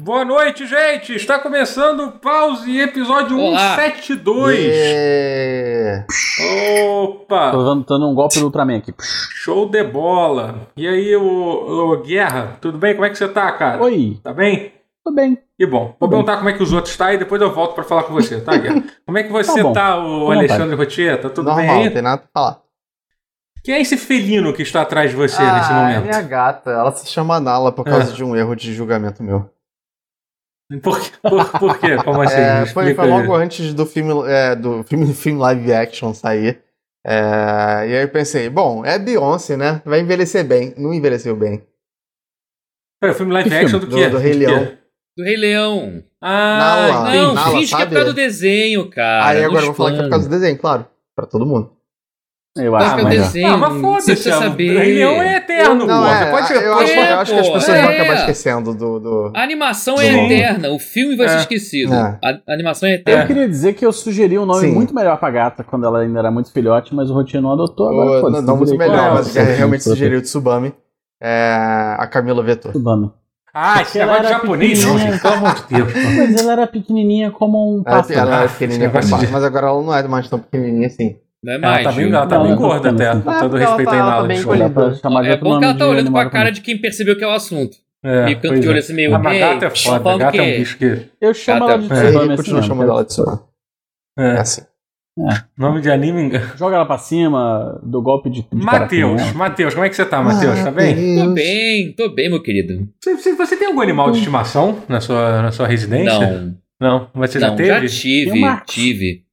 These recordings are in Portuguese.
Boa noite, gente! Está começando o Pause, episódio Olá. 172. É... Opa! Tô dando- dando um golpe do Ultraman aqui. Show de bola! E aí, o, Guerra, tudo bem? Como é que você tá, cara? Oi, Tá bem? tudo bem? E bom, vou Tudo perguntar como é que os outros tá e depois eu volto pra falar com você, tá, Guerra? Como é que você Tá tá, bom. o Com Alexandre Rotier? Tá tudo Normal, bem não aí? tem nada pra falar. Quem é esse felino que está atrás de você nesse ah, é momento? É. minha gata. Ela se chama Nala por causa de um erro de julgamento meu. Por, por, por quê? Como assim? É, Me foi, explica foi aí. logo antes do filme, é, do filme, filme live action sair. É, e aí eu pensei, bom, é Beyoncé, né? Vai envelhecer bem. Não envelheceu bem. Pera, o filme live Que action filme? do Do- quê? do Rei quê? Leão. Do Rei Leão. Ah, Nala. entendi. não, nala, finge que é por sabe? causa do desenho, cara. aí agora eu eu vou falar que é por causa do desenho, claro. Pra todo mundo. Tá, Eu Mas acho que é o melhor. desenho. Ah, mas foda-se. Você ó, precisa O saber. Rei Leão é eterno, não, pô. é, Você pode ver. eu, acho, pô, que- eu acho que as pô, pessoas é. vão acabar esquecendo do... do... A animação é Sim. eterna, o filme vai É. ser esquecido. É. A a animação é Eu eterna. queria dizer que eu sugeri um nome Sim. muito melhor pra gata quando ela ainda era muito filhote, mas o Rotinho não adotou. Agora, Ou- pô, não, não muito qual é melhor, o mas o que realmente sugeriu o Tsubami. É, a Camila Vetor. Ah, esse Porque ela negócio de era japonês, não, pequenininha. gente. Pelo amor de Deus. pô. Mas ela era pequenininha como um Ela, pássaro. ela Ah, era pequenininha esse com negócio de- mas agora ela não é mais tão pequenininha assim. Não é Ela mais. tá bem, viu? ela tá Não, bem ela tá gorda ficando até. assim. Com todo Ah, ela respeito aí, tá- ela tá Nala. bem Dá desculpa. pra chamar de é outro bom que nome ela tá de olhando com a animal cara também. de quem percebeu que é o assunto. É, meio canto pois de é. olho assim, meio. Ah, mas "Ei, gata é foda. falando Gata é o um quê?" bicho que... Eu chamo Gata. ela de É, Tsubame e assim. continua mesmo, chamando ela de cara. Tsubami. É é, assim. Nome de anime... Joga ela pra cima, do golpe de, né? de Matheus, caraca Matheus, como é que você tá, Ah, Matheus? Tá bem? Tô bem, tô bem, meu querido. Você, você- você tem algum animal de estimação na sua, na sua residência? Não, Não. Mas você já não, um já teve? um Tem o tive, Marcos. tive.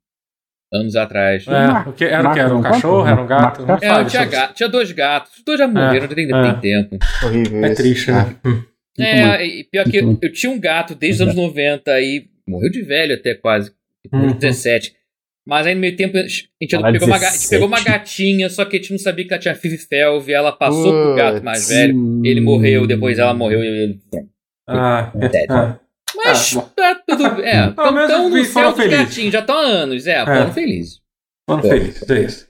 Anos atrás. É, o que- era o que? Era um Marcos, cachorro? Era um gato? Marcos. Não É, eu fale tinha, sobre- ga- tinha dois gatos. Os dois já morreram, já tem, é. tem tempo. Horrível É isso. triste, né? Sinto é, e pior que eu, Muito. eu tinha um gato desde os anos 90 e morreu de velho até quase. Depois Uhum. de 17. Mas aí no meio tempo a gente Caralho, pegou uma, ga- a gente 17. pegou uma gatinha, só que a gente não sabia que ela tinha FIV felve, ela passou pro gato mais Putz. velho. Ele morreu, depois ela morreu e ele. Ah, Dead. ah. Mas Ah, tá tudo. É, Pelo menos estão vi- foram no céu dos felizes. gatinhos, já estão há anos, é, foram felizes. Mano feliz, é isso.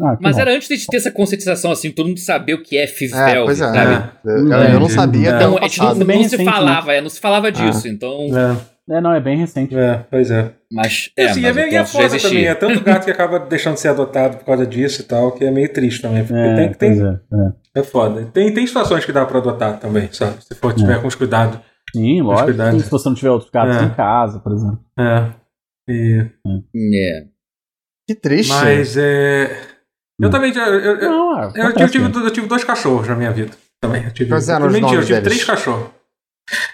Ah, que Mas Tá bom. era antes de ter essa conscientização, assim, todo mundo saber o que é FIV É, felve, pois é. sabe? Ah, Eu, eu É. não Entendi. sabia até Então, ano a gente não, passado. Bem não se recente, né? falava, é, não se falava disso, então. É, não, é bem recente. É, pois é. Mas. É, É, assim, é mas o meio é troço já foda existia. também. É tanto gato que acaba deixando de ser adotado por causa disso e tal, que é meio triste também. Porque É, tem, pois tem, é, é. é foda. Tem, tem situações que dá pra adotar também, sabe? Se for, tiver com os cuidados. Sim, lógico. cuidado. sim, se você não tiver outros gatos É. em casa, por exemplo. É. E- É. Que triste. mas é. Eu Hum. também. já- Eu, eu, Não, é, eu, acontece, tive, né? eu tive dois cachorros na minha vida também. Eu tive, Quais eu eram os menti, eu nomes tive deles? três cachorros.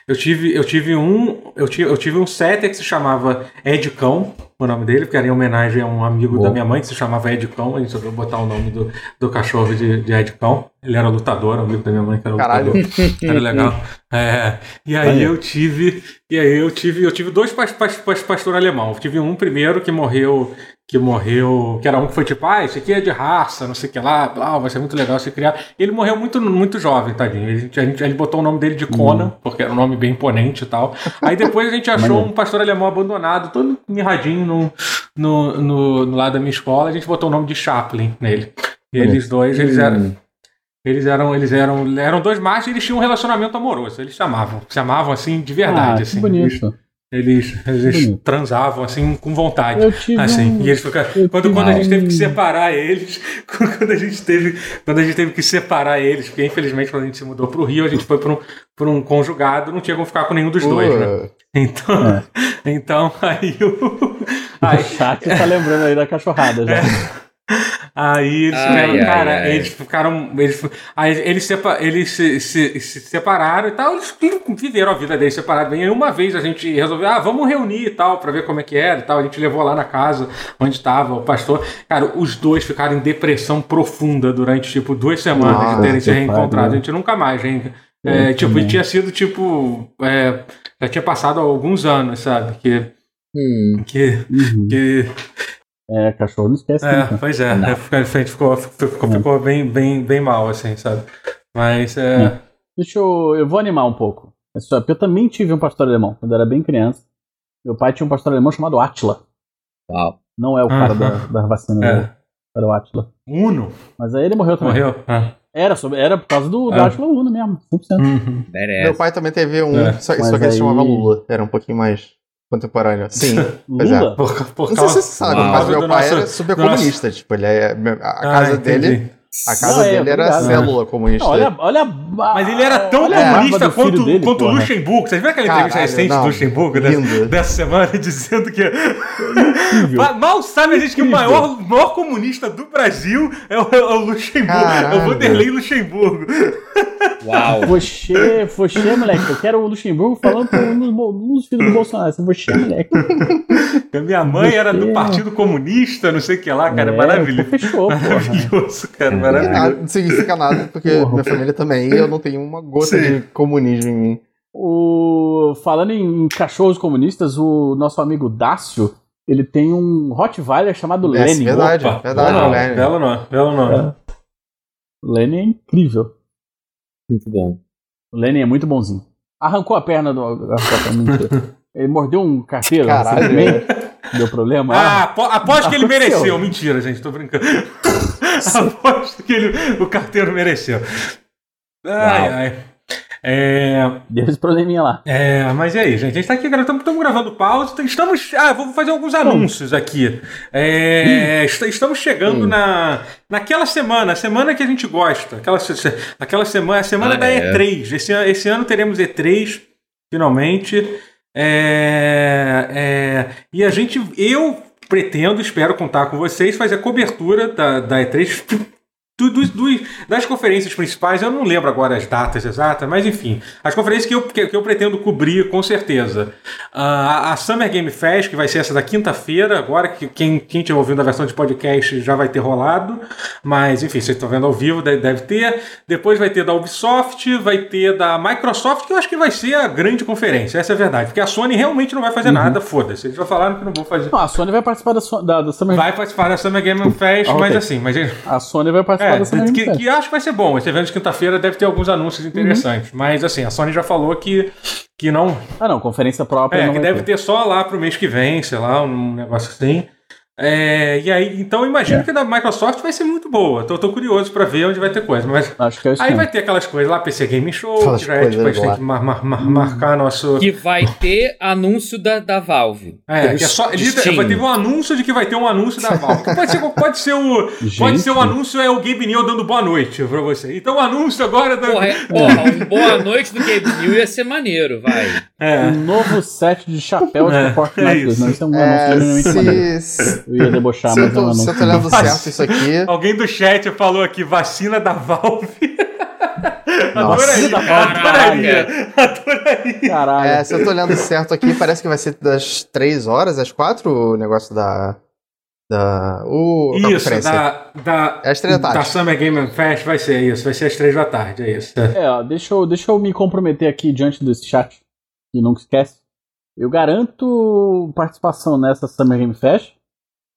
Eu tive, eu tive um. Eu tive, eu tive um setter que se chamava Ed Cão, o nome dele, porque era em homenagem a um amigo Boa. da minha mãe que se chamava Ed Cão. A gente resolveu botar o nome do, do cachorro de, de Ed Cão. Ele era lutador, um amigo da minha mãe que era Caralho. lutador. Era legal. É, e aí Olha. eu tive. E aí eu tive. Eu tive dois pas, pas, pas, pastor alemão. Eu tive um primeiro que morreu. Que morreu. Que era um que foi tipo, ah, esse aqui é de raça, não sei o que lá, blá, vai ser muito legal se criar. Ele morreu muito, muito jovem, tadinho. A gente, a gente, a gente botou o nome dele de Conan, porque era um nome bem imponente e tal. Aí depois a gente achou Uhum. Maneiro. um pastor alemão abandonado, todo mirradinho no, no, no, no lado da minha escola, a gente botou o nome de Chaplin nele. E eles dois, eles eram. Hum. Eles eram, eles eram, eram dois machos e eles tinham um relacionamento amoroso. Eles se amavam, se amavam assim de verdade, ah, assim. Que bonito. Eles, eles Bonito. transavam assim com vontade. Eu tive Assim, um- e eles ficaram, eu quando, tive quando a gente um- teve que separar eles, quando a gente teve, quando a gente teve que separar eles, porque infelizmente quando a gente se mudou pro Rio, a gente foi para um, pra um conjugado, não tinha como ficar com nenhum dos dois, né? Uh, Então, então aí, o, O aí chat tá lembrando aí da cachorrada já. É. Aí eles Ai, ficaram, ai, cara, ai. eles ficaram. Eles, fi- aí eles, sepa- eles se, se- se separaram e tal, eles viveram a vida deles separados. bem. Aí uma vez a gente resolveu, ah, vamos reunir e tal, pra ver como é que era e tal. A gente levou lá na casa onde tava o pastor. Cara, os dois ficaram em depressão profunda durante, tipo, duas semanas Nossa, de terem se que reencontrado. A pariu. gente nunca mais, hein? Eu É, tipo, e também. tinha sido, tipo. é, já tinha passado alguns anos, sabe? Que. Hum. que, Uhum. que É, cachorro não esquece. é, nunca. pois é, Não. é, fica- a gente ficou, ficou, ficou- ficou bem, bem, bem mal, assim, sabe? Mas é. Deixa eu. Eu vou animar um pouco. É só, porque eu também tive um pastor alemão quando eu era bem criança. Meu pai tinha um pastor alemão chamado Atila. Uau. Não é o cara Ah, Uhum. da, da vacina, é. né? era o Atila. Uno Mas aí ele morreu também. É. morreu? Ah, Era, sobre, era por causa do, do É. Drácula 1 mesmo, 100%. Uhum. Meu Badass. pai também teve um, É, só, mas só que ele aí- se chamava Lula. Era um pouquinho mais contemporâneo. Sim. Pois é. Lula? Por, por Não sei se causa. você sabe, Uau. mas meu Do pai nosso- era super comunista. Tipo, ele é, a a Ah, casa entendi. dele, a casa Não, é, dele era a obrigado. célula comunista. Não, olha, olha a ba- Mas ele era tão É, olha a barba comunista do filho quanto, dele, quanto o porra. Luxemburgo. Vocês viram aquela entrevista Caralho, recente não. do Luxemburgo né? Lindo. dessa semana dizendo que. Ma- Mal sabe a gente que o Incrível. maior, o maior comunista do Brasil é o, é o Luxemburgo. É Caralho. o Vanderlei Luxemburgo. Uau. Você, você, moleque, eu quero o Luxemburgo falando com um dos, bo- um dos filhos do Bolsonaro. Você, você, moleque. Tá, A Minha mãe era do Você- Partido Comunista, não sei o que lá, cara. É, maravilhoso. Fechou, porra. Maravilhoso, cara. E Maravilhoso. nada, não significa nada, porque Porra. minha família também, e eu não tenho uma gota Sim. de comunismo em mim. O, falando em cachorros comunistas, o nosso amigo Dácio, ele tem um Rottweiler chamado É, Lenin. verdade, Opa, verdade, belo Lenin. nome, Belo nome, belo nome. O Lenin é incrível. Muito bom. O Lenin é muito bonzinho. Arrancou a perna do. arrancou a perna, mentira. ele mordeu um carteiro Caralho, recentemente. Deu problema. Ah, apo- aposto que ele Aconteceu. mereceu. Mentira, gente, tô brincando. aposto que ele, o carteiro mereceu. Ai, Uau. ai. É, Ah, Deu esse probleminha lá. É, mas e aí, gente? A gente tá aqui, galera. Estamos gravando pausa. Estamos. Ah, vou fazer alguns anúncios aqui. É, Hum. est- Estamos chegando na, naquela semana, a semana que a gente gosta. Aquela, se- se- aquela semana, a semana Ah, da é. E3. Esse, an- esse ano teremos E3, finalmente. É, é, e a gente. Eu pretendo, espero contar com vocês, fazer a cobertura da, da E3. do- do- do- das conferências principais, eu não lembro agora as datas exatas, mas enfim, as conferências que eu, que, que eu pretendo cobrir, com certeza. Ah, a- a Summer Game Fest, que vai ser essa da quinta-feira, agora, que quem estiver ouvindo a versão de podcast já vai ter rolado, mas enfim, vocês estão vendo ao vivo, deve, deve ter. Depois vai ter da Ubisoft, vai ter da Microsoft, que eu acho que vai ser a grande conferência, essa é a verdade, porque a Sony realmente não vai fazer nada, foda-se, eles já falaram que não vão fazer. Não, a Sony vai participar da, Son- da, da Summer Vai participar da Summer Game Fest, Ah, ok. mas assim, mas. A Sony vai participar É, da Summer que, Game Uhum. Fest. que acho que vai ser bom. Esse evento de quinta-feira deve ter alguns anúncios interessantes. Mas assim, a Sony já falou que, que não. Ah, não, conferência própria. É, não que vai deve ter só lá pro mês que vem, sei lá, um negócio assim. É, e aí, então eu imagino que a da Microsoft vai ser muito boa. Tô, tô curioso pra ver onde vai ter coisa. Mas Acho que é isso. aí vai ter aquelas coisas lá, PC Game Show, Aquelas que já é, tipo, a gente coisas tem lá. que mar- mar- mar- marcar nosso. Que vai ter anúncio da, da Valve. É, que é só. Steam. Liter, vai ter um anúncio de que vai ter um anúncio da Valve. Que Pode ser, pode ser o. Pode ser o anúncio, é o Gabe Neal dando boa noite pra você. Então o anúncio agora da. Porra, é- porra, um boa noite do Gabe New ia ser maneiro, vai. É. Um novo set de chapéus É, é, pro Fortnite. é isso. Não, isso é um É, anúncio genuinamente maneiro. se, se, Eu ia Tá, debochar, se eu mas é um tô, se eu tô olhando anúncio. certo isso aqui. Alguém do chat falou aqui, vacina da Valve. Nossa. adoraria, adoraria, adoraria. Caralho. É, se eu tô olhando certo aqui, parece que vai ser das 3 horas às 4 o negócio da. da. O, da Isso, conferência. da, da, tá É às 3 da da tarde. Summer Game Fest vai ser isso, vai ser às três da tarde, é isso. É, ó, deixa eu, deixa eu me comprometer aqui diante desse chat, que nunca esquece. Eu garanto participação nessa Summer Game Fest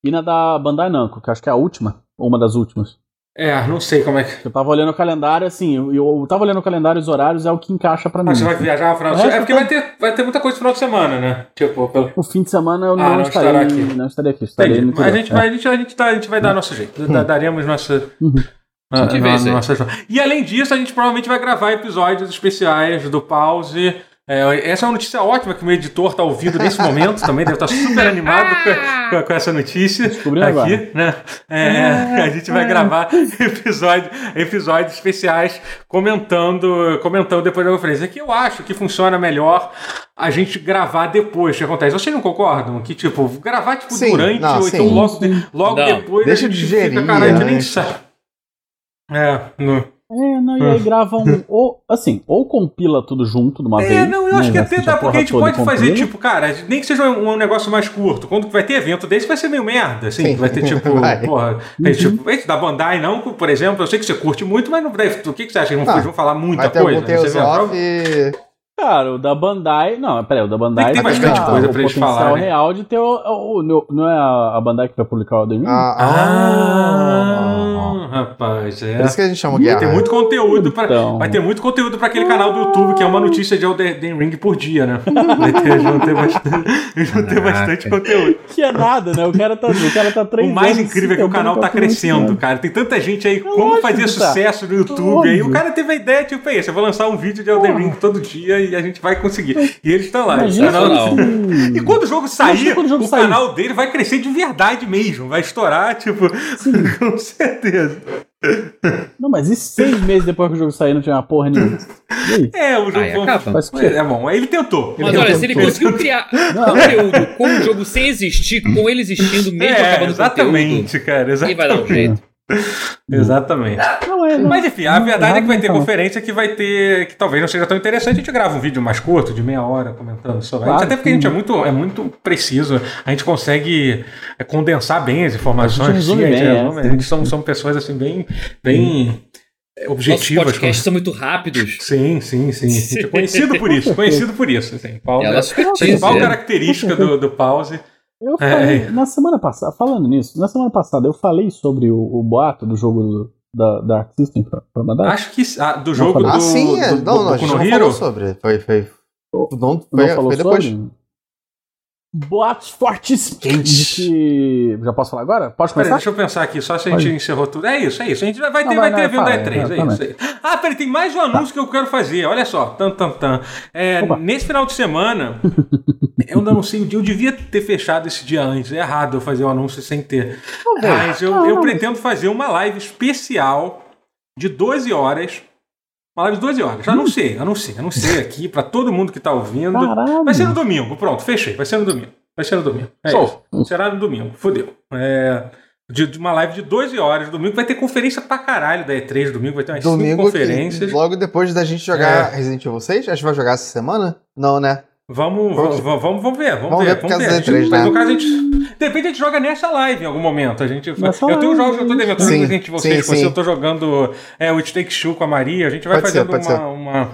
e na da Bandai Namco, que acho que é a última, ou uma das últimas. É, não sei como é que. Eu tava olhando o calendário, assim, eu, eu tava olhando o calendário e os horários é o que encaixa pra mim. Ah, você vai viajar no final de É, semana? É porque tá- vai ter, vai ter muita coisa no final de semana, né? Tipo, pelo. O fim de semana eu Ah, não, não estarei, estará aqui. não estarei aqui. Estarei Entendi. no Mas a interior, gente, é. Hum. vai, a, gente, a, gente tá- a gente vai dar nosso jeito. Da- Daremos nossa. Uhum. Ah, De na- vez, hein? nossa- E além disso, a gente provavelmente vai gravar episódios especiais do Pause. É, essa é uma notícia ótima que o meu editor tá ouvindo nesse momento também, deve estar super animado com, com- com essa notícia Ah! Descobriu aqui, agora. Ah! né? É, a gente vai gravar episódio, episódios especiais comentando, comentando depois da conferência. É Que eu acho que funciona melhor a gente gravar depois o que acontece. Vocês não concordam? Que, tipo, gravar, tipo, Sim, durante, não, ou sim. então logo, de- logo Não. depois. Deixa a gente digerir, fica, Caralho, a gente nem né? sabe. É, não. É, não, e aí gravam ou assim, ou compila tudo junto de uma É, vez. não, eu né, acho que vai até assistir a dá, porque porra a gente toda e pode fazer, compila. tipo, cara, nem que seja um, um negócio mais curto. Quando vai ter evento desse, vai ser meio merda, assim. Sim. Vai ter, tipo, Vai. porra, tem, tipo, esse da Bandai não, por exemplo, eu sei que você curte muito, mas não deve, o que, que você acha? Eles vão, Ah, eles vão falar muita Vai ter coisa? algum né? Você Tales vê a prova? off e. Cara, o da Bandai. Não, peraí, o da Bandai Tem que ter tem bastante a- coisa o pra né? eles potencial falarem. real de ter o. o- o- não- não é a a Bandai que vai publicar o Elden Ring? Ah, ah, Ah, Não. rapaz, é. Por isso que a gente chama Vai guerra. ter muito conteúdo pra, Então. vai ter muito conteúdo para aquele canal do YouTube que é uma notícia de Elden Den Ring por dia, né? Vai ter, eles vão ter bastante, eles vão ter bastante conteúdo. Que é nada, né? O cara tá, o cara tá três O mais anos incrível é se que o canal tá tentando pra né? crescendo, financiar. cara. Tem tanta gente aí, como lógico fazer que tá. sucesso no YouTube. Óbvio. Aí o cara teve a ideia, tipo, é isso, eu vou lançar um vídeo de Elden Ring todo dia e a gente vai conseguir. E eles estão lá. eles Imagina estão lá. Canal. se- E quando o jogo sair, Imagina quando o jogo o sair. canal dele vai crescer de verdade mesmo. Vai estourar, tipo, com certeza. Não, mas e seis meses depois que o jogo sair não tinha uma porra nenhuma? E aí? É, o jogo Aí acaba. Faz Mas o quê? é bom, aí ele tentou. Mas tentou. olha, se ele tempo todo. conseguiu criar Não. conteúdo com o jogo sem existir, com ele existindo, mesmo é, acabando exatamente, cara. o conteúdo, ele vai dar um Exatamente. jeito. Exatamente. Não é, não. Mas enfim, a verdade é que vai ter Não. conferência que vai ter. que talvez não seja tão interessante. A gente grava um vídeo mais curto, de meia hora, comentando sobre. a gente, Claro, até porque a gente é muito, é muito preciso, a gente consegue é, condensar bem as informações. A gente resume sim, bem, é. resume, a gente são, são pessoas assim, bem, bem é, Nossos objetivas. podcasts são muito rápidos. Sim, sim, sim. A gente é conhecido por isso, conhecido por isso. Assim, Paulo, Ela a supertisa. principal característica do, do pause. Eu falei, É. na semana passada, falando nisso, na semana passada eu falei sobre o, o boato do jogo do, da, da Arc System pra, pra mandar. Acho que ah, do jogo do, falei. Ah, sim, é. do, do, não, não, a Boku gente no não Hero. falou sobre. Foi, foi. Não, Tu não foi, falou foi depois. sobre? Boatos fortes. Quentes. De que- Já posso falar agora? Pode Peraí, começar? deixa eu pensar aqui, só se a gente Pode. encerrou tudo. É isso, é isso. A gente vai ter, Não, vai não, ter evento não, da fala, E3, é, exatamente. isso aí. Ah, peraí, tem mais um anúncio que eu quero fazer. Olha só. Tan, tan, tan. É, Opa. nesse final de semana, eu ainda não sei o dia. Eu devia ter fechado esse dia antes. É errado eu fazer o anúncio sem ter. Mas eu, Não, eu não, pretendo fazer uma live especial de 12 horas. Uma live de 12 horas. Hum. Já anunciei, anunciei, anunciei aqui pra todo mundo que tá ouvindo. Caralho. Vai ser no domingo, pronto, fechei. Vai ser no domingo. Vai ser no domingo. É Show. isso. Será no domingo, fodeu. É, de, de uma live de 12 horas domingo. Vai ter conferência pra caralho da E3 domingo. Vai ter umas cinco Domingo, que, conferências. logo depois da gente É. jogar Resident Evil 6, a gente vai jogar essa semana? Não, né? Vamos, vamos, vamos, vamos ver, vamos, Vamos ver, ver por vamos ver. causa da E3, Mas no né? caso a gente. De repente a gente joga nessa live em algum momento. A gente, eu Nessa tenho live, jogos que eu tô né? devendo pra Sim, gente, vocês, sim, você, sim. eu tô jogando é, o It Takes Two com a Maria. A gente vai Pode ser, fazendo pode uma, uma,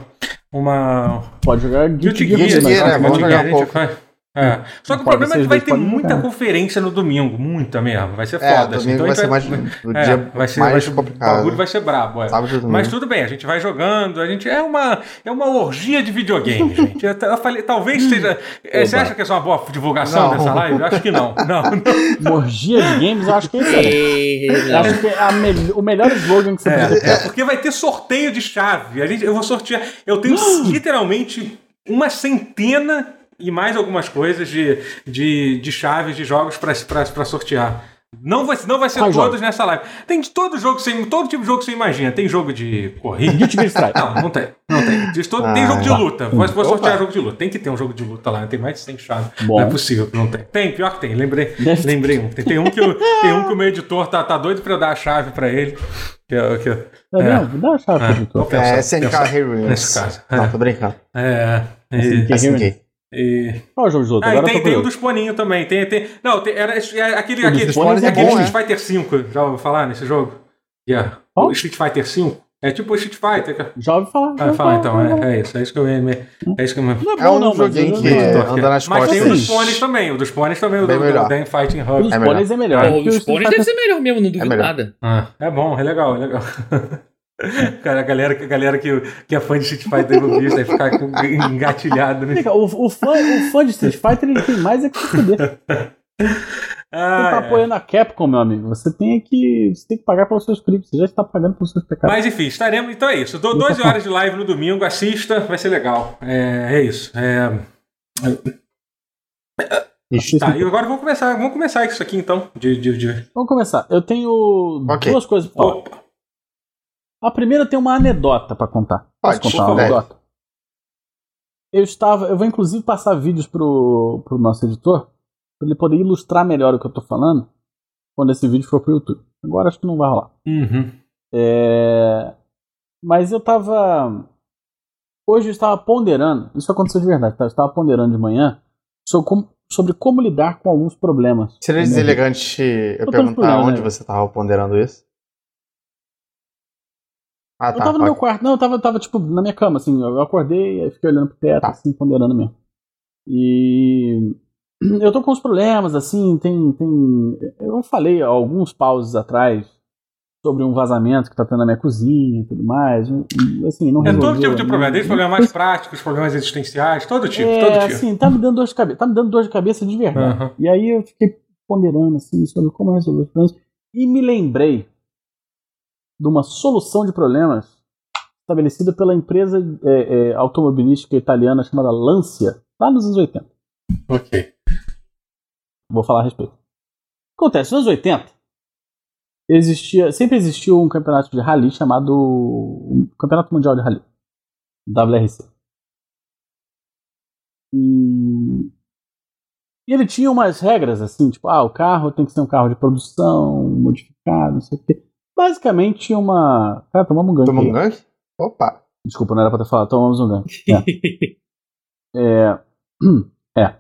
uma, Pode jogar Guilty Guilty Gear. tá? Gear, mas vai Guilty Gear, né? Guilty Vamos jogar. Gear, a jogar um gente pouco. vai- É. Só que o Pode, problema é que vocês vai dois ter podem muita jogar. conferência no domingo, muita mesmo. Vai ser É, foda. assim. domingo Então a vai gente ser mais. O dia é, vai ser, mais vai ser- O complicado. né? bagulho vai ser brabo, é. Sábado e domingo. Mas tudo bem, a gente vai jogando, a gente é uma, é uma orgia de videogame, gente. Eu, t- eu falei, talvez seja. é, Oba. você acha que é só uma boa divulgação Não. dessa live? Eu acho que não. Não, não. Morgia de games, eu acho que é isso, né? Eu Ela acho que é a mel- o melhor slogan que você podia ter. É, é, porque vai ter sorteio de chave. A gente, eu vou sortear. Eu tenho literalmente uma centena e mais algumas coisas de, de, de chaves de jogos para sortear. Não vai, não vai ser Quais todos nessa live. Tem de todo jogo que você, todo tipo de jogo que você imagina. Tem jogo de corrida. Guilty Gear Strike. Não, não tem. Não tem. De todo- tem Ah, jogo de tá. luta. Mas vou Opa. sortear jogo de luta. Tem que ter um jogo de luta lá. Tem mais de 100 chaves. Bom. Não é possível que não tem. Tem, pior que tem. Lembrei, Deve ter. lembrei um. Tem, tem um que o, tem um que o meu editor tá, tá doido pra eu dar a chave pra ele. Que, eu- que, eu- Tá vendo? Dá a chave pro vou editor. pensar, É, SNK pensar. Heroes. Nesse caso. Não, tô brincando. É. Assim, E, que- SNK. e- Qual é o jogo de outro? Ah, e Agora eu tem, tô tem o dos curioso. Boninho também. Tem, tem, não, tem, era, é aquele, O dos aquele, aquele, Boninho é bom, Street Fighter V. Já ouviu falar nesse jogo? Yeah. Qual? O Street Fighter V? É tipo o Street Fighter. cara. Já ouvi falar. já Ah, ouvi fala então, já ouvi falar. é, é isso. É isso que eu ia me. É isso que eu me. Não é É bom, um não, mas joguinho eu- que eu- anda nas Mas tem o costas. dos fones também, o dos fones também, o Bem do, do melhor. Dan Fighting Os Hub. É melhor. spoilers é Tá melhor. Pô, porque Ah, os os pôneis deve Street ser melhor mesmo, não duvido melhor. nada. Ah, é bom, é legal, é legal. Cara, a galera, a galera que, que é fã de Street Fighter no vídeo deve ficar com- engatilhado, né? é Fighter- O, o fã, o fã de Street Fighter ele tem mais é que se fuder. Você tá Ah, é. apoiando a Capcom, meu amigo. Você tem é que. Você tem que pagar pelos seus crimes. Você já está pagando pelos seus pecados. Mas enfim, estaremos. Então é isso. Dou 12 horas de live no domingo, assista, vai ser legal. É, é isso. É, Isso. tá, e agora vamos começar, vamos começar isso aqui então. De, de, de... tipo Vamos começar. Eu tenho Ok. duas coisas pra falar. Opa, A primeira tem uma anedota pra contar. Pode, Posso por contar uma favor. anedota? Eu estava. Eu vou inclusive passar vídeos pro, pro nosso editor pra ele poder ilustrar melhor o que eu tô falando quando esse vídeo for pro YouTube. Agora acho que não vai rolar. uhum. É, Mas eu tava. Hoje eu estava ponderando, isso aconteceu de verdade, tá? Eu estava ponderando de manhã sobre como, sobre como lidar com alguns problemas. Seria Né? deselegante eu tô perguntar procurando, onde né? você tava ponderando isso? Ah, Eu tá. tava no ok. meu quarto, não, eu tava, tava tipo na minha cama, assim, eu acordei e fiquei olhando pro teto, Tá. assim, ponderando mesmo. E eu tô com uns problemas, assim, tem, tem. Eu falei alguns pauses atrás sobre um vazamento que tá tendo na minha cozinha e tudo mais. um- um- Assim, não É todo resolveu, tipo de não- problema, desde problemas mais práticos, problemas existenciais, todo tipo, é, todo É. tipo. assim, tá me dando dor de cabeça. Tá me dando dor de cabeça de verdade. Aham. E aí eu fiquei ponderando assim sobre como resolver os problemas e me lembrei de uma solução de problemas estabelecida pela empresa é, é, automobilística italiana chamada Lancia, lá nos anos 80. Ok. Vou falar a respeito. Acontece, nos anos 80 existia, sempre existiu um campeonato de rally chamado um Campeonato Mundial de Rally, WRC. E, e ele tinha umas regras assim, tipo, ah, o carro tem que ser um carro de produção, modificado, não sei o quê. Basicamente tinha uma, cara, tomamos um gancho. Tomou aí. um gancho? Opa! Desculpa, não era pra ter falado. Tomamos um gancho. É. É. é.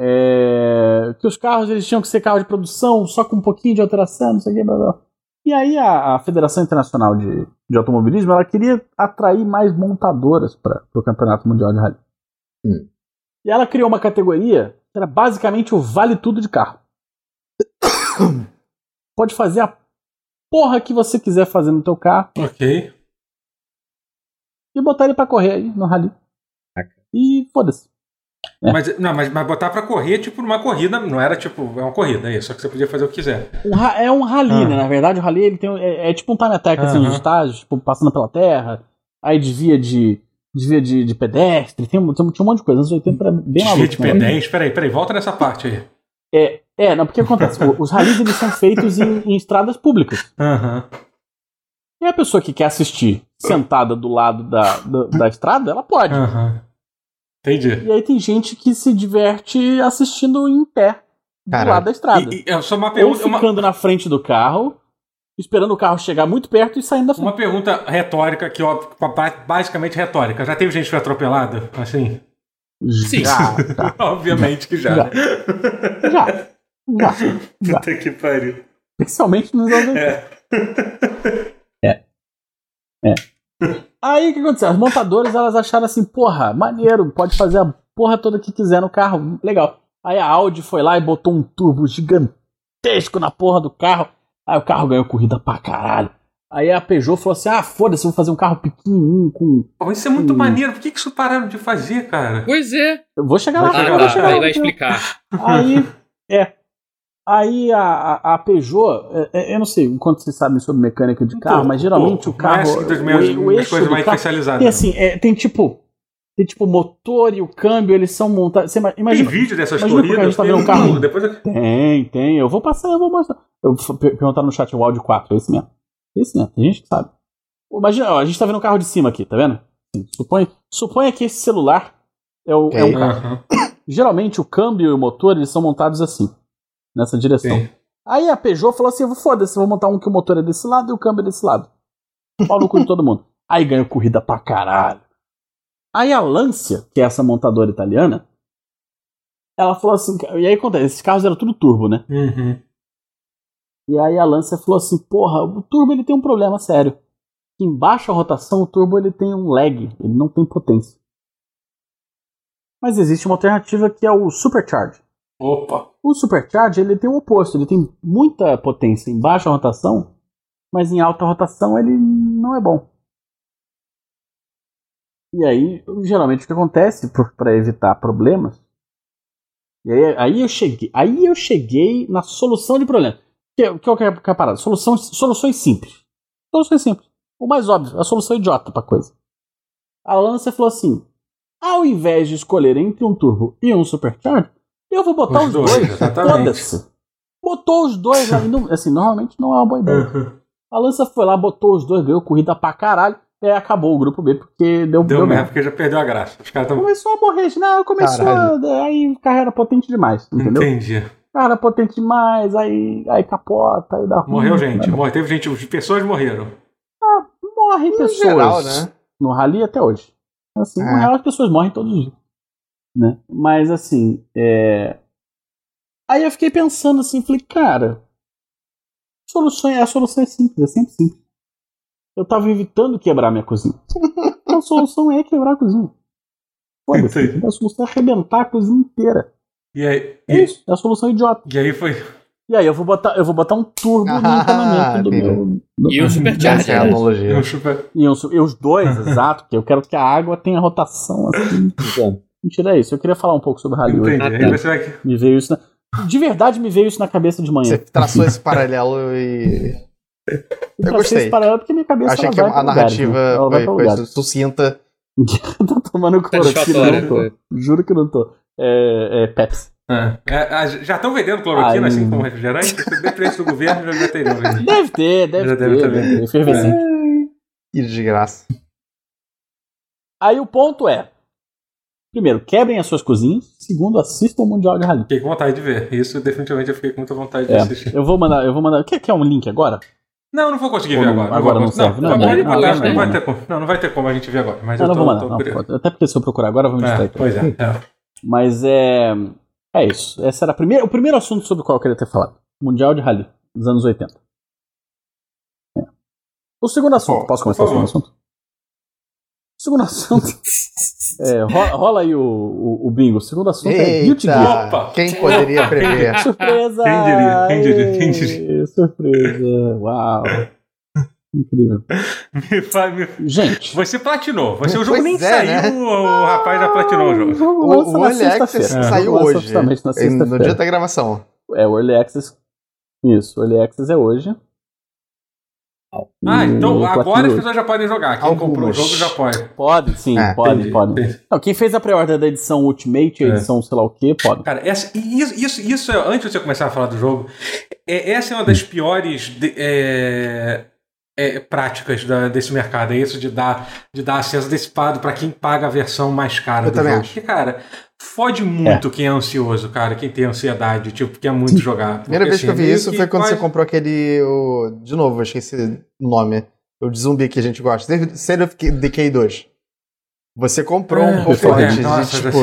É, Que os carros eles tinham que ser carro de produção, só com um pouquinho de alteração, não sei o que, blá, blá. E aí a, a Federação Internacional de, de Automobilismo ela queria atrair mais montadoras para o Campeonato Mundial de Rally. Hum. E ela criou uma categoria que era basicamente o vale tudo de carro. Pode fazer a porra que você quiser fazer no teu carro Ok. e botar ele pra correr aí no rally. E foda-se. É. Mas, não, mas, mas botar pra correr, tipo, numa corrida, não era tipo, é uma corrida, é isso, só que você podia fazer o que quiser. Um ra- é um rally, Ah. né? Na verdade, o rally ele tem, um- é, é tipo um time attack assim, Aham. nos estágios, tipo, passando pela terra, aí desvia de. desvia de, de pedestre, tem, um- tem um- tinha um monte de coisa. Anos 80 era bem Desvia maluco. de né? P10, peraí, peraí, volta nessa parte aí. É, é, não, porque acontece, o- os rallies eles são feitos em, em estradas públicas. Aham. E a pessoa que quer assistir sentada do lado da, da, da estrada, ela Ah. pode. Aham. Entendi. E aí tem gente que se diverte assistindo em pé do Caralho. lado da estrada. E, e, é só uma ou pergunta, uma, ficando na frente do carro, esperando o carro chegar muito perto e saindo da frente. uma pergunta retórica, que ó, ba- basicamente retórica. Já teve gente que foi atropelada? Assim? Sim. Já, Obviamente que já. Já. né? já, já. Já. Puta que pariu. Especialmente nos anos 80. Aí o que aconteceu? As montadoras elas acharam assim, porra, maneiro, pode fazer a porra toda que quiser no carro, legal. Aí a Audi foi lá e botou um turbo gigantesco na porra do carro. Aí o carro ganhou corrida pra caralho. Aí a Peugeot falou assim: ah, foda-se, vou fazer um carro pequenininho com. Pô, Isso é muito Hum. maneiro. Por que, que isso pararam de fazer, cara? Pois é. Eu vou chegar lá, Ah, Vai eu vou chegar tá, chegar aí lá. vai explicar. Aí, é. Aí a, a, a Peugeot, é, é, eu não sei enquanto vocês sabem sobre mecânica de carro, Pouco, mas geralmente pouco. o Então, Não é carro. assim das o, minhas, e- o minhas eixo coisas do mais carro, especializadas. tem assim, é, tem tipo. Tem tipo o motor e o câmbio, eles são montados. Você ima- Tem imagina. vídeo dessas imagina porque a corridas? gente tá tem vendo um carro- tudo, Depois eu... Tem, tem. Eu vou passar, eu vou mostrar. Eu vou per- perguntar no chat o áudio 4, é esse mesmo. É esse mesmo, tem gente que sabe. Pô, Imagina, ó, a gente tá vendo um carro de cima aqui, tá vendo? Suponha, suponha que esse celular é, o, é um Ok. carro. Aham. Geralmente o câmbio e o motor eles são montados assim, nessa direção. Sim. Aí a Peugeot falou assim: "Eu foda-se, eu vou montar um que o motor é desse lado e o câmbio é desse lado. Pau no cu de todo mundo. Aí ganhou corrida pra caralho. Aí a Lancia, que é essa montadora italiana, ela falou assim: e aí acontece, esses carros eram tudo turbo, né? Uhum. E aí a Lancia falou assim: porra, o turbo ele tem um problema sério. Que em baixa rotação o turbo ele tem um lag, ele não tem potência. Mas existe uma alternativa que é o supercharge. Opa. O supercharge ele tem o oposto, ele tem muita potência em baixa rotação, mas em alta rotação ele não é bom. E aí, geralmente o que acontece para evitar problemas? E aí, aí eu cheguei, aí eu cheguei na solução de problema. Que é que é o que é a parada? Solução, soluções simples. Soluções simples. O mais óbvio, a solução idiota para coisa. A Lancer falou assim: ao invés de escolher entre um turbo e um supercharge, eu vou botar Então, Os os, dois, dois. exatamente. Foda-se. Botou os dois, aí não- assim, normalmente não é uma boa ideia. Uhum. A Lança foi lá, botou os dois, ganhou corrida pra caralho, e aí acabou o grupo B, porque Deu deu, deu merda merda. porque já perdeu a graça. Os caras estão. Começou a morrer, não, começou Caralho. a, aí carreira potente demais, entendeu? Entendi. Carreira potente demais, aí, aí capota, aí dá ruim. Morreu gente. Morre. Teve gente. as Pessoas morreram. Morrem No pessoas geral, né? no rally até hoje. Assim, É. na real as pessoas morrem todos os dias. Né? Mas assim, é... aí eu fiquei pensando assim, falei, cara, solução, a solução é simples, é sempre simples. Eu tava evitando quebrar minha cozinha. Então, a solução é quebrar a cozinha. Foda-se. Entendi. A solução é arrebentar a cozinha inteira. E aí, É e, isso. É a solução idiota. e aí foi. E aí eu vou botar, eu vou botar um turbo no Ah, encanamento do entendi. meu. do- Tá E um supercharger. Essa é a né? Eu analogia. um chupa- E os, e os dois, exato, que eu quero que a água tenha rotação assim. Bom, mentira é isso. Eu queria falar um pouco sobre rally hoje. Entendi. Ah, Aí tá. você vai- Me veio isso na- De verdade, me veio isso na cabeça de manhã. Você traçou esse paralelo e Eu gostei. Esse paralelo porque minha cabeça achei ela que vai a pra lugares, né? narrativa Ela vai foi, pra foi lugares. sucinta. tô tomando Tá cloroquina, Satisfatória. não né? tô. Juro que não tô. É, é Pepsi. Ah. É, ah, já estão vendendo cloroquina Ai. assim como refrigerante? Depende do governo, já tem não. né? Deve ter, deve Já ter. deve Deve ter vindo. ter. Efervescente. E de graça. Aí o ponto é: primeiro, quebrem as suas cozinhas. Segundo, assistam o Mundial de Rally. Fiquei com vontade de ver. Isso definitivamente eu fiquei com muita vontade de É. assistir. Eu vou mandar, eu vou mandar. Quer, quer um link agora? Não, não vou conseguir Ou ver não, agora. agora não vou, serve, Não, não, pode não, botar, não, não, vai não. ter como. Não, não vai ter como a gente ver agora. Mas Eu eu não tô, vou mandar. tô não, curioso. pode. até porque se eu procurar agora, eu vou me É, distrair. pois é. é. Mas é. É isso. Esse era a primeira, o primeiro assunto sobre o qual eu queria ter falado: Mundial de Rally, dos anos 80. É. O segundo assunto. Bom, posso começar por o segundo assunto? O segundo assunto. é, ro- rola, aí o, o, o bingo. O segundo assunto é Guilty Gear. Eita, Opa. quem poderia prever? Surpresa! Quem diria, quem diria, quem Ê, Surpresa! Uau! Incrível. Me fa- me- Gente, Você platinou. Você, o jogo Pois nem é, saiu, né? o rapaz já platinou o jogo. jogo O, lança o na Early Access sexta-feira. O saiu jogo lança hoje. oficialmente na No dia sexta-feira. da gravação. É, o Early Access. Isso, o Early Access é hoje. Ah, então E agora platina as hoje. pessoas já podem jogar. Quem Algumas. comprou o jogo já pode. Pode, sim, É, pode, Entendi, pode. entendi. Não, quem fez a pré-order da edição Ultimate, a É. edição sei lá o quê, pode. Cara, essa, e isso, isso, isso é, antes de você começar a falar do jogo, é- essa é uma das piores de- é, é, práticas da- desse mercado. É isso de dar, de dar acesso antecipado para quem paga a versão mais cara Eu do também jogo. acho. Porque, cara, fode muito quem é ansioso, cara, quem tem ansiedade, tipo, quer muito jogar. A primeira Porque, vez que eu assim, vi meio isso que foi quando quase- você comprou aquele. o- de novo, eu esqueci o nome. O de zumbi que a gente gosta. Teve State of Decay 2. Você comprou Ah, um pouco foi, antes é, de, nossa, tipo.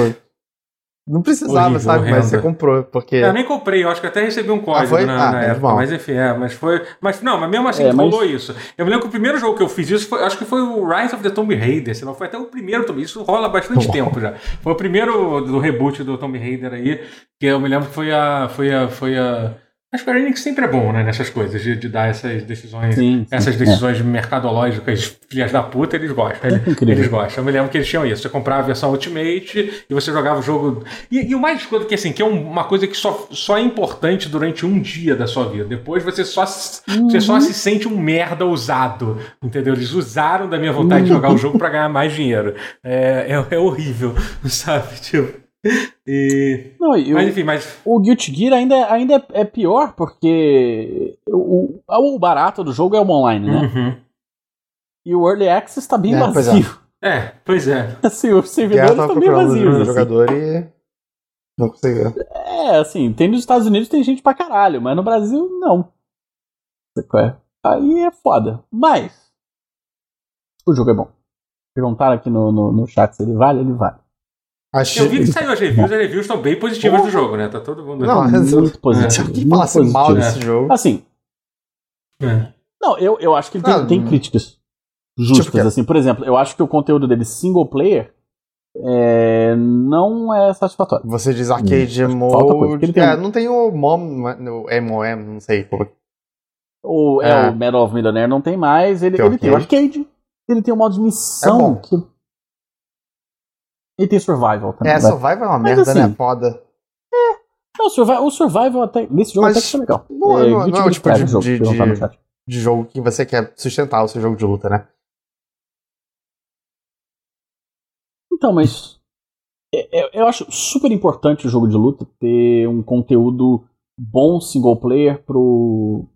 Não precisava, Horrível, sabe? Mas você horrendo. comprou, porque. Eu É, nem comprei, eu acho que até recebi um código foi? na, Ah, na menos época. mal. Mas enfim, é, mas foi. Mas não, mas mesmo assim É, mas- rolou isso. Eu me lembro que o primeiro jogo que eu fiz isso foi, acho que foi o Rise of the Tomb Raider, se não foi até o primeiro Tomb Isso rola há bastante Uau. tempo já. Foi o primeiro do reboot do Tomb Raider aí, que eu me lembro que foi a. Foi a. Foi a. A Square Enix sempre é bom, né, nessas coisas, de, de dar essas decisões. Sim. sim. Essas É. decisões mercadológicas, filhas da puta, eles gostam. Eles, Incrível. eles gostam. Eu me lembro que eles tinham isso. Você comprava a versão Ultimate e você jogava o jogo. E, e o mais coisa que assim, que é um- uma coisa que só, só é importante durante um dia da sua vida. Depois você só, se- você só se sente um merda usado. Entendeu? Eles usaram da minha vontade de jogar o jogo pra ganhar mais dinheiro. É, é, é horrível, sabe? Tipo. E, Não, e o- mas enfim, mas. o Guilty Gear ainda, é- ainda é- é pior, porque o, o barato do jogo é o online, né? Uhum. E o Early Access tá bem É, pois é. vazio. É, pois é. Assim, os servidores Guerra estão tava bem procurando vazios. um assim. jogador e. Não conseguiu. É, assim, tem nos Estados Unidos tem gente pra caralho, mas no Brasil não. Sabe qual é? Aí é foda. Mas o jogo é bom. Perguntaram aqui no, no, no chat se ele vale, ele vale. Achei. Eu vi que saiu as reviews, as reviews estão bem positivas do jogo, né? Tá todo mundo. Não, mas- é muito positivo. Se alguém muito falasse positivo. É. mal né? desse jogo. Assim, É. não, eu, eu acho que ele tem, Ah, tem hum. críticas justas, Tipo que- assim. Por exemplo, eu acho que o conteúdo dele single player é, não é satisfatório. Você diz arcade falta coisa, porque mode. ele tem É, um- não tem o MOM, o MOM, não sei como. O, é, É. o Medal of Millionaire não tem mais. Ele, Tem ele tem o arcade, ele tem o modo de É missão. bom. que... E tem survival também. É, vai. survival é uma Mas merda, assim, né? Foda. Não, o survival, o survival até, nesse jogo Mas até que foi legal. não- não- não é Guilty o Gear tipo Strive de- jogo, de- perguntaram no de- chat. De jogo que você quer sustentar o seu jogo de luta, né? Então, mas é- é- eu, acho super importante o jogo de luta ter um conteúdo bom single player pro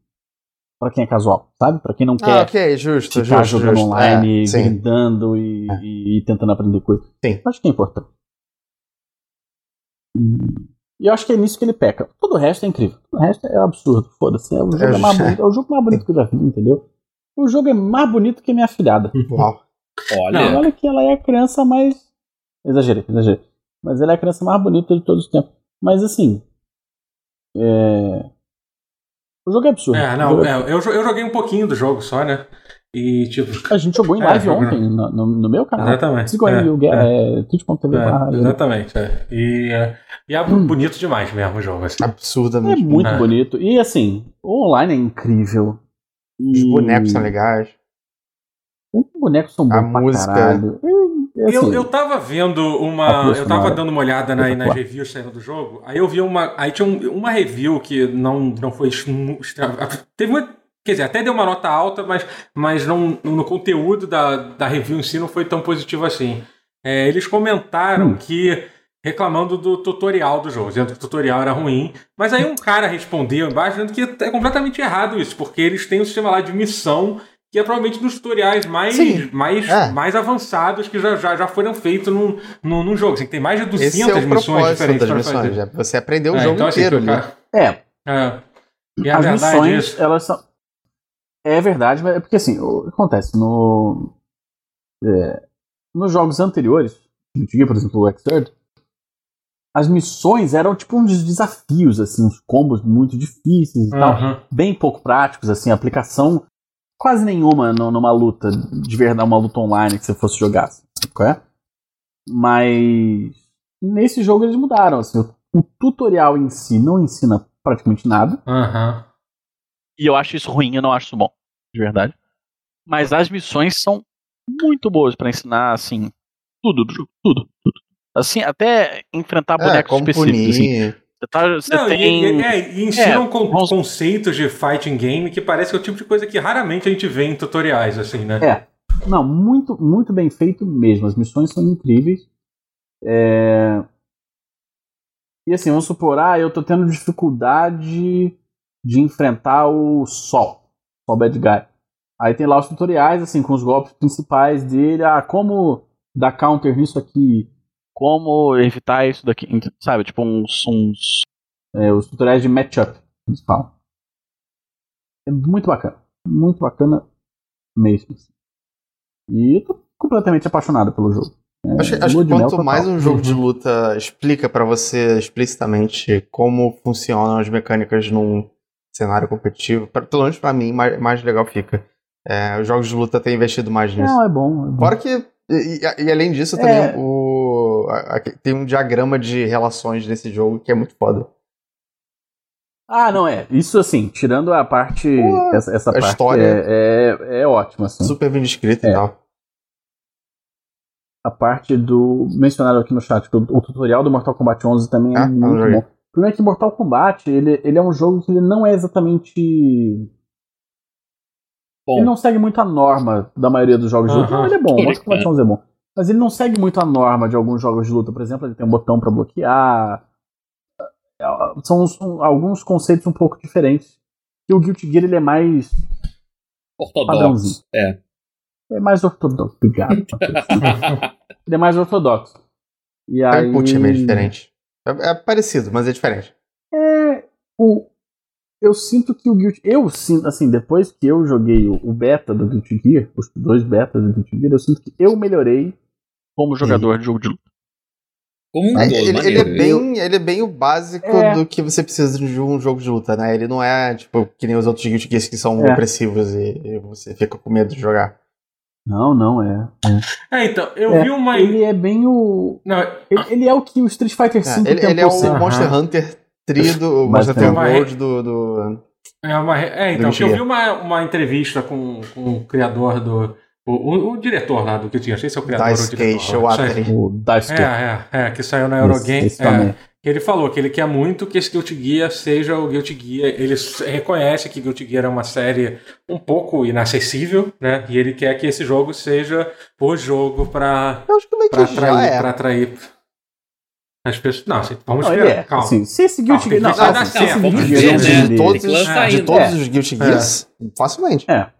para quem é casual, sabe? Pra quem não Ah, quer ok, ficar justo, justo. é Tá jogando justo. online, É, sim. É. grindando e, e- e tentando aprender coisas. Sim. Acho que é importante. E- E eu acho que é nisso que ele peca. Todo o resto é incrível. Todo o resto é absurdo. Foda-se. É, o jogo é mais bonito- é o jogo mais bonito que eu já vi, entendeu? O jogo é mais bonito que a minha filhada. Uau. Tá Olha, Olha que ela é a criança mais. Exagerei, exagerei. Mas ela é a criança mais bonita de todos os tempos. Mas assim. É... O jogo é absurdo. É, O não, jogo é- é, eu, jo- eu joguei um pouquinho do jogo só, né? E tipo. A gente jogou em É, live jogo ontem no, no- no meu canal. Exatamente. Siga aí, É, o Guerra, é, twitch.tv. barra É, exatamente. é. E, é, e é bonito demais mesmo o jogo. Assim. É Absurdamente. muito É. bonito. E assim, o online é incrível. Os E bonecos são legais. Os bonecos são bons A pra música. caralho. E, e, Eu, assim, eu tava vendo A uma. trilha Eu tava sonora. dando uma olhada na, nas Espetacular. reviews saindo do jogo. Aí eu vi uma. Aí tinha um- uma review que não, não foi. es- nu- extra- Teve muito. Quer dizer, até deu uma nota alta, mas, mas não, no conteúdo da, da review em si não foi tão positivo assim. É, eles comentaram Hum. que. reclamando do tutorial do jogo, dizendo que o tutorial era ruim. Mas aí um cara respondeu embaixo dizendo que é completamente errado isso, porque eles têm um sistema lá de missão que é provavelmente dos tutoriais mais, Sim, mais, é. mais avançados que já, já, já foram feitos num, num, num jogo. Assim, tem mais de Esse é 200 o missões propósito diferentes das para fazer. missões. já. Você aprendeu o É, jogo então, assim, inteiro né? o ali. cara- é, é. E a as verdade é missões, isso. elas são. É verdade, mas é porque assim, o que acontece? No, é, nos jogos anteriores, eu tinha, por exemplo, o X-Third, as missões eram tipo uns desafios, assim, uns combos muito difíceis e tal Uhum. bem pouco práticos, assim, aplicação quase nenhuma no- numa luta, de verdade, uma luta online que você fosse jogar. assim, sabe qual é? Mas nesse jogo eles mudaram, assim, o, o tutorial em si não ensina praticamente nada. Aham. E eu acho isso ruim, eu não acho isso bom, de verdade. Mas as missões são muito boas pra ensinar, assim, tudo do jogo, tudo, tudo. Assim, até enfrentar É, bonecos como específicos, assim. punir. Você, tá- você Não, e- tem... e, é, e ensinam con- vamos- conceitos de fighting game que parece que é o tipo de coisa que raramente a gente vê em tutoriais, assim, né? É. Não, muito, muito bem feito mesmo. As missões são incríveis. É, E assim, vamos supor, ah, eu tô tendo dificuldade de enfrentar o Sol, Sol Bad Guy. Aí tem lá os tutoriais, assim, com os golpes principais dele, ah, como dar counter nisso aqui, Como evitar isso daqui, ent- sabe? Tipo, uns... uns... É, os tutoriais de matchup principal. É muito bacana. Muito bacana mesmo. assim. E eu tô completamente apaixonado pelo jogo. É, Acho, acho lua que de mel quanto total. mais um jogo de luta explica pra você explicitamente como funcionam as mecânicas num cenário competitivo, pra- pelo menos pra mim, mais, mais legal fica. É, os jogos de luta têm investido mais nisso. Não, é bom. É bom. Fora que, e, e- e além disso, É. também o, a- a- tem um diagrama de relações nesse jogo que é muito foda. Ah, não, é. Isso assim, tirando a parte. Pô, essa essa a parte história. né? É, é, é ótima, assim. Super bem descrito e É. tal. A parte do. Mencionado aqui no chat, que o, o tutorial do Mortal Kombat 11 também é Ah, não muito joguei. bom. O problema é que Mortal Kombat, ele, ele é um jogo que ele não é exatamente Bom, Ele não segue muito a norma da maioria dos jogos de luta. Aham. Não, ele é bom, Ele- Mortal Kombat 11 é bom. Mas ele não segue muito a norma de alguns jogos de luta. Por exemplo, ele tem um botão pra bloquear. São, uns- um- alguns conceitos um pouco diferentes. E o Guilty Gear ele é mais, ortodoxo. padrãozinho. É. é mais ortodoxo. Obrigado. ele é mais ortodoxo. E Até aí... o input é meio diferente. É, é parecido, mas é diferente. É, o, eu sinto que o Guilty. Eu sinto, assim, depois que eu joguei o, o beta do Guilty Gear, os dois betas do Guilty Gear, eu sinto que eu melhorei Como jogador de jogo de luta. Como um É, todo, ele, ele é maneiro. bem, ele é bem o básico É. do que você precisa de um jogo de luta, né? Ele não é, tipo, que nem os outros Guilty Gears que são É. opressivos e, e você fica com medo de jogar. Não, não é. É, então, eu É, vi uma. Ele é bem o. Não, Ele, ele é o que o Street Fighter um É, V ele, ele é o tentou ser. Monster Hunter 3 do o Mas Monster tem um Hunter uma- World do, do- É, uma, re- é então, Do porque eu Guilty vi uma, uma entrevista com, com o criador do. O, o- o diretor lá do que tinha, não sei se é o criador ou o Dice diretor. Cage, eu Sai- adorei. O Dice Cage. É, é, é, que saiu na Esse- Eurogame. esse é. também. Ele falou que ele quer muito que esse Guilty Gear seja o Guilty Gear. Ele s- reconhece que Guilty Gear é uma série um pouco inacessível, né? E ele quer que esse jogo seja o jogo pra, Eu acho que meio pra que já atrair, é. pra atrair as pessoas. Não, assim, vamos Não, ele esperar. é. Calma. Assim, se esse Guilty Gear. Calma, tem Não, que- assim, se esse Vamos Guilty ver, Gear né? não de, vender- todos, Tem que os- lançar de ainda. todos É. os Guilty É. Gears, facilmente. É.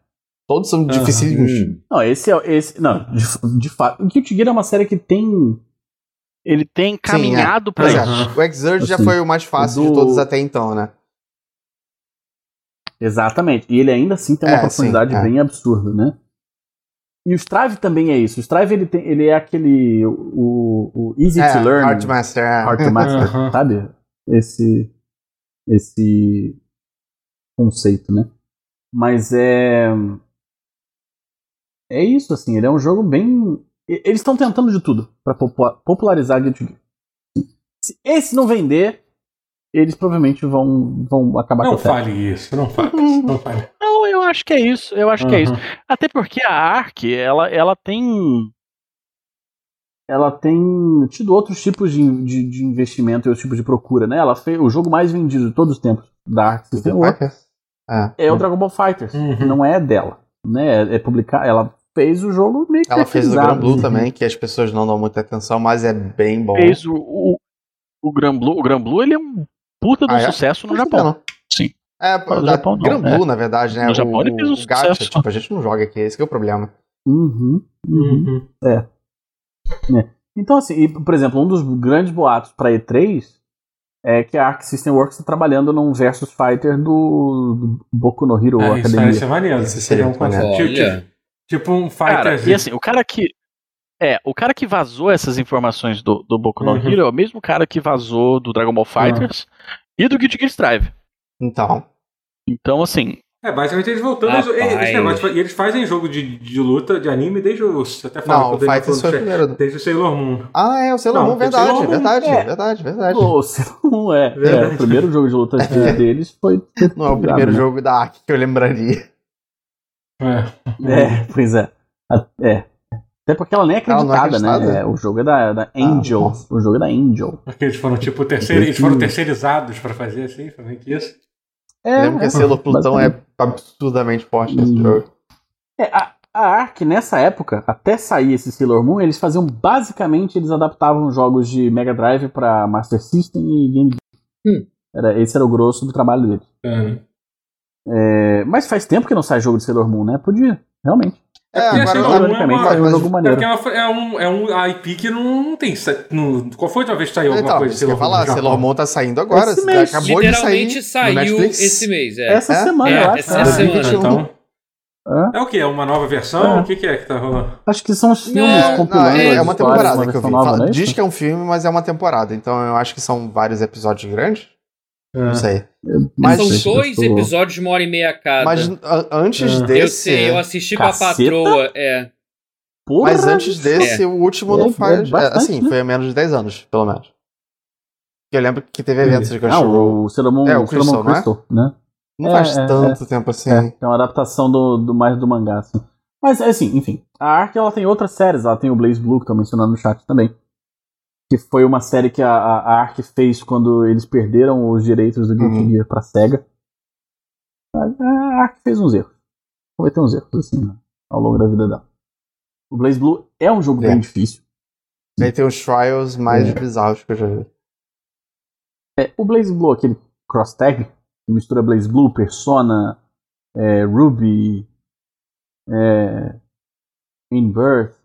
Todos são Aham. Hum. dificílimos. Não, esse é. Esse, não, de, de fato. O Guilty Gear é uma série que tem. Ele tem caminhado pra Pois é, isso. Aham. o Exert já Assim, foi o mais fácil de do- todos até então, né? Exatamente. E ele ainda assim tem uma É, profundidade sim, é. bem absurda, né? E o Strive também é isso. O Strive ele, tem, ele é aquele. O, o Easy é, to Learn. Hard Master, é. Hard to Master, Aham. sabe? Esse. Esse. conceito, né? Mas é. É isso, assim. Ele é um jogo bem. e- Eles estão tentando de tudo pra popu- popularizar Guilty Gear. Se esse não vender, eles provavelmente vão, vão acabar Não com a febre. fale isso, não fale isso, não fale. Uhum. Não, eu acho que é isso. Eu acho que é isso. Aham. Até porque a ARC, ela, ela tem. ela tem tido outros tipos de, de, de investimento e outros tipos de procura, né? Ela fez o jogo mais vendido de todos os tempos da Arc System Works É. um é o Dragon Ball Fighters, Uhum. não é dela, né? É, é publicar, ela fez o jogo meio que Ela fez o Gran terceirizado, Blue né? também, que as pessoas não dão muita atenção, mas é bem bom. Fez o, o, o Gran Blue. O Gran Blue, ele é um puta de um Ah, é? sucesso no Não Japão. sabia, não. Sim. É, Fora do da- Japão, não, Gran né? Blue, na verdade, né? No o, Japão ele fez um o gacha, sucesso. tipo, a gente não joga aqui, esse que é o problema. Uhum, uhum. Uhum. Então, assim, e, por exemplo, um dos grandes boatos pra E3 é que a Arc System Works está trabalhando num Versus Fighter do, do Boku no Hero É, isso Academia. aí seria maneiro. Isso Seria um seria maneiro. conceito. Tipo- Olha. tipo- Tipo um Cara, fighterzinho. e assim, o cara que. É, o cara que vazou essas informações do, do Boku no Uhum. Hero é o mesmo cara que vazou do Dragon Ball Ah. Fighters e do Guilty Gear Strive. Então, Então, assim, É, basicamente eles voltando. Rapaz. eles- Esse negócio, e eles fazem jogo de, de luta, de anime, desde o. Até não, falo o Fighters foi o primeiro. Desde o Sailor Moon. Ah, é, o Sailor Não, Moon, tem verdade, Sailor Moon, verdade, é. verdade, verdade. Pô, você não é. é. Verdade. O primeiro jogo de luta de- deles foi. Não é o Obrigado, primeiro né? jogo da Ark que eu lembraria. É. É, pois é. A- É. Até porque ela nem é Hum. Ela não é acreditada, né? acreditada. Ah, É, o jogo é da, da Angel. nossa. o jogo é da Angel. Porque eles foram, tipo, terceir, eles Uhum. foram terceirizados pra fazer assim, fazendo isso. É, Eu lembro que é. esse Sailor Plutão é basicamente. absurdamente forte nesse Hum. jogo. É, a, a Ark, nessa época, até sair esse Sailor Moon, eles faziam basicamente, eles adaptavam jogos de Mega Drive pra Master System e Game Gear. Hum. Era, esse era o grosso do trabalho deles. É. É, mas faz tempo que não sai jogo de Sailor Moon, né? Podia, realmente. É, porque agora Sailor Moon é uma- tá- Ironicamente, mas- saiu um mas- jogo É maneiro. porque é, uma- é um, é um IP que não tem. sa- não- qual foi a última vez que saiu alguma Então, coisa de isso que Sailor eu ia Moon? falar, no Japão? Sailor Moon tá saindo agora, Esse se- mês. acabou de sair. Literalmente no saiu Netflix. esse mês. É. Essa É? semana, É, eu acho. essa né? Ah, semana. Então, Hã? é o que? É uma nova versão? É. O que, que é que tá rolando? Acho que são os filmes Não, compilando. é, as é uma histórias, temporada uma que eu vi. versão nova, Fala- não é diz isso? que é um filme, mas é uma temporada. Então eu acho que são vários episódios grandes. Não É. É. sei. Mas- São Gente, dois episódios de uma hora e meia cada. Mas a- antes É. desse. eu sei, eu assisti com a Caceta? patroa. É. Porra, Mas antes desse, o último É, não é faz. é, bastante, assim, né? foi há menos de 10 anos, pelo menos. Eu lembro que teve eventos de Ah, Crunchyroll. o Sailor É, é, o o Sailor Moon Crystal, Crystal, né? Não é, faz é, tanto tempo assim. É, é uma adaptação do, do- mais do mangá, assim. Mas, assim, enfim. A Ark, ela tem outras séries. Ela tem o Blaze Blue, que estão mencionando no chat também. Que foi uma série que a, a, a Ark fez quando eles perderam os direitos do Guilty Uhum. Gear pra SEGA. A- A Ark fez uns erros. Cometeu uns erros, assim, né, ao longo da vida dela. O Blaze Blue é um jogo É. bem difícil. Aí tem os trials mais bizarros que eu já vi. É, o Blaze Blue, aquele cross tag, que mistura Blaze Blue, Persona, é, Ruby, é, Inverse,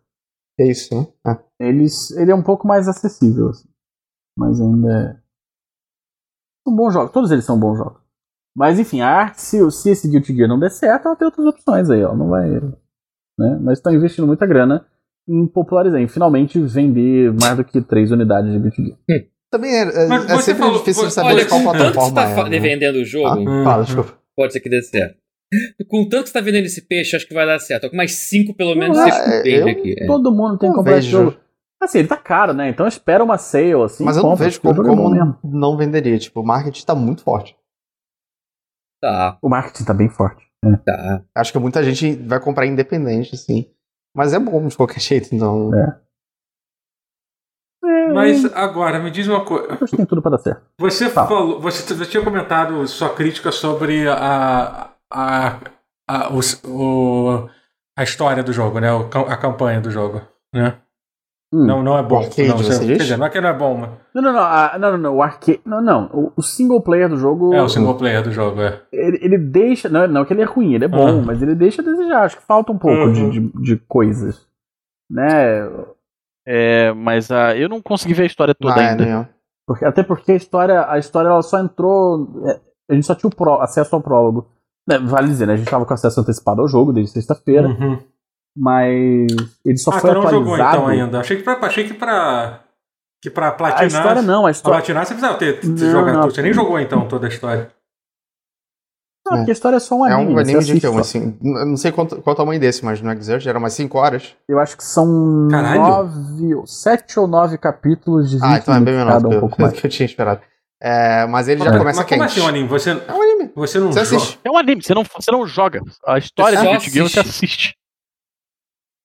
É isso, né? Ah. eles, ele é um pouco mais acessível, assim. mas ainda é... São bons jogos, todos eles são bons jogos. Mas enfim, a arte, se, se esse Guilty Gear não der certo, ela tem outras opções aí, ela não vai... Né? Mas estão investindo muita grana em popularizar, em finalmente vender mais do que três unidades de Guilty Gear. Também é, é, Mas é você sempre falou- difícil de você- saber Olha, de qual com tanto que você plataforma tá fa- é. né? vendendo o jogo, Hum. Ah, fala, desculpa. pode ser que dê certo. Com tanto que você tá vendendo esse peixe, acho que vai dar certo. Tô com mais cinco, pelo menos, Ah, você vende eu- aqui. É. Todo mundo tem que Eu comprar esse vejo. jogo. Assim, ele tá caro, né? Então espera uma sale, assim. Mas eu não compra, vejo porque como, o jogo é bom mesmo. como não venderia. Tipo, o marketing tá muito forte. Tá, O marketing tá bem forte. tá. Acho que muita gente vai comprar independente, assim. Mas é bom de qualquer jeito, É, então. Mas agora, me diz uma coisa. Acho que tem tudo pra dar certo. Você Fala. falou, você t- você tinha comentado sua crítica sobre a a, a, o s- o- a história do jogo, né? O cam- a campanha do jogo, né? Hum. Não, não é bom. O arcade, não, você quer diz? dizer, não é que não é bom, mas Não, não, não. a- não, não, não. O arcade. Não, não. O, o single player do jogo. é o single player do jogo, é. ele, ele deixa. Não, não que ele é ruim, ele é bom, Ah. mas ele deixa a desejar. Acho que falta um pouco Uhum. de, de, de coisas. Né? é, mas ah, eu não consegui ver a história toda Ah, é, ainda. né? Porque, até porque a história, a história ela só entrou. é, A gente só tinha o pró- acesso ao prólogo. Né, Vale dizer, né? A gente tava com acesso antecipado ao jogo desde sexta-feira, Uhum. mas ele só Ah, foi tu não atualizado. jogou então ainda. Achei que pra, achei que pra, que pra platinar. A história não, a Pra história. platinar você precisava ter, ter Não, jogado não. tudo. Você nem jogou então toda a história. Ah, porque a história é só um É anime. um você anime de assiste que? Umas só. cin- eu Não sei quanto- qual o tamanho desse, mas no Exurge era umas 5 horas. Eu acho que são Caralho. nove, ou- sete ou nove capítulos de 20 Ah, então é bem minutos menor cada, do um que, pouco eu, mais. do que eu tinha esperado. É, mas ele já Mas- começa mas como quente. assim, anime? Você, É um anime. você não Você joga? assiste. É um anime, você não, você não joga. A história Você do só videogame você assiste.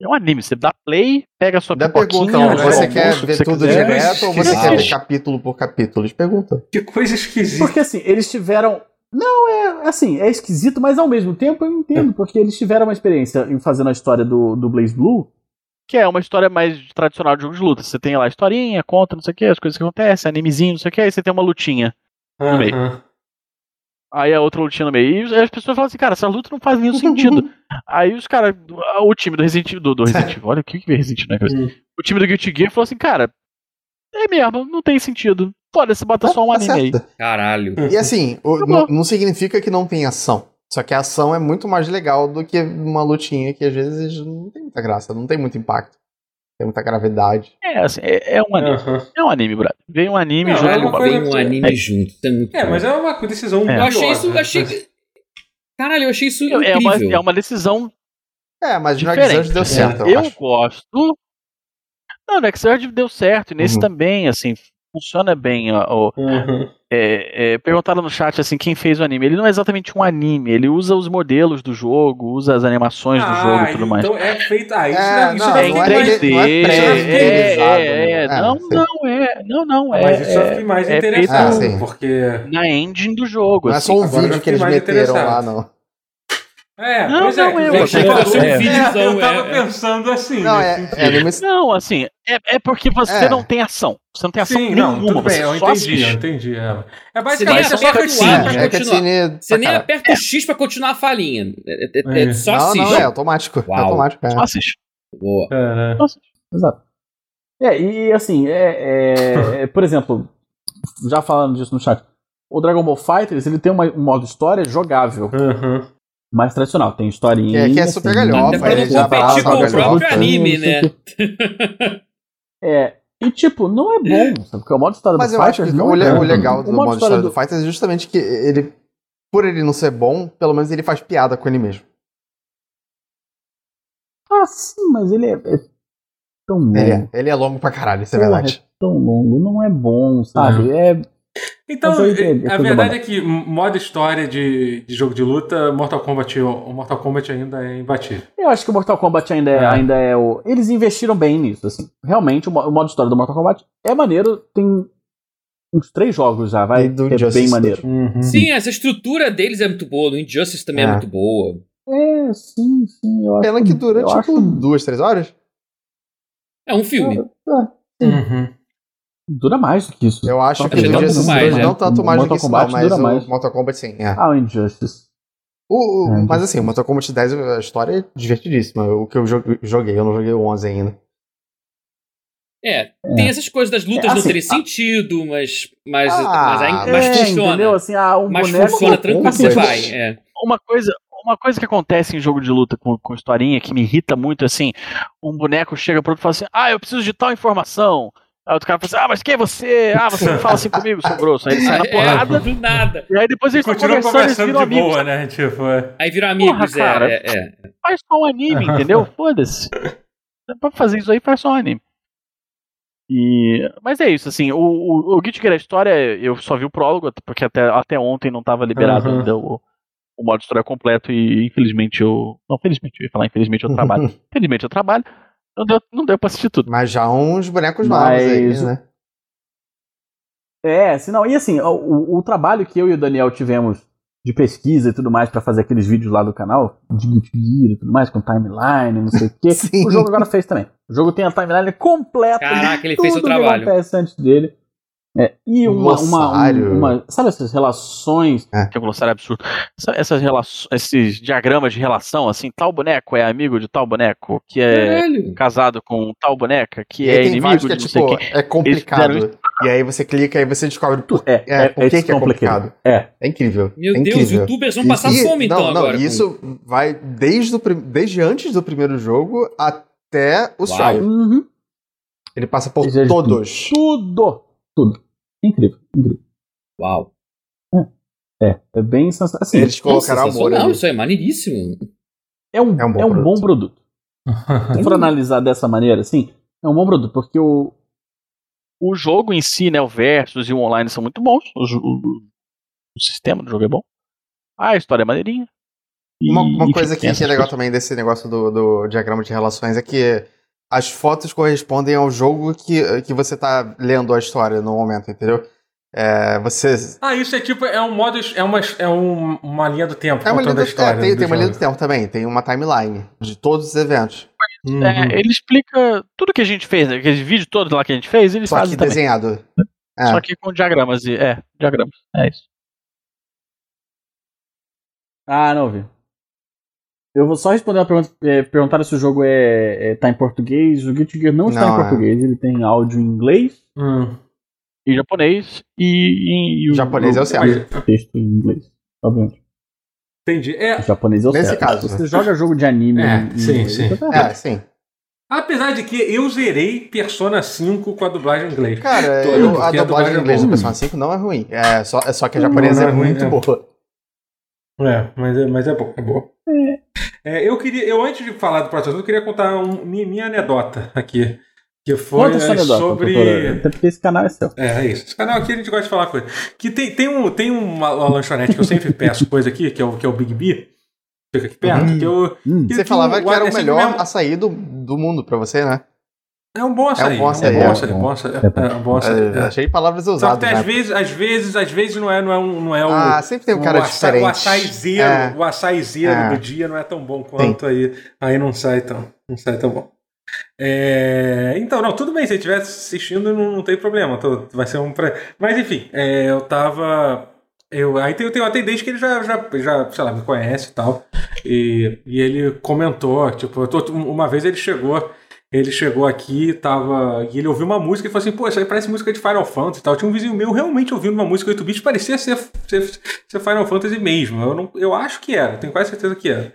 É um anime, você dá play, pega a sua Ainda pipoquinha, perguntam, né? joga você o quer almoço, ver se tudo quiser. direto ou você Assiste. quer ver capítulo por capítulo? Eles perguntam. Que coisa esquisita. Porque assim, eles tiveram. Não, é assim, é esquisito, mas ao mesmo tempo eu É. entendo, porque eles tiveram uma experiência em fazendo a história do, do Blaze Blue. Que é uma história mais tradicional de jogo de luta. Você tem lá a historinha, conta, não sei o que, as coisas que acontecem, animezinho, não sei o que, aí você tem uma lutinha. Aham. Aí a outra lutinha no meio. E as pessoas falam assim, cara, essa luta não faz nenhum sentido. aí os caras, o time do Resident Evil, do, do Resident Evil, olha o que que é Resident Evil, né? Hum. O time do Guilty Gear falou assim, cara, é mesmo, não tem sentido. Foda-se, bota só um Tá anime aí. certo. Caralho. E assim, o- Tá bom. não, não significa que não tem ação. Só que a ação é muito mais legal do que uma lutinha que às vezes não tem muita graça, não tem muito impacto. Tem muita gravidade. É, assim, é, é um anime. Aham. É um anime, brother. Vem um anime, Não, joga é com uma o bagulho. coisa- Tem um anime junto. Isso é muito É, bom. mas é uma decisão né? É. Eu achei curiosa, isso. eu Achei... que- Caralho, eu achei isso É uma, incrível. é uma decisão É, mas no Diferente. né? Exurge deu né? certo, eu, eu acho. gosto. Não, no Xrd deu certo, e nesse Uhum. também, assim, funciona bem. ó, ó, Aham. é, é, perguntaram no chat, assim, quem fez o anime. Ele não é exatamente um anime, ele usa os modelos do jogo, usa as animações do jogo e tudo mais. Então é feito. Ah, isso, É, é, isso não, é feito não é mais. de- não é é, pré-renderizado, é, é, né? não, Ah, sim. não, é, não, não, é, mas isso eu é fiquei mais é feito- interessado, Ah, sim. porque. na engine do jogo. Não é assim. só um agora eu vídeo que fiquei eles mais meteram lá, interessado. não. É, Não, pois não, é. eu gente, achei eu que tava- fosse um é, videozão, Eu tava é, é. pensando assim. Não, nesse é, sentido. é anime Não, assim, é, é porque você É. não tem ação. Você não tem ação Sim, nenhuma, não, tudo bem, você eu só entendi, eu assiste. entendi ela. É nem basicamente é só aperta o cutscene, ar pra né? É, é continuar. cutscene. Você nem sacanagem. aperta o X pra continuar a falinha. É, é- é É. só não, assim. não, é automático. É Uau. automático, é. Só assiste. Boa. É, né? Exato. É, e assim, é, é- é, por exemplo, já falando disso no chat, o Dragon Ball Fighters ele tem uma- um modo história jogável, Aham. mais tradicional, tem historinha. Que é- que é super galhofa, Até pra ele não já competir abraça com a o próprio galhofa. anime, né? É, e tipo, não é bom, sabe? Porque o modo história Mas do eu acho Fighters que o, não é le- bom. o legal do modo modo história história do Fighters é justamente que ele, por ele não ser bom, pelo menos ele faz piada com ele mesmo. Ah, sim, mas ele é, é tão longo. Ele é, ele é longo pra caralho, isso é Porra, verdade. tão longo, não é bom, Uhum. sabe? É, Então, Mas eu entendi, a tudo verdade bem. é que modo história de, de jogo de luta, Mortal Kombat, o Mortal Kombat ainda é imbatível. Eu acho que o Mortal Kombat ainda é, É. ainda é o. Eles investiram bem nisso, assim. Realmente, o, mo- o modo história do Mortal Kombat é maneiro, tem uns três jogos já, vai. E do que É Justice bem maneiro. Uhum. Sim, essa estrutura deles é muito boa. No Injustice também é, É. muito boa. É, sim, sim. Eu acho, Pena que dura eu tipo acho- duas, três horas. É um filme. Uhum. dura mais do que isso. Eu acho Só que que do dura Justice muito mais, mais, né? não tanto mais do que Mortal isso, não, Kombat mas dura o mais. Mortal Kombat sim. é. Ah, o Injustice. O- o- É, mas assim, o Mortal Kombat 10, a história é divertidíssima. O que eu jo- joguei, eu não joguei o 11 ainda. É, tem essas coisas das lutas É, não assim, terem ah. sentido, mas, mas, Ah, mas, ainda- mas é, funciona. Entendeu? Assim, ah, um Mas boneco. funciona um tranquilo, assim, você mas- vai. É. uma coisa, uma coisa que acontece em jogo de luta com, com historinha que me irrita muito, assim, um boneco chega pro outro e fala assim, ah, eu preciso de tal informação. Aí outro cara fala assim, ah, mas quem é você? Ah, você não fala assim comigo, seu grosso. Aí ele sai na É, porrada, do nada. e aí depois eles estão Continuam conversando, conversando eles viram de amigos. boa, né? Tipo, é. Aí viram amigos, Porra, cara. é, é, é. Faz só um anime, entendeu? Foda-se. Dá Pra fazer isso aí, faz só um anime. E, mas é isso, assim, o, o, o Guilty Gear, a história, eu só vi o prólogo, porque até, até ontem não tava liberado Aham. ainda o, o modo história completo, e infelizmente eu. Não, felizmente, eu ia falar, infelizmente eu trabalho. Infelizmente eu trabalho. Não deu, não deu pra assistir tudo. mas já uns bonecos Mas- novos aí, né? É, assim, não. E assim, o, o- o trabalho que eu e o Daniel tivemos de pesquisa e tudo mais pra fazer aqueles vídeos lá do canal, de Guilty Gear e tudo mais, com timeline, não sei o quê. Sim. O jogo agora fez também. O jogo tem a timeline completa. Caraca, ele de fez seu tudo trabalho. que acontece antes dele. É, e uma, uma, Glossário. um- uma- Sabe essas relações? Que é um glossário absurdo. Essa- essas relações, esses diagramas de relação, assim, tal boneco é amigo de tal boneco, que é Caralho. casado com tal boneca, que E é aí tem vários inimigo que é de não sei tipo, quem. é Eles complicado. E aí você clica e você descobre por É, É, por que que é complicado? É. É incrível. Meu é Deus, os incrível. youtubers vão passar E- fome então não, não, agora. Isso vai desde, o prim- desde antes do primeiro jogo até Uau. o Strive. Uhum. Ele passa por Desde todos. Tudo! Tudo. Incrível. Uau. É, é bem sens- assim, Eles colocaram amor sensacional, ali. isso é maneiríssimo. é um, É um bom é um bom produto. produto. Se for analisar dessa maneira, assim, é um bom produto, porque o, O jogo em si, né, o Versus e o online são muito bons. O, jo- o- o sistema do jogo é bom. A história é maneirinha. E- Uma, uma enfim, coisa que, tem que é essas legal coisas. também desse negócio do, do diagrama de relações é que as fotos correspondem ao jogo que, que você tá lendo a história no momento, entendeu? É, você. Ah, isso é tipo, é um modo, é uma, é um- uma linha do tempo É uma linha contando do, a é, história. né, tem, do tem uma linha do jogo. tempo também, tem uma timeline de todos os eventos. Uhum. É, ele explica tudo que a gente fez, né, aquele vídeo todo lá que a gente fez, eles Só que fazem também. desenhado. É. Só que com diagramas. E, é, diagramas. É isso. Ah, não vi. Eu vou só responder a pergunta. É, perguntaram se o jogo é, é- tá em português. O Guilty Gear não está Não, em é. português, ele tem áudio em inglês, Hum. E japonês e. e, e o- Japonês é o certo. Mas- texto em inglês. Obviamente. Entendi. É, O japonês é o Nesse certo. caso. Se né? você joga jogo de anime. É, em sim, inglês, sim. você tá errado. É, sim. apesar de que eu zerei Persona 5 com a dublagem em inglês. Cara, Tô, eu- porque a a dublagem dublagem é em inglês do boa. Persona 5 não é ruim. É só, é só que a Não, japonesa é não é ruim, muito é. boa. É, mas é, mas é bom, é bom. É, eu queria, eu antes de falar do processo, eu queria contar um- minha, minha anedota aqui, que foi Conta sua é, anedota, doutora. sobre Até porque esse canal é seu. é, é isso. Esse canal aqui a gente gosta de falar coisa. Que tem, tem, um, tem uma, uma lanchonete que eu sempre peço coisa aqui, que é o, que é o Big B, fica aqui perto, Uhum. que eu. Hum. que- Você que falava que era o assim, melhor mesmo- açaí do, do mundo pra você, né? É um bom açaí. É um bom açaí, bom é. açaí, bom açaí, É bom. é um bom açaí, É, é. Achei palavras Só que usadas, tem, às né? vezes, às vezes, às vezes não é, não é um, não é um, Ah, sempre tem um cara o açaí- diferente. O açaizeiro, É. o açaizeiro É. do dia não é tão bom quanto aí. Aí não sai tão, não sai tão bom. É, então, não, tudo bem, se você estiver assistindo, não, não tem problema. tô- vai ser um pra- Mas enfim, é, eu tava. Eu, aí tem, eu tenho uma tendência que ele já, já, já, sei lá, me conhece e tal. E, e ele comentou, tipo, eu tô- uma vez ele chegou. Ele chegou aqui, tava. E ele ouviu uma música e falou assim, pô, isso aí parece música de Final Fantasy e tal. Tinha um vizinho meu realmente ouvindo uma música 8 bits, parecia ser, ser, ser Final Fantasy mesmo. Eu, não, eu acho que era, tenho quase certeza que era.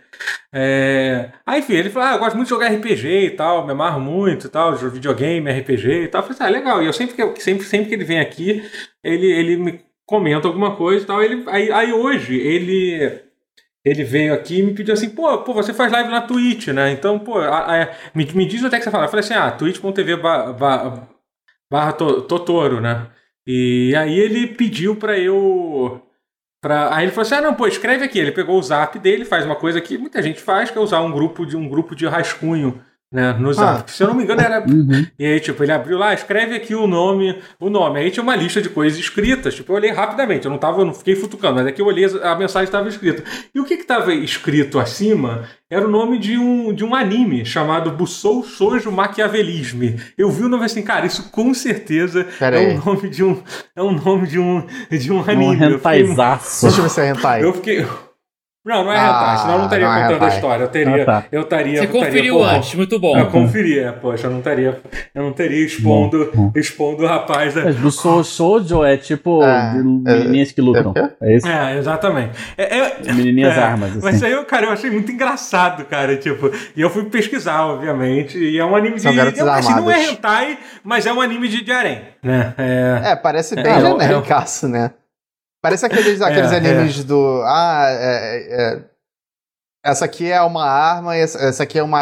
É... Aí, enfim, ele falou: Ah, eu gosto muito de jogar RPG e tal, me amarro muito e tal, jogo videogame, RPG e tal. Eu falei assim: Ah, legal. E eu sempre que, sempre, sempre que ele vem aqui, ele, ele me comenta alguma coisa e tal. Ele, aí, aí hoje, ele. Ele veio aqui e me pediu assim, pô, pô, você faz live na Twitch, né? Então, pô, a- a- me, me diz onde é que você fala. Eu falei assim, ah, twitch.tv ba- ba- barra to- Totoro, né? E aí ele pediu pra eu Pra- Aí ele falou assim: ah, não, pô, escreve aqui. Ele pegou o zap dele, faz uma coisa que muita gente faz, que é usar um grupo de um grupo de rascunho, né? No zap. Se eu não me engano, era Uhum. e aí, tipo, ele abriu lá, escreve aqui o nome, o nome. Aí tinha uma lista de coisas escritas. Tipo, eu olhei rapidamente, eu não tava, eu não fiquei futucando, mas aqui eu olhei, a mensagem estava escrita. E o que que tava escrito acima era o nome de um, de um anime chamado Busou Sojo Maquiavelisme. Eu vi o nome assim, cara, isso com certeza Pera é aí. o nome de um é o nome de um de um Um anime. Eu fiquei- rentaizaço. Deixa eu ver se é hentai. eu fiquei Não, não é Ah, hentai, senão eu não estaria não é contando a hentai. história. Eu teria, Ah, tá. eu estaria, Você eu estaria conferiu com- antes, muito bom. eu conferia, é, poxa, eu não estaria, eu não teria expondo, Bom, bom. expondo o rapaz. né? a- Mas do sou- Shoujo é tipo Ah, de é- menininhas que lutam. é o É isso? É, exatamente. É, é- Menininhas é, armas, Mas assim. isso aí, eu, cara, eu achei muito engraçado, cara. Tipo, e eu fui pesquisar, obviamente. E é um anime de. São garotos é, um- assim, não é armados. hentai, mas é um anime de, de harém, né? É, É, parece bem É, eu- genéricaço, né? Parece aqueles, aqueles É, animes do. Ah, é- é- essa aqui é uma arma, essa, essa aqui é uma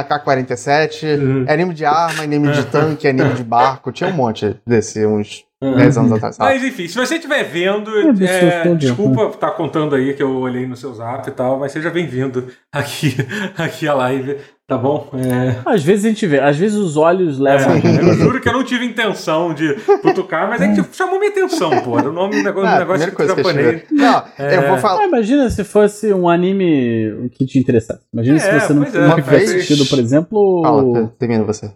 AK-47. Uhum. É anime de arma, anime de tanque, anime de barco. Tinha um monte desse, uns Uhum. 10 anos atrás. sei lá. Mas enfim, se você estiver vendo, É, bicho, é, eu estou vendo. desculpa estar contando aí que eu olhei no seu zap e tal, mas seja bem-vindo aqui, aqui à live, tá bom? É, Às vezes a gente vê, às vezes os olhos levam. a gente. É, eu juro que eu não tive intenção de cutucar, mas é que Hum. tipo, chamou minha atenção, pô. Era o nome do negócio, Ah, do a negócio primeira coisa que eu japonês. É. tive. Não, eu vou Ah, falar. imagina se fosse um anime que te interessasse. Imagina É, se você não pois é, não tivesse fez- assistido, por exemplo. Fala, termina você.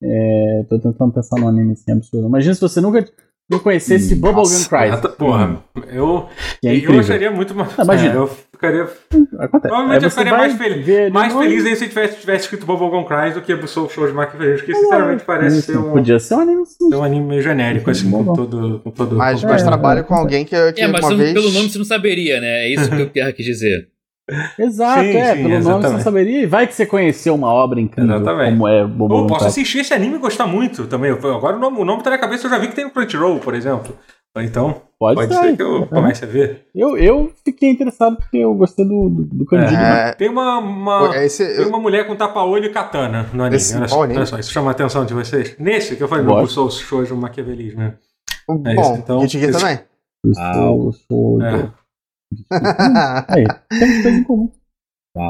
é, tô tentando pensar num anime assim absurdo. Imagina se você nunca não conhecesse Hum, Bubblegum nossa, Crisis. Ah, Porra, eu, que é eu incrível. acharia muito mais. Ah, imagina. É, eu ficaria Acontece. Provavelmente Aí eu você ficaria vai mais feliz- ver ali, mais não, é- feliz aí se tivesse, tivesse escrito Bubblegum Cries do que Soul Show de Maquiavelismo, que sinceramente parece isso, ser um, Podia ser um anime assim. ser um anime meio genérico, assim, com Bom. todo. Com todo Mas, com mas É, trabalho é, com alguém que, que É, mas uma você não- vez. pelo nome você não saberia, né? É isso que o Pierre quis dizer. Exato, Sim, sim, é. pelo nome você não exatamente. saberia. E vai que você conheceu uma obra incrível Exatamente. como é Ou Bubblegum posso Crisis. assistir esse anime e gostar muito também. Eu- Agora o nome, o nome tá na cabeça, eu já vi que tem no Crunchyroll, por exemplo. Então, Pode, pode ser. ser que eu comece a ver. Eu, eu fiquei interessado porque eu gostei do, do, do Candido. né? É, Tem uma, uma- esse, tem uma mulher com tapa-olho e katana no anime. Esse- olha, só, olha aí. olha só, isso chama a atenção de vocês. Nesse que eu falei, Gosto. não sou show de maquiavelismo, né? é bom, isso, então. Kitiki Esse- também. Eu sou- eu sou- Uhum. É. Ah. Aí, temos coisa em comum.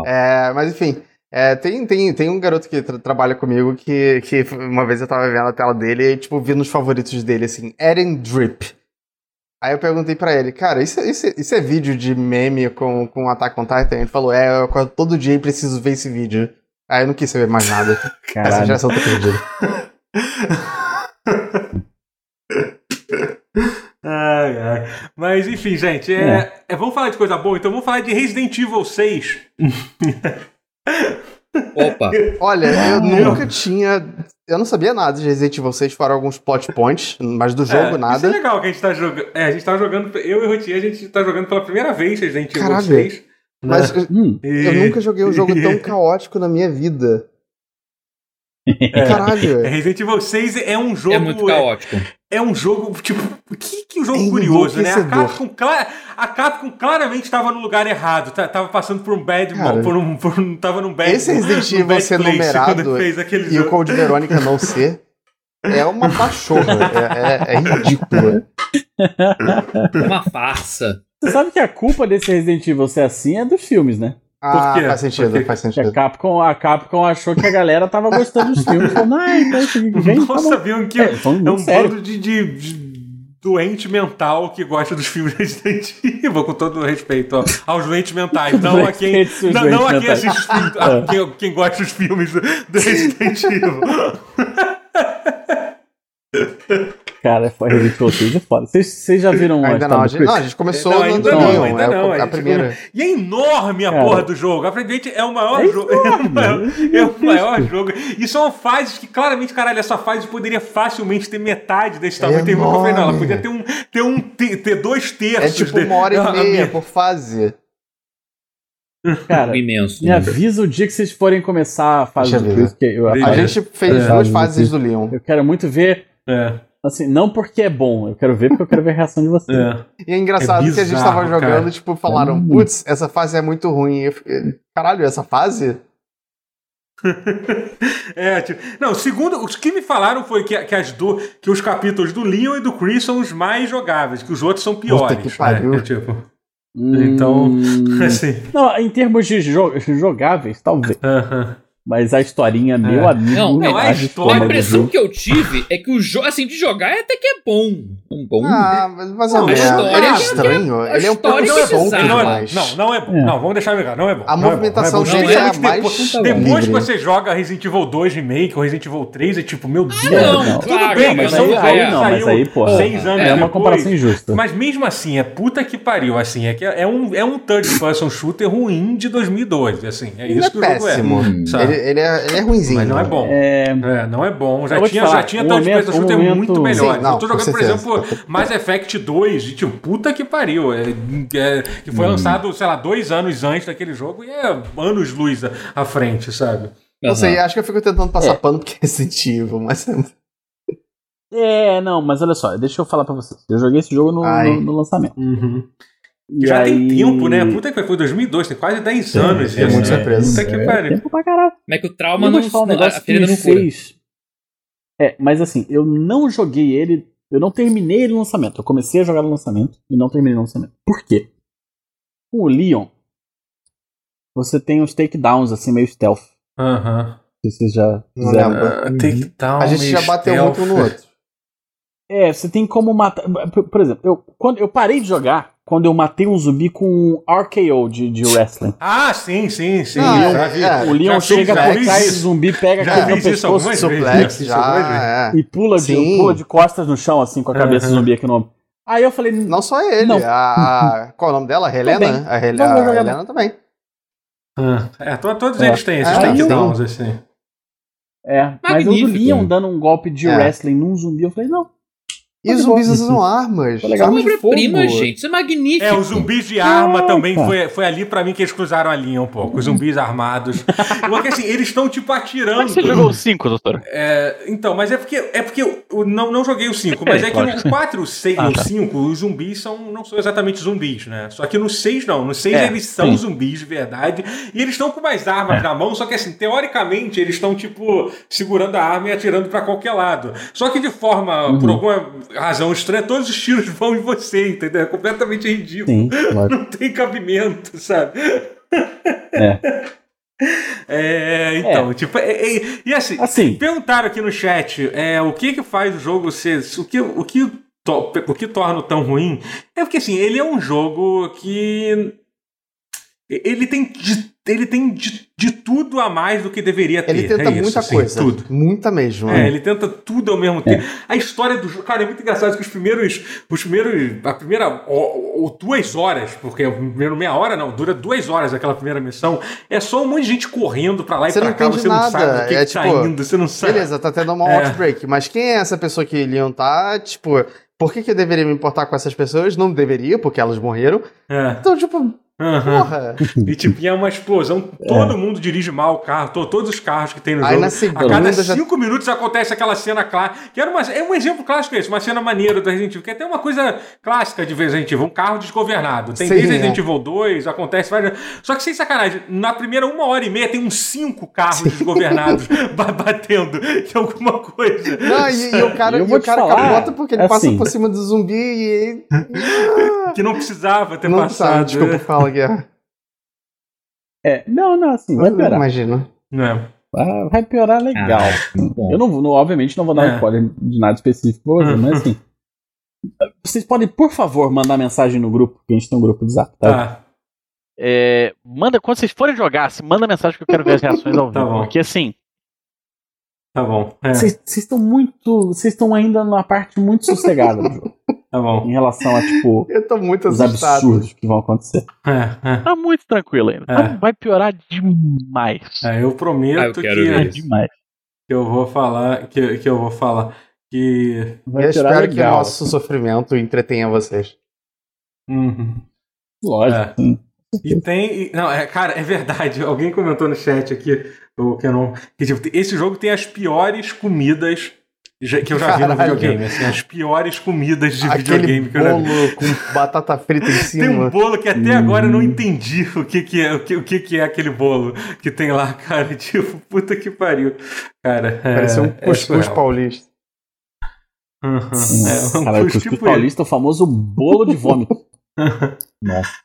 É, mas enfim, é, tem, tem, tem um garoto que tra- trabalha comigo que, que uma vez eu tava vendo a tela dele e, tipo, vi nos favoritos dele, assim, Eren Drip. Aí eu perguntei pra ele, cara, isso, isso, isso é vídeo de meme com, com Attack on Titan? Ele falou, é, eu acordo todo dia e preciso ver esse vídeo. Aí eu não quis saber mais nada. Essa Caralho. geração tá perdida. Ai, ai. Mas enfim, gente, Uhum. é, é, vamos falar de coisa boa, então vamos falar de Resident Evil 6. Opa, Olha, eu nunca tinha. Eu não sabia nada de Resident Evil 6, fora alguns plot points, mas do jogo É, Isso é nada. legal que a gente tá jogando. É, a gente tá jogando. Eu e o Rotier, a gente tá jogando pela primeira vez Resident Evil Caralho. 6. né? Mas Hum, E- eu nunca joguei um jogo tão caótico na minha vida. Caralho. É, Resident Evil 6 é um jogo. é muito caótico. é um jogo, tipo, que, que jogo É curioso, né? A enlouquecedor. Capcom, clara- a Capcom claramente estava no lugar errado, tá- tava passando por um bad Cara, mo- por um, por um- tava num bad Esse Resident num Evil bad ser place quando numerado fez aquele e o jogo. Code Verônica não ser é uma pachorra. É, é- é ridículo. É uma farsa. Você sabe que a culpa desse Resident Evil ser assim é dos filmes, né? Ah, Por quê? faz sentido, Por quê? É faz Que a sentido. Capcom, a Capcom achou que a galera tava gostando dos filmes. Falou, ah, então isso aqui que vem. tá Nossa, bom." viu que é, falando é um muito sério. bando de, de- de doente mental que gosta dos filmes Resident Evil, com todo o respeito ó, aos doentes mentais, não a quem Respeito seus Não, doentes não a quem mentais. assiste os filmes, É. a quem, quem gosta dos filmes do, do Resident Evil. Cara, foi- Resident Evil 6 é foda. Vocês vocês já viram a Ainda história não, a do gente, Chris? não, a gente começou é Não, no ainda não, Andorion, ainda é o- não, a a gente primeira. E é evidente, enorme a Cara. porra do jogo. A Frigate é o maior É jogo. É o maior, enorme. é o maior jogo. E são fases que, claramente, caralho, essa fase poderia facilmente ter metade desse É tamanho. Tem uma que eu falei, não, ela Enorme. podia ter um. ter, um, ter, ter dois É terços. tipo de- uma hora Ah, e meia minha- por fase. Cara, um imenso. me avisa o dia que vocês forem começar a fase Deixa do eu Chris, que eu, Deixa A É. gente fez É. duas fases do Leon. eu quero muito ver, É, assim, não porque é bom, eu quero ver porque eu quero ver a reação de vocês. é. E é engraçado É que a gente bizarro, tava jogando, cara. tipo, falaram, Hum. putz, essa fase é muito ruim. Eu fiquei, Caralho, essa fase? É, tipo, não, segundo, os que me falaram foi que, que as do, que os capítulos do Leon e do Chris são os mais jogáveis, que os outros são piores. que pariu. né? É, tipo, Então, assim. Hum. Não, em termos de jo- jogáveis, talvez. aham. Mas a historinha, É. meu amigo. Não, não, a age história- estômago a do impressão jogo. que eu tive é que o jogo, assim, de jogar até que é bom. Um bom. Ah, mas mais Hum. Não, a ou menos. história Ele é que- estranho. a Ele é um pouco história que solto bizarro. Não, é- demais. não, não é bom. É. Não, vamos deixar legal. Não é bom. não é A bom, movimentação não é bom. dele é a Geralmente, mais Depois, livre. depois que você joga Resident Evil 2 Remake ou Resident Evil 3, é tipo, meu Deus. não, não. Tudo claro, bem, mas são aí- jogos aí que não, mas saíram aí, porra, um seis anos É uma depois. comparação injusta. Mas mesmo assim, é puta que pariu, assim, é que é um, é um third person shooter ruim de 2012, assim, é Ele isso é que o jogo é. Hum. péssimo. Ele, Tá. Sabe? ele é, ele é ruinzinho. Mas não é bom. É, É, não é bom. Já Eu vou te tinha, falar, já tinha um tantos momento- coisas, o chute um é momento- muito melhor. Sim, não, eu tô jogando, com por certeza. exemplo, Mass Effect 2, e tipo, puta que pariu. é, é, que foi lançado, sei lá, dois anos antes daquele jogo e é anos luz à- à frente, sabe? Não sei, Aham. acho que eu fico tentando passar pano porque é Resident Evil, mas é muito é, não, mas olha só, deixa eu falar pra vocês. Eu joguei esse jogo no, Ai. no- no lançamento. E Já tem aí- tempo, né? Puta que pariu, foi 2002, tem quase 10 anos. é isso, muito né? surpresa. Puta É. que pariu. Tempo pra caralho. Como é que o Eu trauma vou não, te falar um não a negócio que ferida me não cura? fez. É, mas assim, eu não joguei ele. Eu não terminei ele no lançamento. Eu comecei a jogar no lançamento e não terminei no lançamento. Por quê? Com o Leon, você tem uns takedowns, assim, meio stealth. Aham. Se vocês já Não fizeram. lembro. Ah, Takedown, A gente já bateu stealth. muito um no outro. É, você tem como matar. Por, por exemplo, eu, quando, eu parei de jogar quando eu matei um zumbi com um RKO de, de wrestling. Ah, sim, sim, sim. Ah, eu é, já vi. é. O Leon Já fiz, chega já por fiz trás do isso. zumbi, pega Já aquele no fiz isso pescoço algumas vezes. Suplex Sim, já, é. e pula de, Sim. pula de costas no chão, assim, com a cabeça do Aham. zumbi aqui no ombro. Aí eu falei, Não só ele, Não. A, a- Qual é o nome dela? A Também. Helena? A, Hel- Vamos a jogar- Helena também. Ah, É, to- todos É. eles têm esses Ah, takedowns, assim. É, mas o do Magnífico. Leon dando um golpe de É. wrestling num zumbi, eu falei, não, E os zumbis usam armas. Foi legal. Armas de tá fogo. Obra-prima, gente. Isso é magnífico. É, os zumbis de arma Caraca. também foi, foi ali pra mim que eles cruzaram a linha um pouco. Os zumbis armados. Porque assim, eles estão tipo Como é atirando. que você jogou o 5, doutor? É, então, mas é porque é porque eu eu não, não joguei o 5, mas é que lógico. no 4, 6 Ah, e o tá. 5, os zumbis são, não são exatamente zumbis, né? Só que no 6 não. No 6 É, eles são sim. zumbis de verdade. E eles estão com mais armas É. na mão, só que assim, teoricamente, eles estão, tipo, segurando a arma e atirando pra qualquer lado. Só que de forma, Uhum. por alguma razão estranha, todos os tiros vão em você, entendeu? É completamente ridículo. Sim, claro. Não tem cabimento, sabe? É. É, então, tipo, é- é- e assim, Assim, Perguntaram aqui no chat é, o que que faz o jogo ser. O que, o, que to- o que torna tão ruim é porque assim, ele é um jogo que. Ele tem de, ele tem de, de tudo a mais do que deveria ter. Ele tenta é isso, muita assim, coisa. Tudo. Muita mesmo. É, ele tenta tudo ao mesmo tempo. A história do jogo, cara, é muito engraçado que os primeiros, os primeiros, a primeira, ou, duas horas, porque o primeiro meia hora não, dura duas horas aquela primeira missão, é só um monte de gente correndo pra lá Você e pra não cá, entende você não sabe nada, do que é que tá tipo, indo, você não sabe. Beleza, tá tendo uma É. outbreak, mas quem é essa pessoa que iriam tá? Tipo, por que, que eu deveria me importar com essas pessoas? Não deveria, porque elas morreram. É, Então, tipo, aham. porra. E tipo, e é uma explosão, todo mundo dirige mal o carro, to- todos os carros que tem no Aí jogo. na A cada segunda já. cinco minutos acontece aquela cena clássica. Que era uma, é um exemplo clássico esse, uma cena maneira do Resident Evil, que é até uma coisa clássica de Resident Evil, um carro desgovernado. Tem Sim, desde é. Resident Evil 2, acontece várias. Só que sem sacanagem, na primeira uma hora e meia tem uns cinco carros desgovernados ba- batendo em alguma coisa. Não, e, e o cara, Eu e vou o te cara falar, capota porque ele é passa assim. por cima do zumbi e. Que não precisava ter não sabe, passado. desculpa, né? fala, Guerra. é, não, não, assim, vai Não piorar. imagino. Não é. Ah, Vai piorar legal. Ah, bom. Eu não, vou- não- obviamente não vou dar É. spoiler de nada específico pra vocês, mas assim. Vocês podem, por favor, mandar mensagem no grupo, que a gente tem um grupo do Zap, tá? Tá. Ah, É, manda, quando vocês forem jogar, se manda mensagem que eu quero ver as reações ao Tá vivo. bom. porque assim, Tá bom. É, Vocês vocês estão muito. Vocês estão ainda numa parte muito sossegada do jogo. tá bom. Em relação a, tipo, Eu tô muito os assustado. absurdos que vão acontecer. É, é. tá muito tranquilo ainda. É. Vai piorar demais. É, eu prometo Ah, eu quero que, ver É isso. demais. que eu vou falar que, que eu vou falar que Vai eu piorar espero que o legal. nosso sofrimento entretenha vocês. Uhum. Lógico. Hum, É. e tem e- não é cara é verdade alguém comentou no chat aqui o que eu não que, tipo, esse jogo tem as piores comidas já- que eu já vi no Caralho. videogame assim, as piores comidas de Aquele videogame que eu já vi. bolo com batata frita em Tem um cima. bolo que até agora eu não Hum. entendi o que que é, o que, o que que é aquele bolo que tem lá, cara. Tipo, puta que pariu. Cara, é, Parecia um é cuscuz surreal. paulista. Uhum, é, um hum. Caralho, cuscuz cuscuz tipo esse. paulista, o famoso bolo de vômito.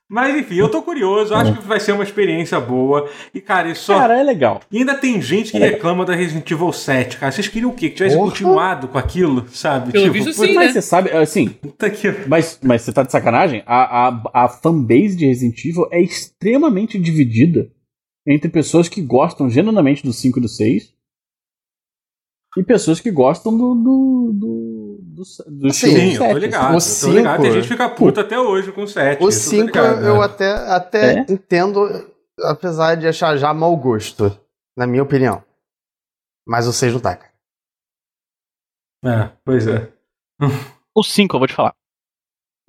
Mas enfim, eu tô curioso, eu acho que vai ser uma experiência boa. E, cara, isso só. Cara, é legal. E ainda tem gente que reclama da Resident Evil 7, cara. Vocês queriam o quê? Que tivesse É. Porra. continuado com aquilo, sabe? Tipo, Pelo visto, sim. Mas né? você sabe, assim, Puta que. Mas, mas você tá de sacanagem? A, a, a fanbase de Resident Evil é extremamente dividida entre pessoas que gostam genuinamente do 5 e do 6 e pessoas que gostam do. do. do. do, do Assim, estilo Sim, eu tô sete, ligado. O eu tô ligado. Tem cinco- gente que fica puta até hoje com o 7. O É, isso eu tô 5 eu, ligado, né? até, até É? entendo, apesar de achar já mau gosto, na minha opinião. Mas o 6 não tá, cara. É, pois é. O 5, eu vou te falar.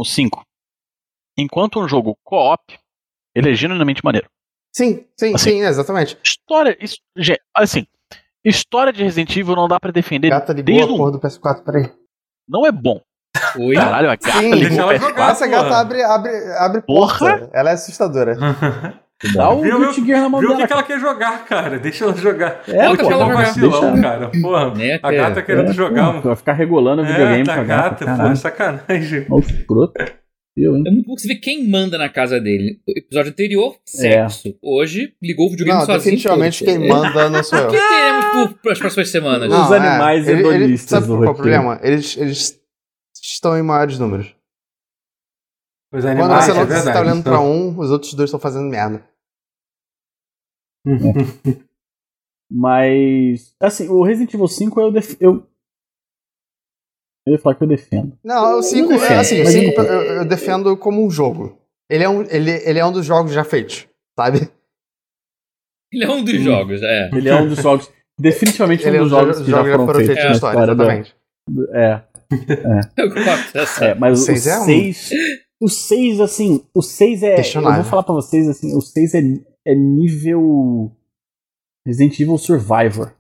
O 5. Enquanto um jogo co-op, ele é genuinamente maneiro. Sim, sim, Assim. sim, exatamente. História. Isso, gente, assim, história de Resident Evil não dá pra defender. Gata ligou desde a o- porra do PS4, peraí. Não é bom. Oi? Caralho, a gata Sim, ligou o ela PS4. jogar, Essa porra. gata abre, abre, abre Porra! porta. Ela é assustadora. Hum. Dá o Viu, Guilty Gear na mão Viu o dela. que, que ela quer jogar, cara? Deixa ela jogar. cara. É, Bota pô, pra ela um não jogar. vacilão, vacilão, deixa- cara. Porra. Né, A cara? gata querendo é, jogar pô, um. Vai ficar regulando o videogame É, pra tá gata, pô, caralho. sacanagem. Olha o escroto. Eu, hein? É muito pouco você vê quem manda na casa dele. O episódio anterior, sexo. Hoje, ligou o videogame Não, sozinho. definitivamente foda-se. quem manda não sou O eu. que teremos para as próximas semanas? Não, é, Os animais ele- ele- hedonistas Sabe do qual é o roteiro. problema? Eles, eles estão em maiores números. Os Quando animais, você é nota que você verdade. tá olhando então. pra um, os outros dois estão fazendo merda. Uhum. Mas. Assim, o Resident Evil 5 eu. def- eu... eu ia falar que eu defendo. Não, o 5 defendo, é assim, o mas cinco ele- eu, eu defendo como um jogo. Ele é um, ele, ele é um dos jogos já feitos, sabe? Ele é um dos jogos, é. Ele é um dos jogos. Definitivamente Ele um dos é um jogos dos que já jogos foram feitos na na história, história da, exatamente. É. Eu gosto dessa. É, mas Seis o é um. 6. O 6, assim, o 6 é. Eu Questionável. vou falar pra vocês assim, o 6 é, é nível. Resident Evil Survivor.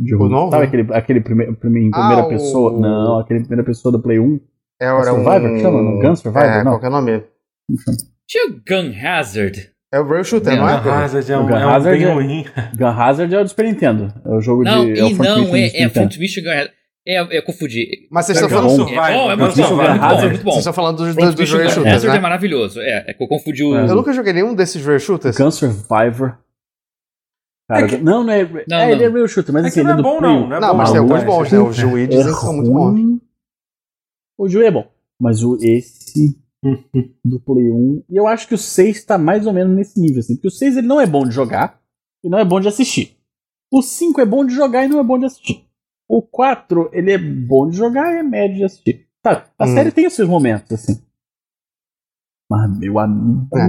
O novo? Sabe aquele, aquele prime, prime- em Ah, primeira o- pessoa? Não, aquele em primeira pessoa do Play 1. É, era Survivor que chama? Um... Gun Survivor? É, Não. qualquer nome. Tinha o Gun Hazard. É o Rail Shooter, É, não Gun é? Pedro? Hazard é O um, Gun é um Hazard bem é- ruim. Gun Hazard é o do Super Nintendo. É o jogo Não, de. e o Front não, Mission do é, Super é Nintendo. Front Mission Gun Hazard. É, eu confundi. Mas vocês estão Gun falando. Survivor. É bom, é Gun bom, Survivor. é muito bom, é Hazard. muito Vocês bom. estão falando dos, Front dos, dos Mission Rail Gun Shooters, Hazard é né? maravilhoso. É, é que eu confundi o. É. Eu nunca joguei nenhum desses Rail Shooters. Gun Survivor. Cara, É que- Não, não é. Não, é, ele não. é real shooter, mas É assim, que não ele é do bom, Play 1. não. Não é Não, bom, mas tem não, alguns cara. bons, né? Os É juízes são muito bons. ruim. O Ju é bom. Mas o esse do Play 1. E eu acho que o 6 tá mais ou menos nesse nível, assim. Porque o 6 ele não é bom de jogar e não é bom de assistir. O 5 é bom de jogar e não é bom de assistir. O 4, ele é bom de jogar e é médio de assistir. Tá, a Hum. série tem os seus momentos, assim. Mas, meu amigo, É. o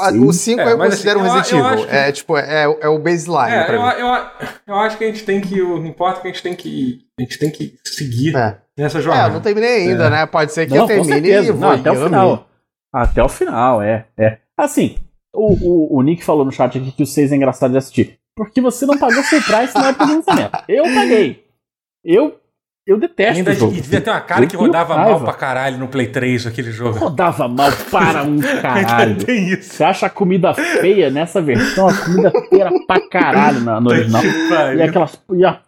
A- a- 6... O 5 É, eu mas considero assim, eu- Resident eu Evil. acho que- É tipo, é, é o baseline É, eu, pra mim. eu, eu acho que a gente tem que. Não importa que a gente tem que. A gente tem que seguir É. nessa É, eu jornada. não terminei ainda, né? Pode ser que Não, eu com termine e certeza. vou Não, até o eu me- final. Até o final, é. é. Assim, o, o, o Nick falou no chat aqui que o 6 é engraçado de assistir. Porque você não pagou full price na época do lançamento. Eu paguei. Eu, eu detesto Ainda o jogo. e devia ter uma cara Eu que tenho rodava mal raiva. pra caralho no Play 3 aquele jogo. Rodava mal para um caralho. tem isso. Você acha a comida feia nessa versão? A comida feia era pra caralho na, no original. Que E, pariu. aquelas, e a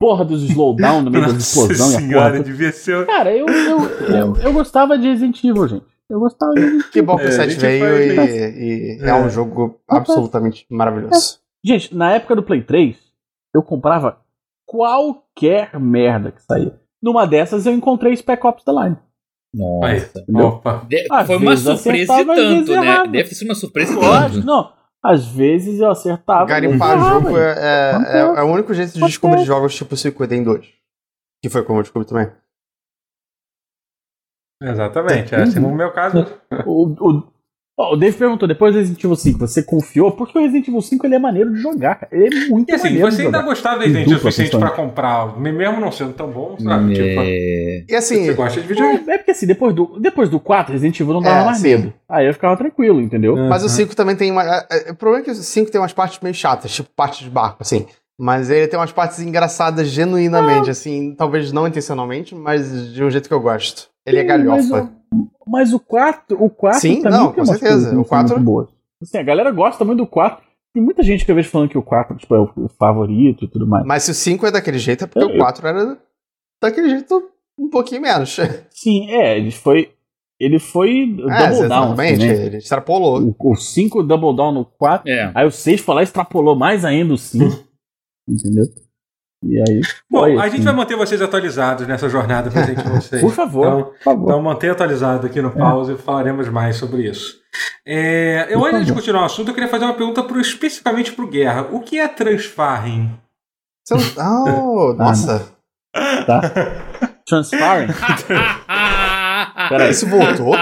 porra dos slowdown no meio da Nossa explosão e a senhora, porra. devia ser. Cara, eu, eu, eu, eu gostava de Resident Evil, gente. Eu gostava de Resident Evil. Que bom que É, o a 7 gente veio faz, e, e é. É. um jogo absolutamente É, maravilhoso. Gente, na época do Play 3, eu comprava qualquer merda que saía. Numa dessas eu encontrei Spec Ops The Line. Nossa. Entendeu? Opa. De- Ah, Às Foi uma vezes surpresa e acertava, às vezes tanto, né? errava. Deve ser uma surpresa Uhum. e Lógico, tanto. não. Às vezes eu acertava. às vezes Garimpar errava, jogo gente. é, é, é, é o único jeito de Acontece. descobrir jogos tipo 52. Que foi como eu descobri também. Exatamente. É, assim, no meu caso, O, o, ó, o Dave perguntou, depois do Resident Evil 5, você confiou? Porque o Resident Evil 5 ele é maneiro de jogar. cara. Ele é muito E assim, maneiro de você ainda jogar. gostava de Em Resident Evil o dupla, suficiente pra principalmente. comprar, mesmo não sendo tão bom, Ah, sabe? Tipo, É. E assim, você gosta de videogame. É, é porque assim, depois do, depois do 4, Resident Evil não dava É, mais sim. medo. Aí eu ficava tranquilo, entendeu? mas Uhum. assim, o 5 também tem uma. é, é, O problema é que o 5 tem umas partes meio chatas, tipo parte de barco, assim. Mas ele tem umas partes engraçadas genuinamente, assim, talvez não intencionalmente, mas de um jeito que eu gosto. Ele é Mas galhofa. o- Mas o 4, o 4 Sim, também não, tem com umas certeza. coisas que não O são 4 muito boas. Assim, a galera gosta muito do 4. Tem muita gente que eu vejo falando que o 4 tipo, é o o favorito e tudo mais. Mas se o 5 é daquele jeito, é porque o 4 era daquele jeito um pouquinho menos. Sim, é, ele foi. Ele foi um double down. É, exatamente. assim, né? Ele extrapolou. O 5 double down no 4. É. Aí o 6 foi lá e extrapolou mais ainda o 5. entendeu? E aí. Bom, foi, a assim. gente vai manter vocês atualizados nessa jornada pra gente vocês. Por favor, Então, por favor. Então mantenha atualizado aqui no pause e falaremos mais sobre isso. É, eu, Por antes de favor. continuar o assunto, eu queria fazer uma pergunta pro, especificamente pro Guerra. O que é transfarring? Você não- Ah, nossa, Transparent. Peraí. isso voltou?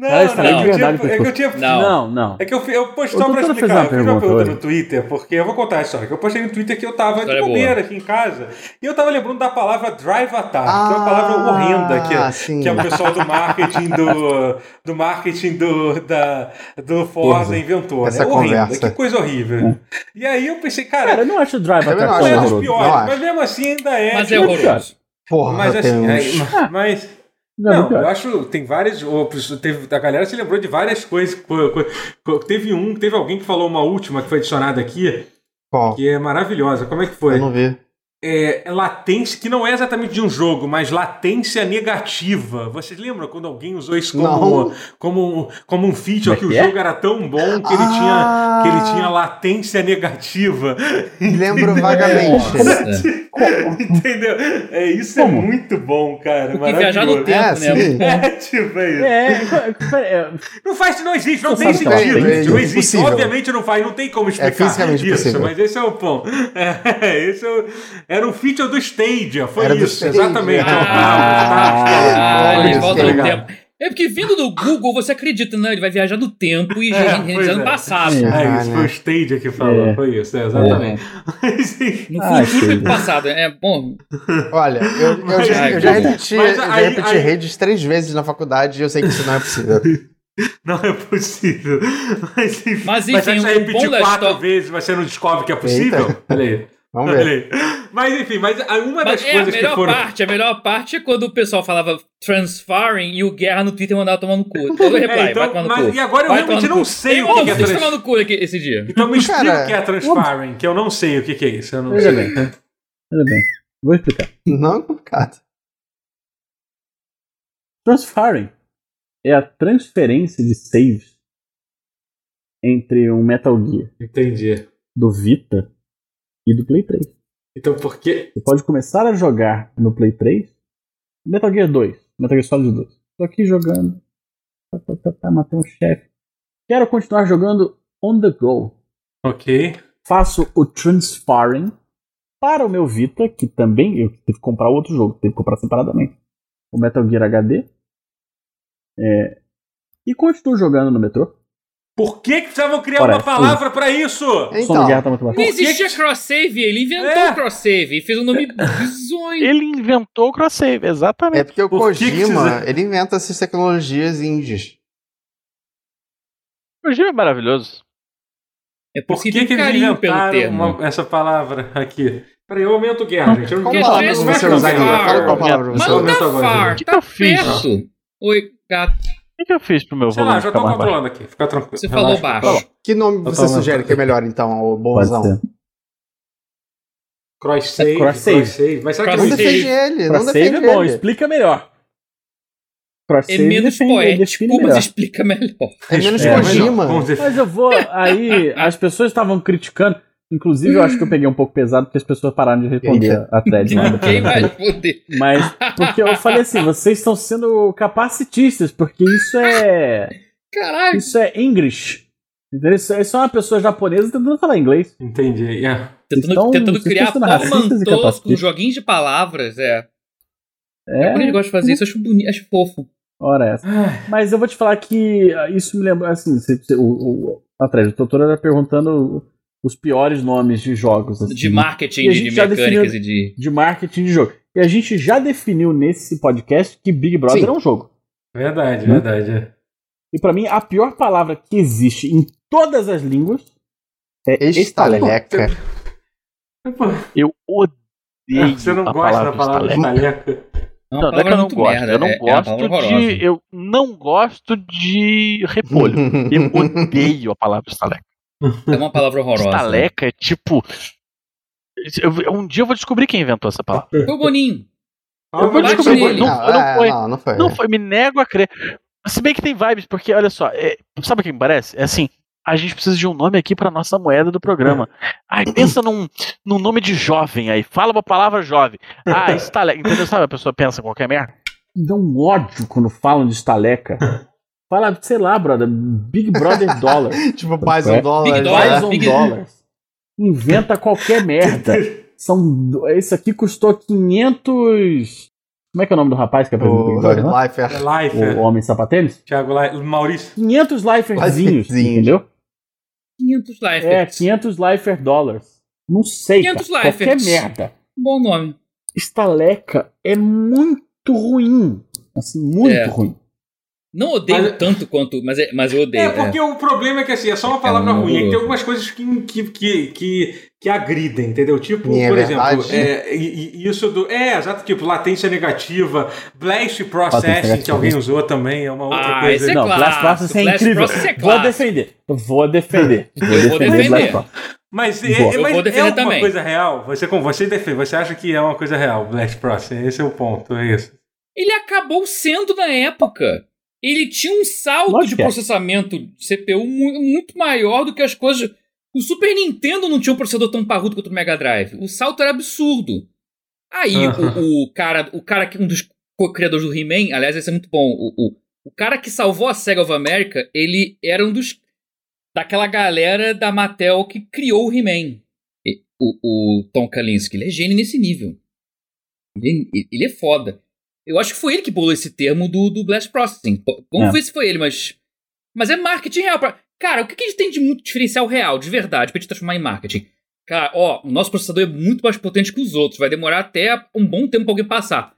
Não, Cara, Ah, isso falei é de que eu verdade, tinha- é que eu tinha Não. Não, não. É que eu, fui- eu postei Eu só tô pra tentando explicar, fazer uma eu fiz uma pergunta pergunta hoje. no Twitter, porque eu vou contar a história. Que eu postei no Twitter que eu tava de História é bobeira aqui em casa e eu tava lembrando da palavra drive attack, que é uma palavra Ah, horrenda que, sim. que é o pessoal do marketing do, do marketing do, da, do Forza Forza. inventou. Essa né? Horrenda, conversa. que coisa horrível. E aí eu pensei, cara, Cara, eu não acho o Drive Também não até não acho é tão dos horroroso, piores, não acho. mas mesmo assim ainda é. Mas é tipo, horroroso. Porra, mas assim, tem é, uns- é mas Não, é não, pior. eu acho tem várias. opções, Teve, a galera se lembrou de várias coisas. co- co- co- Teve um, teve alguém que falou uma última que foi adicionada aqui, Qual? que é maravilhosa. Como é que Eu foi? não vi. É, é latência, que não é exatamente de um jogo, mas latência negativa. Vocês lembram quando alguém usou isso como, Não. como, um- como um feature que Como é o que é? jogo era tão bom que ele tinha. Ah, Que ele tinha latência negativa. Lembro vagamente. é Nossa. Entendeu? É, isso é Como? muito bom, cara. Tem que viajar no maravilhoso. tempo, É, né? sim. É, tipo, é isso. É, co- pera- é, Não faz, não existe, não Você tem sabe que ela sentido. tem, não é existe, impossível. obviamente não faz, não tem como explicar. fisicamente isso, impossível. mas esse é o pão. É, esse é o- era um feature do Stadia, foi Era do isso, Stadia. exatamente. Ah, Ó, tá, tá, tá, tá, Ah, tá, ele tá, volta tá, no tá, tempo. É porque vindo do Google, você acredita, não, ele vai viajar no tempo e É, é, pois ano é. passado. É. É Ah, isso, né? foi o Stage que falou, É. foi isso, é, exatamente. Mas, enfim, No Ah, futuro e sim. no passado. É bom. Olha, eu, eu Mas já, aí- eu já repeti, mas eu já aí- repeti aí- redes três vezes na faculdade e eu sei que isso não é possível. não é possível. Mas enfim. Mas Mas enfim, se você um bom repetir quatro laptop. vezes, você não descobre que é possível? Olha aí. Vamos ver. Olha aí. Mas enfim, mas a- uma das Mas é, a coisas que melhor foram. parte, a melhor parte é quando o pessoal falava transferring e o Guerra no Twitter mandava tomar no cu. Todo É, reply, vai então, tomar no mas, cu. e agora eu Vai realmente tomar no não cu. sei eu o que que é fiz trans... tomar no cu aqui, esse dia. Então me explica Cara, o que é transpiring, que eu não sei o que que é isso. Eu não Veja sei. Tudo bem. Vou explicar. Não é complicado. Transferring é a transferência de saves entre um Metal Gear Entendi. do Vita e do Play 3. Então por que. Você pode começar a jogar no Play 3 Metal Gear 2, Metal Gear Solid 2. Tô aqui jogando. Tá, tá, tá, tá, matei um chefe. Quero continuar jogando on the go. Ok. Faço o transferring para o meu Vita, que também eu tive que comprar outro jogo, tive que comprar separadamente. O Metal Gear HD. É, e continuo jogando no metrô. Por que que precisavam criar Ora, uma palavra pra isso? Só no Então, Guerra tá muito baixo. Nem Por que existia que- cross-save, ele inventou É. o cross-save e fez um nome bizonho. Ele inventou o cross-save, é exatamente. porque o Por que que Kojima, é- vocês- ele inventa essas tecnologias indies. O Gil é maravilhoso. É por Por isso que, que que tem eles carinho pelo inventaram termo. uma- essa palavra aqui? Peraí, eu aumento o guerra, gente. Eu não Qual quero Porque palavra às saber. vezes você vai usaria? acabar. Fala qual palavra Mas você não usaria. Aumenta a tá voz, far, né? Que tá que eu fiz? perto. Oi, gato, O que, que eu fiz pro meu Sei volume lá, já tô ficar mais baixo? controlando aqui. Fica tranquilo. você falou relaxa. baixo. Fala. Que nome Eu você tô vendo. sugere que é melhor, então, ô Pode bonzão? ser. Cross save. Cross Cross save. save. Mas será que Não Cross não save. defende ele, não Cross save defende é bom, ele. explica melhor. Cross É save menos defende- poético, define mas melhor. explica melhor. É menos É, Kojima. Vamos dizer- Mas eu vou. Aí as pessoas estavam criticando. Inclusive, eu acho que eu peguei um pouco pesado porque as pessoas pararam de responder a- a thread. lá. Quem vai responder? Mas porque eu falei assim, vocês estão sendo capacitistas, porque isso é. Caralho, Isso é English. Entendeu? Isso, isso é uma pessoa japonesa tentando falar inglês. Entendi. yeah. tentando, Então, tentando vocês criar estão sendo racistas e formantos com capacitistas. joguinhos de palavras, é. É, Quando ele gosta de fazer isso, eu acho bonito, acho fofo. ora essa. Ah, Mas eu vou te falar que ah, isso me lembra. Assim, se- se- o, o, atrás, o doutor era perguntando os piores nomes de jogos. assim, De né? marketing, E a de, gente de já mecânicas definiu- e de. de marketing de jogo. E a gente já definiu nesse podcast que Big Brother Sim. é um jogo. Verdade, Hum? verdade. é. E pra mim, a pior palavra que existe em todas as línguas é estaleca. Estaleca. Pô, Eu odeio. Você não a gosta da palavra estaleca. estaleca? É Não, uma não é que palavra eu não muito gosto. merda. eu não é- é uma gosto palavra horrorosa. de. Eu não gosto de repolho. Eu odeio a palavra estaleca. É uma palavra horrorosa. Estaleca é tipo. eu- um dia eu vou descobrir quem inventou essa palavra. Foi o Boninho. Eu vou Bate descobrir. nele. Não, Não, não é, foi. não, não foi. Não foi, me nego a crer. Se bem que tem vibes, porque olha só, é, sabe o que me parece? É assim, a gente precisa de um nome aqui pra nossa moeda do programa. É. Ai, pensa num, num nome de jovem aí, fala uma palavra jovem. Ah, estaleca. Entendeu? Sabe, a pessoa pensa em qualquer merda. Me dá um ódio quando falam de estaleca. Fala, sei lá, brother, Big Brother Dollar. Tipo, mais um Big dólar. Dollar. né? Mais um Big- dólar. Inventa qualquer merda. São, esse aqui custou 500... Como é que é o nome do rapaz que apresenta o Big Brother? lá? O Lifer. Life, É. O homem sapatênis? Thiago Life. Maurício. 500 liferzinhos, Liferzinhos. entendeu? 500 life. É, 500 lifer dollars. Não sei, 500 cara. lifers. Qualquer merda. Bom nome. Estaleca é muito ruim. Assim, muito É. ruim. Não odeio Mas- tanto quanto. Mas, é- mas eu odeio. É, porque o problema é que assim, é só uma palavra ruim. É que tem algumas coisas que, que, que, que, que agridem, entendeu? Tipo, Sim, é por verdade. exemplo, é, e- e isso do. É, exato, tipo, latência negativa, blast Latência processing, negativa. que alguém usou também, é uma outra Ah, coisa. esse é Não, clássico, Blast Process é Blast incrível. Process é vou clássico. defender. Vou defender. Vou Eu vou defender defender. Blast Process. Mas, é, Boa. é- Eu mas vou defender é uma também. coisa real? Você, como você defende, você acha que é uma coisa real, Blast Processing? Esse é o ponto, é isso. Ele acabou sendo na época. Ele tinha um salto Lógico de que é. processamento de CPU mu- muito maior do que as coisas. O Super Nintendo não tinha um processador tão parrudo quanto o Mega Drive. O salto era absurdo. Aí Aham. o, o cara, o cara que um dos co-criadores do He-Man, aliás, esse é muito bom. O, o, o cara que salvou a Sega of America, ele era um dos daquela galera da Mattel que criou o He-Man. E- O, o Tom Kalinske, ele é gênio nesse nível. Ele, ele é foda. Eu acho que foi ele que bolou esse termo do, do Blast Processing. Pô, Vamos É. ver se foi ele, mas. Mas é marketing real. pra- Cara, o que, que a gente tem de muito diferencial real, de verdade, pra gente transformar em marketing? Cara, ó, o nosso processador é muito mais potente que os outros. Vai demorar até um bom tempo pra alguém passar.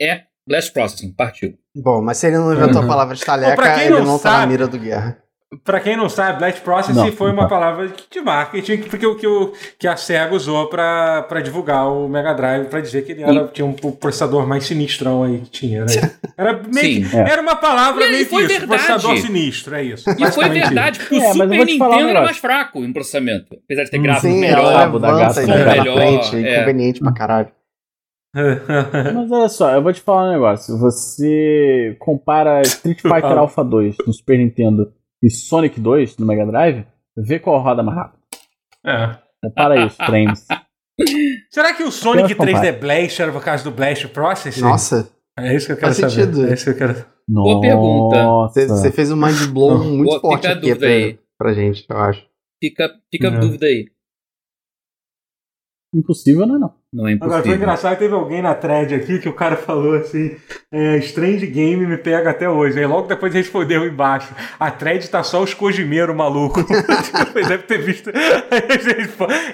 É Blast Processing, partiu. Bom, mas se ele não inventou Uhum. a palavra estaleca, Bom, pra quem ele não não tá na sabe- mira do Guerra. Pra quem não sabe, Blast Process Não, foi não uma tá. palavra de marketing que, porque, o- que, o- que a SEGA usou pra, pra divulgar o Mega Drive, pra dizer que ele era, tinha um processador mais sinistrão aí que tinha. Né? Era, meio que- Sim. É. era uma palavra E aí, meio que foi isso, verdade. processador sinistro, é isso. E foi basicamente verdade, porque É, o mas eu Super vou te falar um Nintendo era negócio. mais fraco em processamento. Apesar de ter Hum, gráfico Sim, melhor. ela Cabo da avança e gata, fica na melhor, frente, é é. inconveniente pra caralho. isso. Mas olha só, eu vou te falar um negócio. Você compara Street Fighter Fala. Alpha 2 no Super Nintendo e Sonic 2 no Mega Drive, vê qual roda mais rápido. É. Compara isso, frames. Será que o Sonic Apenas compara. 3D Blast era por causa do Blast Process? Nossa, É isso que eu quero Faz saber. sentido. É isso que eu quero... Boa pergunta. Nossa. você- você fez um mind blow muito Boa, forte fica a aqui dúvida pra, aí. pra gente, eu acho. Fica, fica a Uhum. Não. dúvida aí. Impossível, não é não. Não é Agora, foi impossível. engraçado, teve alguém na thread aqui que o cara falou assim, é, Strange Game me pega até hoje. Aí logo depois respondeu embaixo, a thread tá só os cojimeiros maluco. Você deve ter visto.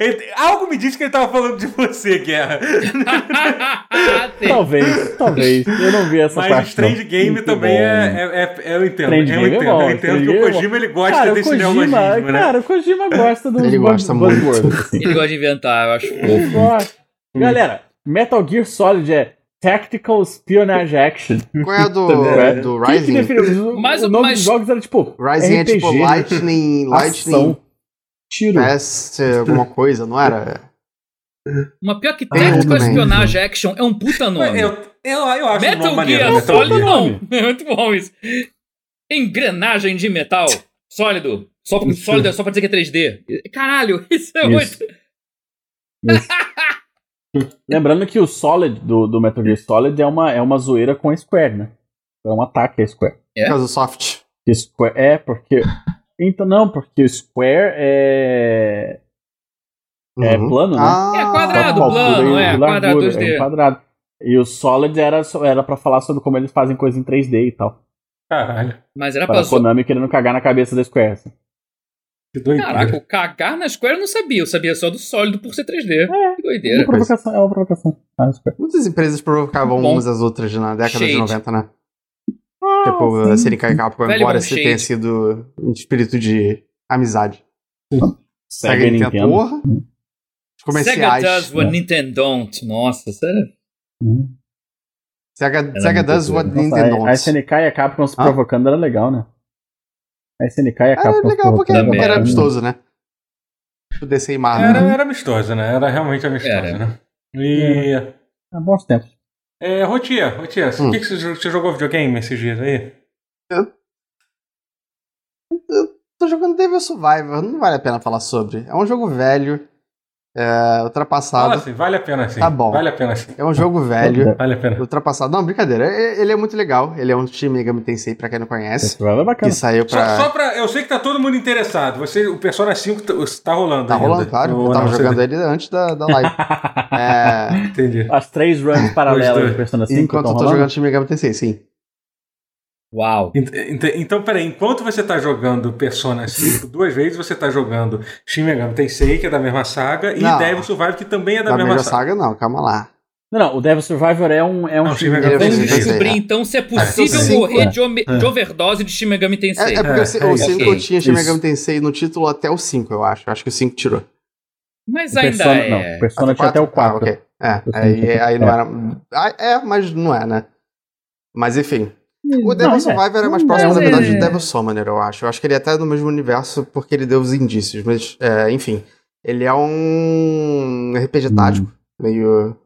Ele- Algo me disse que ele tava falando de você, Guerra. Tem. Talvez, talvez. Eu não vi essa parte. Mas o Strange não. Game Muito também bom. é, é, é- Eu entendo. Strange eu Game é entendo, bom, eu entendo Strange que Game o é bom. Kojima ele gosta Cara, o desse Kojima, é, neologismo, né? cara, o Kojima gosta do Ele gosta muito. Ele gosta de inventar, eu acho. Ele gosta. Galera, Metal Gear Solid é Tactical Spionage Action. Qual é a do, Uhum. É. do Quem que Rising? definiu? O, Mas- o nome mas- dos jogos era tipo Rising é tipo RPG, né? Lightning, Lightning É. ação, tiro. Pest, alguma coisa, não era? Uma pior que Tem um Tactical também. Espionage Action é um puta nome. Eu, eu, eu acho um Metal nome maneiro, Gear Metal Solid Gear. não. É muito bom isso. Engrenagem de metal. Sólido. Só, Isso. sólido é só pra dizer que é 3D. Caralho, isso é Isso. muito. Isso. Lembrando que o Solid do, do Metal Gear Solid é uma, é uma zoeira com a Square, né? É um ataque à Square. É? Por causa do soft. Que Square é porque. Então, não, porque o Square é. É Uhum. plano, né? Ah, É quadrado, Só com plano, altura e é, largura, quadrado, 2D. é um quadrado. E o Solid era, só- era pra falar sobre como eles fazem coisa em 3D e tal. Caralho, Mas era pra Para zoar. Konami querendo cagar na cabeça da Square. assim. que doideira. Caraca, o cagar na Square eu não sabia. Eu sabia só do sólido por ser 3D. Que É uma doideira. provocação, é uma provocação. Ah, Square. Muitas empresas provocavam Bom. umas às outras na década Shade. Ah, de 90, né? tipo, a Serica e Capcom, Velho embora bom se shade. tenha sido um espírito de amizade. Sega e Nintendo, Nintendo. porra. Os Sega comerciais. does what Nintendo don't. Nossa, é sério. Hum. Sega, Era Sega muito does what é Nossa, Nintendo a, a wants. SNK e a Capcom se Ah. provocando era legal, né? A SNK e a Era Capcom se É legal porque provocando era, também, era né? amistoso, né? Tipo, descer em mar, Era, né? era amistosa, né? Era realmente amistosa, Era. né? E. Há bons tempos. É, Rotier, Rotier, o Hum. que, que você, jo- você jogou videogame esses dias aí? Tô jogando Devil Survivor, não vale a pena falar sobre. É um jogo velho, é, Fala ultrapassado. assim, vale a pena sim. Tá bom. Vale a pena sim. É um jogo velho, Vale a pena. ultrapassado. Não, brincadeira, e- ele é muito legal. Ele é um time Megami Tensei, pra quem não conhece. Esse jogo é Que bacana. saiu Só, pra... só pra. Eu sei que tá todo mundo interessado. Você, o Persona 5 tá, tá rolando. Tá ainda. rolando, claro. Ou Eu tava não, Assim você- jogando ele antes da, da live. É, Entendi. As três runs paralelas dois. de Persona 5 enquanto tão eu tô rolando. jogando Shin Megami Tensei, sim. Uau. Ent- ent- Então, peraí, enquanto você tá jogando Persona 5 duas vezes, você tá jogando Shin Megami Tensei, que é da mesma saga, Não. e Devil Survive, que também é da, Da mesma, mesma saga. saga, não, calma lá. Não, não, o Devil Survivor é um... É um Não, Shin time- Megami é um Tensei. Vamos time- descobrir é. então se é possível É, sim. morrer É. de, ome- de overdose de Shin Megami Tensei. É, é porque É, o ci- é o isso. 5 Ok. tinha Shin Isso. Megami Tensei no título até o 5, eu acho. Eu Acho que o 5 tirou. Mas o ainda Persona, é. Não, Persona tinha até o 4. Ah, ok. É, O cinco. aí, aí não É. era... Ah, é, mas não é, né? Mas enfim. O Devil é. Survivor era mais Não, próximo, na é. verdade, do Devil Summoner, eu acho. Eu acho que ele é até do mesmo universo porque ele deu os indícios, mas, é, enfim. Ele é um Hum. RPG tático. meio.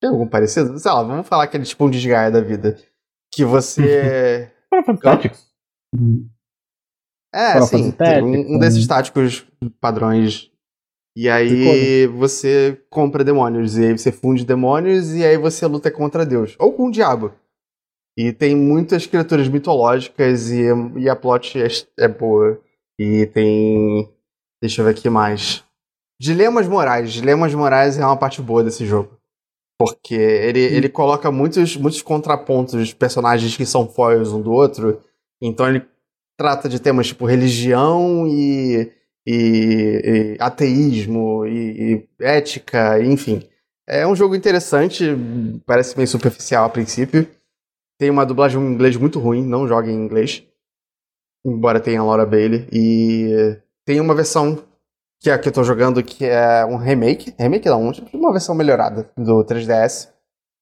Tem algum parecido? Sei lá, vamos falar que ele é tipo um desgaia da vida. Que você. Final Fantasy Tactics. Hum, é, Final assim, Fantasy Tactics, um, né? um desses táticos padrões. E aí você compra demônios, e aí você funde demônios, e aí você luta contra Deus. Ou com o diabo. E tem muitas criaturas mitológicas, e, e a plot é, é boa. E tem. Deixa eu ver aqui mais. Dilemas morais. Dilemas morais é uma parte boa desse jogo. Porque ele, ele coloca muitos, muitos contrapontos de personagens que são foils um do outro. Então ele trata de temas tipo religião e, e, e ateísmo e, e ética, enfim. É um jogo interessante, parece meio superficial a princípio. Tem uma dublagem em inglês muito ruim, não joga em inglês. Embora tenha a Laura Bailey. E tem uma versão que é a que eu tô jogando, que é um remake. Remake não, uma versão melhorada do 3DS.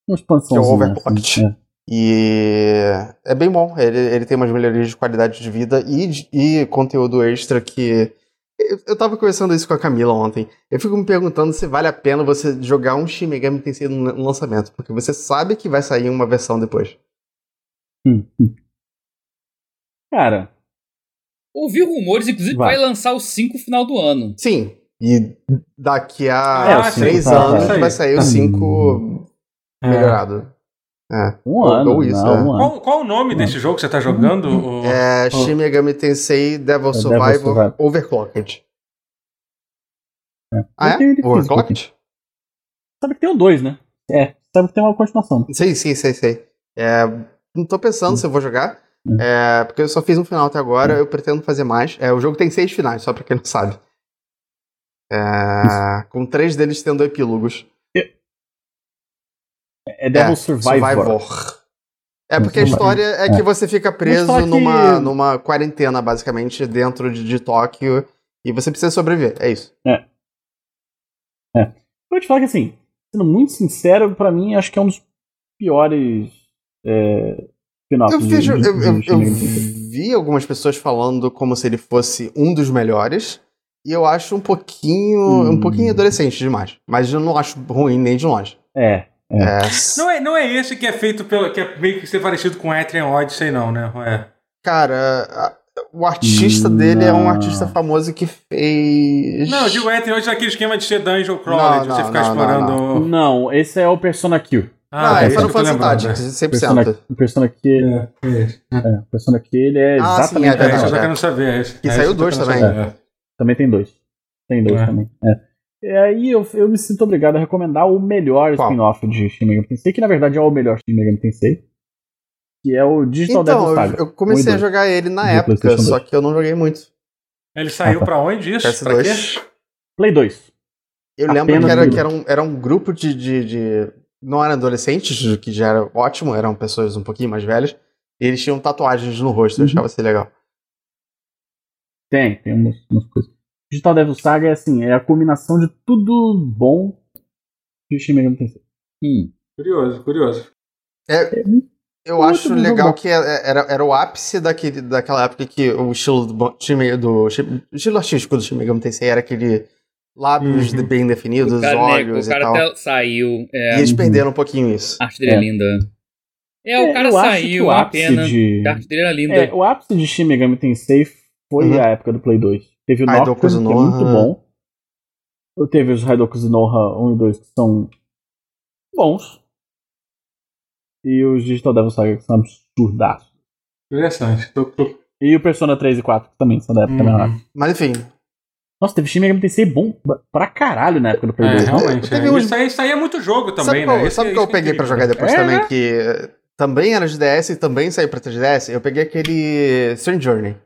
Uma expansão. Que é o Overclocked. assim, é. E é bem bom. Ele, ele tem umas melhorias de qualidade de vida e, de- e conteúdo extra que. Eu, eu tava conversando isso com a Camila ontem. Eu fico me perguntando se vale a pena você jogar um Shin Megami Tensei no no lançamento, porque você sabe que vai sair uma versão depois. Hum, hum. Cara, Ouvi rumores, inclusive, Vai. vai, lançar o 5 no final do ano. Sim, e daqui É, a o cinco três tá- anos tá aí. vai sair o Hum. 5 É. melhorado. É. um Ou- ano. ou isso, não, é. um ano. Qual, qual o nome desse jogo que você tá jogando? o- É, Shin Megami Tensei Devil É, Devil Survivor Survivor. Overclocked. Ah, Eu tenho ele é? físico Overclocked? Sabe que tem um dois, né? É, sabe que tem uma continuação. Sei, sei, sei, sei. É, não tô pensando se eu vou jogar. é, porque eu só fiz um final até agora, eu pretendo fazer mais. É, o jogo tem seis finais, só pra quem não sabe. É, com três deles tendo epílogos. É Devil É, Survivor. É porque a história é que você fica Mas preso só que- numa, numa quarentena, basicamente, dentro de, de Tóquio. E você precisa sobreviver, é isso. Vou te falar que assim, sendo muito sincero, pra mim acho que é um dos piores é, final Eu, vejo, eu, eu- eu vi algumas pessoas falando como se ele fosse um dos melhores. E eu acho um pouquinho. um Hum. pouquinho adolescente demais. Mas eu não acho ruim nem de longe. É. É, Não é, não é esse que é feito pelo. que é meio que ser parecido com Etrian Odyssey, não, né? É. Cara, a- o artista Não. dele é um artista famoso que fez. Não, eu digo Etrian Odyssey é aquele esquema de ser dungeon crawler, de Não, você não, ficar não, explorando. Oh. o- Não, esse é o Persona Q. Ah, é é isso Final que eu tô Fantasy lembrando, né? Tactics, Persona, 100%. Persona Q, É, é isso. é, Persona Q ele é Ah, sim, exatamente é É, isso eu verdade. tô querendo saber. É isso. E é saiu isso que eu dois tô também. querendo saber. Também tem dois. Tem dois É. também. É. E aí eu, eu me sinto obrigado a recomendar o melhor Qual? spin-off de Shin Megami Tensei, que na verdade é o melhor Shin Megami Tensei, que é o Digital Devil Então, eu, Saga. eu comecei Um e a dois. jogar ele na Do época, PlayStation só 2. que eu não joguei muito. É. Ele saiu pra onde isso? Pra quê? PS2. Play 2. Eu lembro Apenas que, era, Play que era, um, era um grupo de, de, de- Não eram adolescentes, o que já era ótimo, eram pessoas um pouquinho mais velhas. E eles tinham tatuagens no rosto, eu Uhum. achava isso legal. Tem, tem umas, umas coisas. Digital Devil Saga é assim, é a combinação de tudo bom de Shin Megami Tensei. Hum. Curioso, curioso. Eu Muito acho bom, legal bom. que é- era, era o ápice daquele, daquela época que o estilo do, bo- time- do, chi- o estilo artístico do Shin Megami Tensei era aquele lábios Uhum. bem definidos, o cara, né, olhos o e cara tal. até saiu. É, E eles Uhum. perderam um pouquinho isso. a arte dele é, É. linda. É, o cara eu acho que saiu, o é uma ápice pena. de... Tá. A arte dele era linda. É, o ápice de Shin Megami Tensei foi Uhum. a época do Play 2. Teve o Haidoku Nocturne, que é Zenoha. muito bom. Eu teve os Haidoku Zenoha 1 e 2, que são bons. E os Digital Devil Saga, que são absurdaços. Interessante. Tô, tô... hum. E o Persona 3 e 4, que também são da época. Né? Uhum. Mas enfim, Nossa, teve Shin Megami Tensei bom pra caralho na época do Play né? É, 2. realmente. Teve é. uns- Isso, aí, isso aí é muito jogo sabe também, qual, né? Esse- sabe isso qual eu é peguei pra incrível. jogar depois É, também, né? que eh, também era de DS e também saiu pra 3DS? Eu peguei aquele Strange Journey.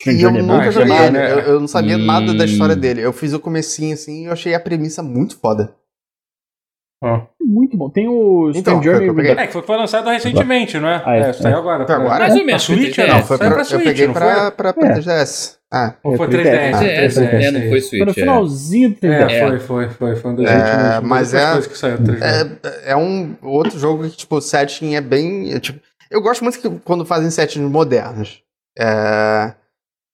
Strange e eu Journey é bom, nunca né? joguei Chamado, ele, né? eu, eu não sabia Hum. nada da história dele. Eu fiz o comecinho assim e eu achei a premissa muito foda. Ó. É Muito bom. Tem o Então, Strange foi o que eu Journey peguei. É, que foi, foi lançado recentemente, não é? Ah, é. é, saiu agora. Foi agora? Mais ou menos, Pra Switch, foi não? É, não, foi saiu pra, pra eu Switch, peguei não pra, foi? pra, pra É. 3DS. Ah, Ou foi É, 3DS, 3DS? Mas é, essa, é, não foi Foi no Switch. é. finalzinho do 3DS. É, foi, foi, foi. Foi um dos É, últimos. mas Mas é- é. coisas que saiu do 3DS. É, é um outro jogo que, tipo, o setting é bem. é, tipo, eu gosto muito que, quando fazem settings modernos. É,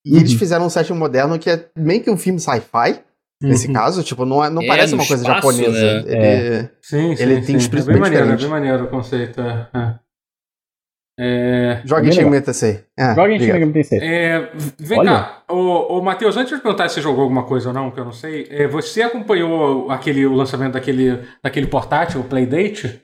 e eles Uhum. fizeram um setting moderno que é meio que um filme sci-fi, Uhum. nesse caso. Tipo, não, é- não É, parece no uma coisa espaço, japonesa. né? Ele- Sim, sim. Ele tem sim. espírito é bem bem maneiro, é diferente. bem maneiro o conceito. É. é. É, Joga É em Shin melhor. Megami Tensei. É, Joga em Shin obrigado. Megami Tensei. É, vem Olha. cá, ô, ô Matheus, antes de eu perguntar se você jogou alguma coisa ou não, que eu não sei, é, você acompanhou aquele, o lançamento daquele, daquele portátil, o Playdate?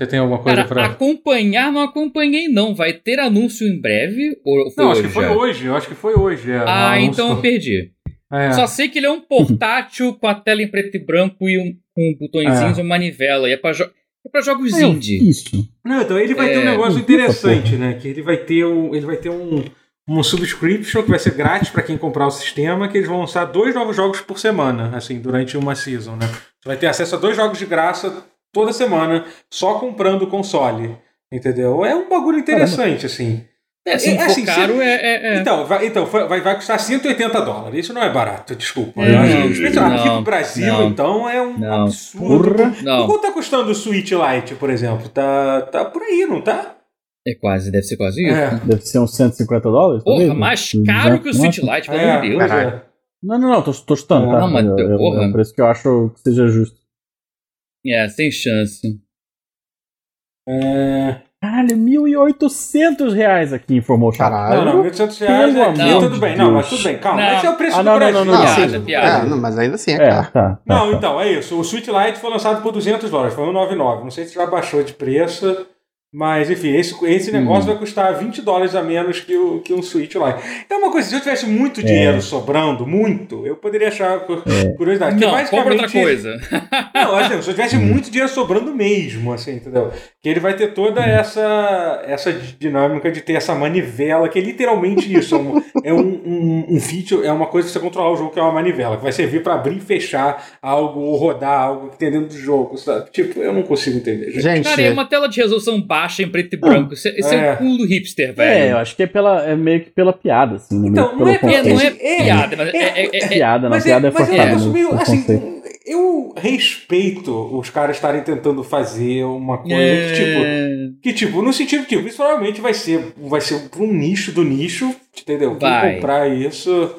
Você tem alguma coisa Cara, pra. acompanhar não acompanhei, não. Vai ter anúncio em breve? Ou foi Não, acho hoje que foi já? hoje, eu acho que foi hoje. é, um Ah, anúncio. então eu perdi. É. Só sei que ele é um portátil com a tela em preto e branco e um, com botõezinhos e uma manivela. E é pra, jo é pra jogos É indie. Isso. Não, então ele vai ter um É, negócio puta interessante, né? Que ele vai ter um, ele vai ter um, um subscription que vai ser grátis pra quem comprar o sistema, que eles vão lançar dois novos jogos por semana, assim, durante uma season, né? Você vai ter acesso a dois jogos de graça toda semana, só comprando o console. Entendeu? É um bagulho interessante, assim. É, se É, não for assim, se- caro, é- é, é. Então, vai, então foi- vai, vai custar 180 dólares. Isso não é barato, desculpa. É, Eu acho- não, especialmente aqui não, no Brasil, não. então, é um Não. absurdo. Não. Quanto tá custando o Switch Lite, por exemplo? Tá, tá por aí, não tá? É quase, deve ser quase isso. É. Deve ser uns 150 dólares? Porra, talvez, né? mais caro que o Switch Nossa. Lite, pelo amor de Deus. cara. É, Caralho. Não, não, não, tô, tô chutando, tá? Não, mas, é, é- porra. é o preço que eu acho que seja justo. É, sem chance. É. Caralho, 1.800 reais aqui, informou o chat. Não, Caralho. não, 1.800 reais Pelo aqui, amor tudo de bem. Não, Deus. mas tudo bem, calma. Não. Esse é o preço Ah, do não, não, Brasil. não, Não, Piada, sim. piada. É, não, mas ainda assim é, É, tá. caro. tá, Não, tá. então, é isso. O Switch Lite foi lançado por 200 dólares, foi 1,99. Não sei se já baixou de preço, mas enfim, esse, esse Hum. negócio vai custar 20 dólares a menos que, o, que um Switch Lite. Então, uma coisa, se eu tivesse muito É. dinheiro sobrando, muito, eu poderia achar cu- curiosidade. porque Não, compra outra basicamente- coisa. Não, assim, se eu tivesse Hum. muito dinheiro sobrando mesmo, assim, entendeu? Que ele vai ter toda Hum. essa, essa dinâmica de ter essa manivela, que é literalmente isso. É um, é um, um- um feature, é uma coisa pra você controlar o jogo, que é uma manivela, que vai servir pra abrir e fechar algo ou rodar algo que tem dentro do jogo, sabe? Tipo, eu não consigo entender. gente. Gente, Cara, é uma tela de resolução baixa em preto e branco. Isso é, isso é É. o pulo do hipster, É, velho. eu acho que é, pela, é meio que pela piada, assim, né? Então, meio não é que pelo piada, não é gente, é- piada, mas é, é, é- é- piada, não. Mas, piada é, é, mas é um forçada. negócio no- meio, no conceito. assim, eu respeito os caras estarem tentando fazer uma coisa que, é, tipo, Que, tipo, no sentido que isso provavelmente vai ser, vai ser pra um nicho do nicho, entendeu? Quem Vai. comprar isso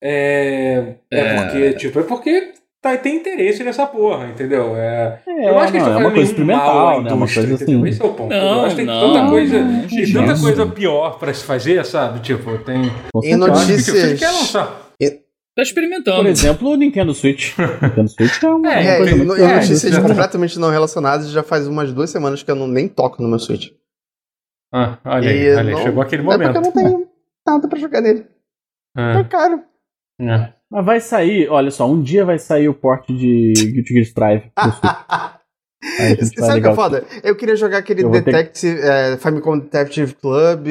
é, é, É. porque, tipo, é porque tá- tem interesse nessa porra, entendeu? É, É, eu não acho que eles estão não, é uma fazendo coisa nenhum mal à experimental, né? Uma indústria, coisa entendeu? assim. Esse é o ponto. eu Não, acho que tem não, tanta coisa, não, tem não. tanta coisa pior pra se fazer, sabe? Tipo, tem. com Em certeza. eu acho que, tipo, se Notícias. eles querem lançar. Tá experimentando. Por exemplo, o Nintendo Switch. Nintendo Switch é uma É, coisa É, muito no- e é, notícias isso é- completamente não relacionadas já faz umas duas semanas que eu não, nem toco no meu Switch. Ah, olha aí, E olha aí, não- chegou aquele É porque eu momento. não tenho nada pra jogar nele. Tá Ah, caro. é. Mas vai sair, olha só, um dia vai sair o porte de Guilty Gear Strive. Ah, pro Switch. Aí a gente vai Sabe o que ligar é o- foda? Eu queria jogar aquele tá Eu vou ter- Detective, é, Famicom Detective Club.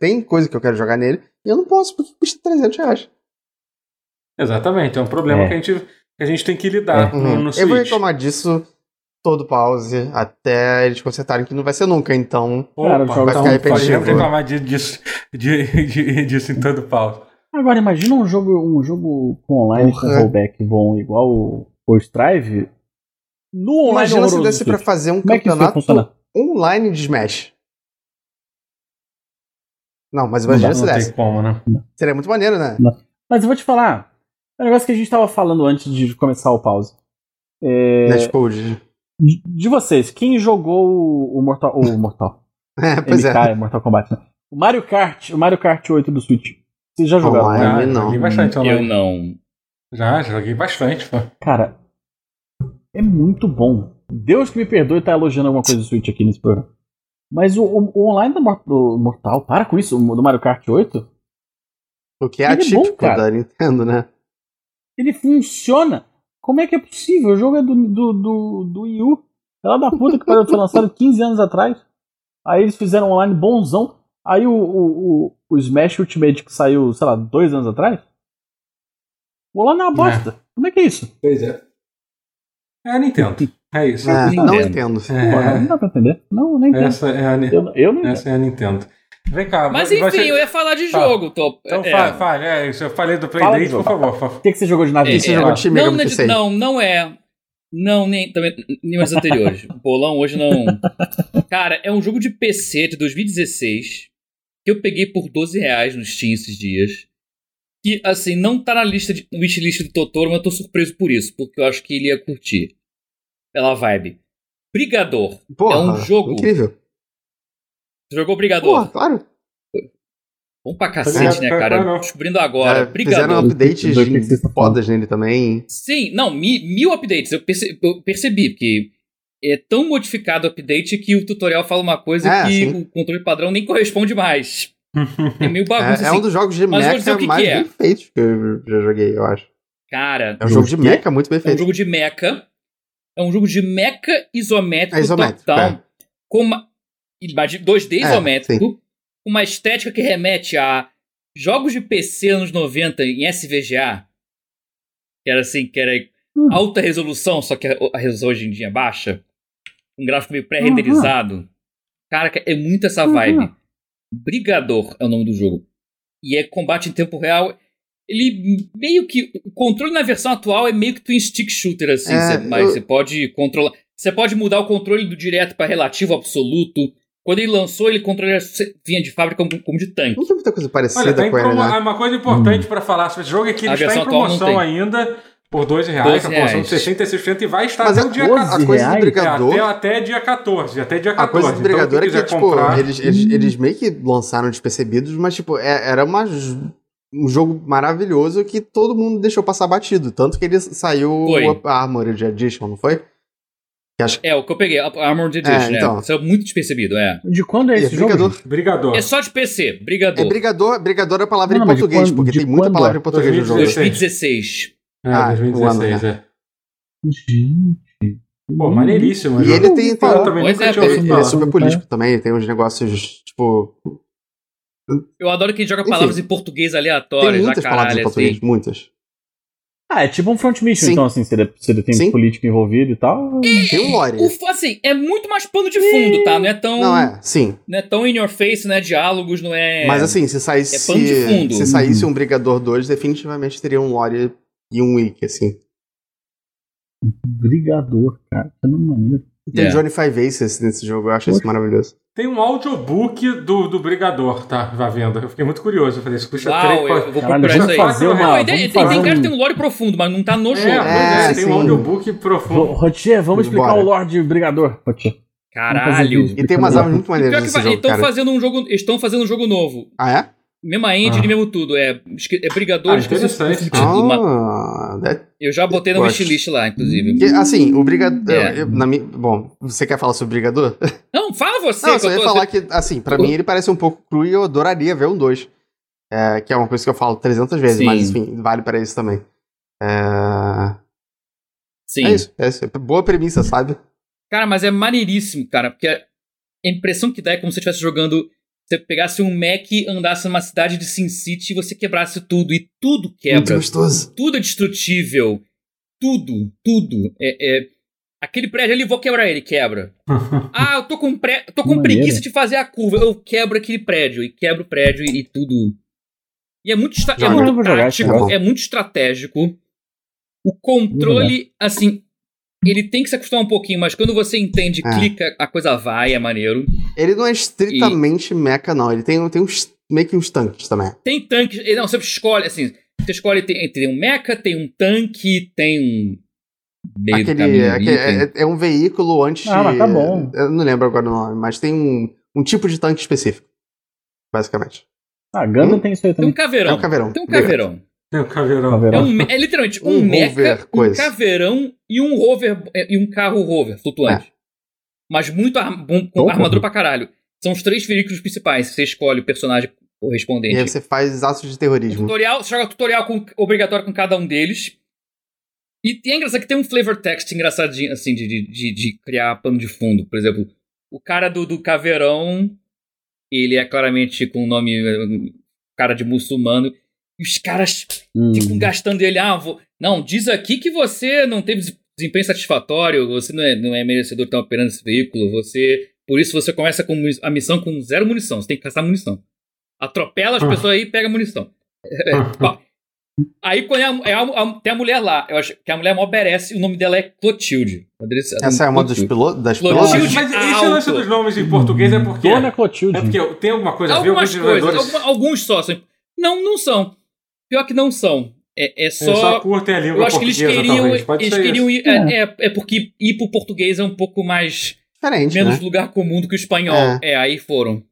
Tem coisa que eu quero jogar nele. E eu não posso, porque custa 300 reais. Exatamente, é um problema É. que a gente. que A gente tem que lidar Uhum. no, no eu vou Switch. reclamar disso todo pause até eles consertarem que não vai ser nunca, então. Cara, o Opa, jogo um então, tá podemos repetitivo. reclamar de- disso, de- de- disso em todo pau. Agora imagina um jogo, um jogo com online com Porra. rollback bom igual o, o Strive. No online Imagina se horroroso desse do pra Switch. fazer um Como é que isso vai campeonato funcionar? online de Smash. Não, mas Não dá, imagina Não se tem desse. como, né? Seria muito maneiro, né? Mas eu vou te falar, é um negócio que a gente tava falando antes de começar o pause. É, Netcode. de, de vocês, quem jogou o, o Mortal. O Mortal. É, pois MK, é. é. Mortal Kombat, né? O Mario Kart, o Mario Kart 8 do Switch. Vocês já jogaram? Online. Já, né? não. Joguei bastante Eu online. não. Já, joguei bastante. Pô. Cara, é muito bom. Deus que me perdoe tá elogiando alguma coisa do Switch aqui nesse programa. Mas o, o- o online do Mor- do Mortal, para com isso, o do Mario Kart 8, O que Ele é é bom, atípico cara. da Nintendo, né? ele funciona. Como é que é possível? O jogo é do, do, do, do Wii U. Ela da puta que pariu, foi lançado 15 anos atrás. Aí eles fizeram um online bonzão. Aí o, o, o, o Smash Ultimate que saiu, sei lá, dois anos atrás. O online é uma bosta. Como é que é isso? Pois é. É a Nintendo. É isso. É, Nintendo. não entendo. Porra, não É, dá pra entender. Não, nem entendo. essa, é a, Ni- Eu, eu não entendo. essa é a Nintendo. Vem cá, Mas vai- enfim, vai ser- eu ia falar de Fala. jogo, Top. Então É. fala, fala, é isso. Eu falei do Fala Playdate, de por novo. favor. fa- O que, que você jogou de nave? É, Esse é. jogo de Não, Mega Man não, é de- 16. não, não é. Não, nem, também, nem mais anteriores. O bolão hoje não. Cara, é um jogo de PC de 2016 que eu peguei por 12 reais no Steam esses dias. Que, assim, não tá na lista de, no wishlist do Totoro, mas eu tô surpreso por isso, porque eu acho que ele ia curtir. Pela vibe. Brigador. Porra, é um jogo. Incrível. Você jogou Brigador? Porra, claro. Bom pra cacete, ligado, né, tá- cara? tá, não. Descobrindo agora. Já É, fizeram Brigador. updates Do que vocês estão fodas nele também. Sim, não, mi- mil updates. Eu perce- eu percebi, que é tão modificado o update que o tutorial fala uma coisa Ah, que sim. o controle padrão nem corresponde mais. É meio bagunça. É, é assim. um dos jogos de Mas vou dizer mecha o que que mais é. bem feitos que eu já joguei, eu acho. Cara, É um jogo de O quê? mecha muito bem é um feito. jogo de mecha. É um jogo de mecha isométrico. É isométrico, top-down, Com uma, e- mas de 2D É, isométrico. com Uma estética que remete a jogos de PC anos 90 em SVGA. Que era assim, que era Hum. alta resolução, só que a a resolução hoje em dia é baixa. Um gráfico meio pré-renderizado. Cara, é muito essa vibe. Uhum. Brigador é o nome do jogo. E é combate em tempo real. Ele meio que. O controle na versão atual é meio que twin stick shooter, assim. É, você- mas eu- você pode controlar. Você pode mudar o controle do direto para relativo absoluto. Quando ele lançou, ele controle vinha de fábrica como, como de tanque. Não tem muita coisa parecida Olha, tá em com ele, promo... né? ah, uma coisa importante pra falar sobre esse jogo é que ele A está versão em atual não promoção tem. ainda por R$ 2 reais, Dois a promoção de reais. 66% e vai estar Mas é até a- o dia doze 14. A coisa do reais? É, brigador. até, até dia 14, até dia 14. A coisa do Então, quem brigador é que, quiser tipo, comprar... eles, eles, eles meio que lançaram despercebidos, mas, tipo, é- era uma j- um jogo maravilhoso que todo mundo deixou passar batido. Tanto que ele saiu Foi. o Armored Edition, não foi? É, o que eu peguei, a- a Armored É, Edition, né? então. Isso é muito despercebido, é. De quando é E esse jogo? brigador, gente? Brigador. É só de PC, Brigador. é brigador, brigador é a palavra Não, em mas de português, quando- porque de tem muita quando palavra é? em português no jogo. 2016. 2016. É, Ah, 2016, o é. Gente. Pô, maneiríssimo. Hum, E jogo. ele tem- tem- Eu também Pois nunca é, tinha eu Ele, ouvido ele é falar. super político também, tem uns negócios, tipo. Eu adoro que ele joga Enfim. palavras em português Tem aleatórias na muitas palavras em caralho, português, assim. muitas. Ah, é tipo um front mission, Sim. então, assim, se ele, se ele tem Sim. político envolvido e tal. Tem um lore. O, fa- assim, é muito mais pano de fundo, tá? Não é tão. Não, é, sim. Não é tão in your face, não é diálogos, não é. Mas assim, se saísse. é pano de fundo. Se saísse um Brigador 2, definitivamente teria um lore e um wiki, assim. Brigador, cara. Que maneiro. Tem Yeah. Johnny Five Aces nesse jogo, eu acho isso Poxa. maravilhoso. Tem um audiobook do, do Brigador, tá? À venda. Eu fiquei muito curioso. Eu falei, isso custa Uau, eu, três- eu vou Caralho, procurar vamos isso aí. fazer uma. Não, Não, Vamos e tem, tem, fazer tem cara que um- tem um lore profundo, mas não tá no É, jogo. pois é, É, tem sim. um audiobook Ro- profundo. Rotier, vamos explicar Bora. o Lorde Brigador. Rotier. Caralho. E tem um umas armas muito E pior maneiras que nesse fa- jogo, estão cara. fazendo um jogo. Estão fazendo um jogo novo. Ah, é? Mesma engine, Ah. mesmo tudo. É, esque- é Brigador, Ah, esqueci o interessante. subtítulo, mas Ah, that- Eu já botei no Gosto. wishlist lá, inclusive. que, assim, o Brigador. É. eu- na mi- Bom, você quer falar sobre o Brigador? Não, fala você Não, eu que só eu ia tô. falar que, assim, pra Eu- mim ele parece um pouco cru e eu adoraria ver um 2. É, que é uma coisa que eu falo 300 vezes, Sim. mas enfim, vale pra isso também. É. Sim. É isso, é isso. Boa premissa, sabe? Cara, mas é maneiríssimo, cara, porque a impressão que dá é como se você estivesse jogando. Você pegasse um Mac, andasse numa cidade de Sin City e você quebrasse tudo. E tudo Muito quebra. gostoso. Tudo é destrutível. Tudo, tudo. É, é- Aquele prédio ali, vou quebrar ele, quebra. Ah, eu tô com, pré... tô com Maneiro. preguiça de fazer a curva. Eu quebro aquele prédio e quebro o prédio e, e tudo. E é muito, estra- é Joga. muito Eu vou jogar esse tático, jogo. é muito estratégico. O controle, assim, ele tem que se acostumar um pouquinho, mas quando você entende, É. clica, a coisa vai, é maneiro. Ele não é estritamente mecha, não. Ele tem, tem uns, meio que uns tanques também. Tem tanques. eh, Não, você escolhe, assim. Você escolhe, tem, tem um mecha, tem um tanque, tem um. Meio do Aquele, caminho ali, aquele- tem- é, é um veículo antes Ah, mas tá bom. Eu não lembro agora o nome, mas tem um, um tipo de tanque específico. Basicamente. Ah, Gundam tem isso aí tem um também. caveirão. É um caveirão. Tem um caveirão. Tem o caveirão. É, Caveirão. um me- é literalmente um, Um mecha, rover, um coisa. caveirão e um rover é, e um carro rover flutuante. Mas muito ar- bom- com Opa. armadura pra caralho. São os três veículos principais. Você escolhe o personagem E aí correspondente. você faz atos de O terrorismo. tutorial, você joga tutorial com- obrigatório com cada um deles. E tem é engraçado que tem um flavor text engraçadinho, assim, de, de, de- de criar pano de fundo. Por exemplo, o cara do, do caveirão, ele é claramente com o nome eh, cara de muçulmano. E os caras ficam Hum. gastando ele. Ah, vou... não, diz aqui que você não teve des- desempenho satisfatório, você não é, não é merecedor de estar operando esse veículo, você. Por isso você começa com muni- a missão com zero munição, você tem que caçar munição. Atropela as Ah. pessoas aí e pega munição. Ah, Bom, aí quando é a- é a- a- tem a mulher lá, eu acho que a mulher mó merece, o nome dela é Clotilde. Essa é uma dos Clotilde. pilotos, das Clotilde. pilotas? Mas esse é lance Alto. dos nomes em português é porque. Dona É Clotilde. porque tem alguma coisa a ver, alguns Algumas coisas, desenvolvedores. alguma- alguns só. são- Não, não são. Pior que não são. É, é é, Só curtem a língua Eu acho que eles portuguesa, queriam. talvez. Pode eles ser queriam isso. ir. É, é, é porque ir pro português é um pouco mais. Diferente, menos né? lugar comum do que o espanhol. É, aí foram.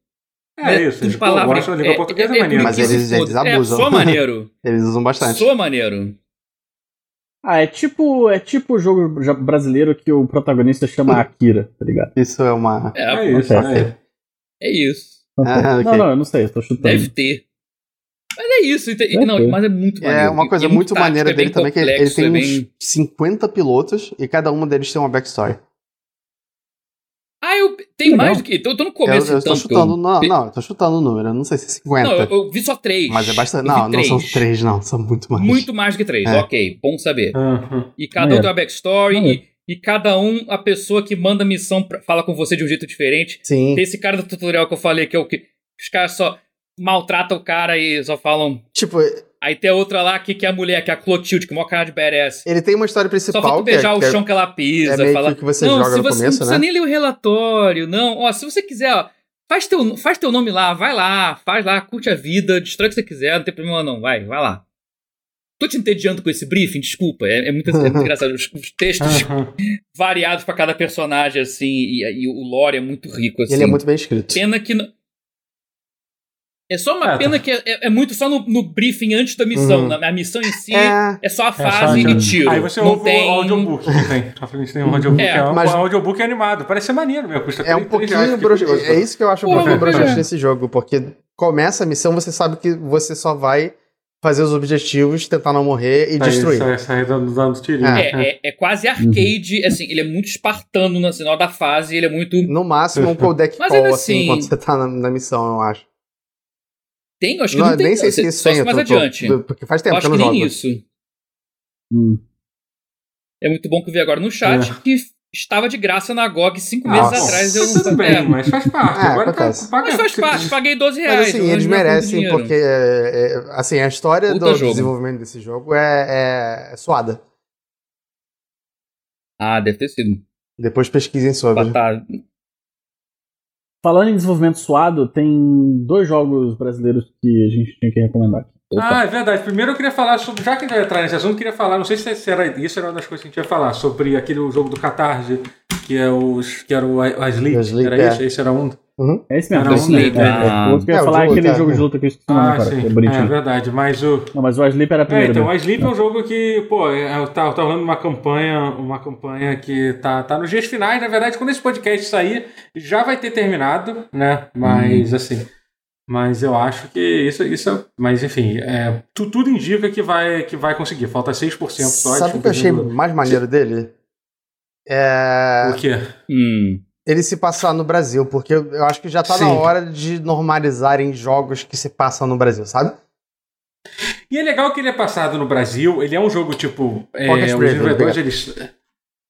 Né? É isso, eles palavras- gostam da língua portuguesa, é maneiro. bonito Mas que eles- se eles foda. abusam. É, sou maneiro. Eles usam bastante. sou maneiro. Ah, é tipo é tipo o jogo ja- brasileiro que o protagonista chama Akira, tá ligado? Isso é uma. É, É isso, Tá é. é isso. Ah, ok. Não, não, eu não sei, eu tô chutando. Deve ter. Mas é isso. ente- Deve não, ter. mas é muito maneiro. É uma coisa E muito tático, maneira é bem dele também, que ele- complexo, ele é tem bem- uns 50 pilotos e cada um deles tem uma backstory. Ah, eu... tem Legal. mais do que... Então eu tô no Eu, começo, eu então. estou porque eu- chutando, não, não, eu tô chutando o número, eu não sei se é 50. Não, eu, eu vi só três. mas é bastante. Eu vi Não, não são três, não, são muito mais. Muito mais do que três, É. ok. Bom saber. Aham. E cada um Maneiro. tem uma backstory. Maneiro. E, e cada um, a pessoa que manda missão pra- fala com você de um jeito diferente. Sim. Tem esse cara do tutorial que eu falei que é o que. Os caras só maltratam o cara e só falam. Tipo, Aí tem a outra lá que, que é a mulher, que é a Clotilde, que é o maior cara de badass. ele tem uma história Só principal. falta que é- beijar o que é- chão que ela pisa, é meio falar. que o que você não, joga se no você começo, não precisa né?" nem ler o relatório, não. Ó, se você quiser, ó, faz teu, faz teu nome lá, vai lá, faz lá, curte a vida, destrói o que você quiser, não tem problema não, vai, vai lá. Tô te entediando com esse briefing, desculpa, é, é muito, é muito engraçado. Os, os textos Ah. Aham. variados pra cada personagem, assim, e, e o lore é muito rico, assim. Ele é muito bem escrito. Pena que. não- É só uma É, pena que é, é- é muito só no, no briefing antes da missão. tá. Uhum. Na, na missão em si é, É, só a É, fase só- e tiro. Aí você não ouve tem... o audiobook que tem. Só que a gente tem um audiobook. É, É, um mas- um audiobook animado. Parece ser maneiro mesmo. Custa é um três- três pouquinho reais, broxa. fica curioso. É isso que eu acho um Pô, pouquinho mas broxante é. nesse jogo, porque começa a missão, você sabe que você só vai fazer os objetivos, tentar não morrer e Sai- destruir. tá sai- sai dando, dando tirinho. É. É, é- é quase arcade, assim, ele é muito espartano no final da fase, ele é muito. No máximo um codec Mas call, ainda assim, assim- enquanto você tá na, na missão, eu acho. Tem, eu acho que Não, não, tem. nem sei se só- isso só tem. eu mais tô- tô- adiante. do- porque faz Eu tempo que acho eu não que nem jogo. isso. Hum. É muito bom que eu vi agora no chat que estava de graça na GOG cinco É. Nossa. meses atrás. Eu não Tudo sabia. bem, mas faz parte. É, Agora tá, acontece. paga- Mas faz parte, paguei 12 reais. Mas assim, eu eles não ganho muito merecem, dinheiro. porque é, é, assim, a história Puta do jogo. desenvolvimento desse jogo é, é- é suada. Ah, deve ter sido. tá, Depois pesquisem sobre. Batalha. Falando em desenvolvimento suado, tem dois jogos brasileiros que a gente tinha que recomendar. aqui. Opa. Ah, é verdade. Primeiro eu queria falar sobre. Já que a gente vai entrar nesse assunto, eu queria falar, não sei se esse era isso, era uma das coisas que a gente ia falar, sobre aquele jogo do Catarse, que é os. que era o I- I Sleep. O Sleep, Era é. isso? Esse era um. É esse mesmo. Era é esse um mesmo. deles, É, né? O outro que eu É, ia o falar é jogo, aquele tá, jogo é. de luta que eu esqueci o nome, Ah, cara. sim. Que é É bonitinho. verdade, mas o. Não, mas o Sleep era É, primeiro. né? então, mesmo. a Sleep é um jogo que, pô, é, eu tava, tava rolando uma campanha, uma campanha que tá, tá nos dias finais, na verdade, quando esse podcast sair, já vai ter terminado, né? Mas assim. Mas eu acho que isso, isso é- Mas enfim, é, tu- tudo indica que vai, que vai conseguir. Falta 6% só. Sabe acho o que eu achei do- mais maneiro dele? É. O quê? Hum. Ele se passar no Brasil, porque eu eu acho que já tá na Sim. hora de normalizarem jogos que se passam no Brasil, sabe? E é legal que ele é passado no Brasil, ele é um jogo tipo. É, Pocket os Bravery, desenvolvedores, eles.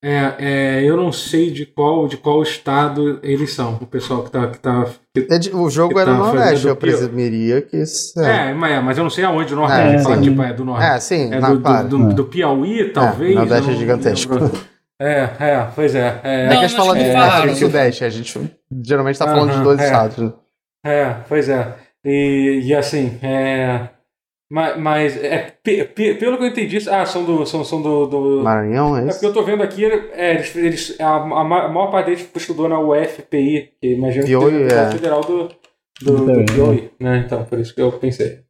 É, é, eu não sei de qual, de qual estado eles são, o pessoal que tá, que tá É de- O jogo Que era tá no Nordeste, fazendo eu pior. presumiria que isso. É, É, mas, mas eu não sei aonde, o É, Nordeste, é, fala, sim. tipo, é do Nordeste. é sim, É, não, do, claro. do, do- É. do Piauí, talvez. o Nordeste eu é não gigantesco. lembro. É, é, pois é. É, É Não, que a gente mas fala de é, norte não. e sudeste, a gente geralmente tá falando de Aham, dois é. estados. né? é, pois é. E, e assim, é. ma- Mas, é, pe- pe- pelo que eu entendi, ah, são do. São, são do, do- Maranhão, é é porque eu isso? tô vendo aqui, é, eles, eles, a, a ma- a maior parte deles estudou na UFPI, que imagino que Piauí, seja a Universidade é. Federal do, do, do Também, Piauí, né? Então, por isso que eu pensei.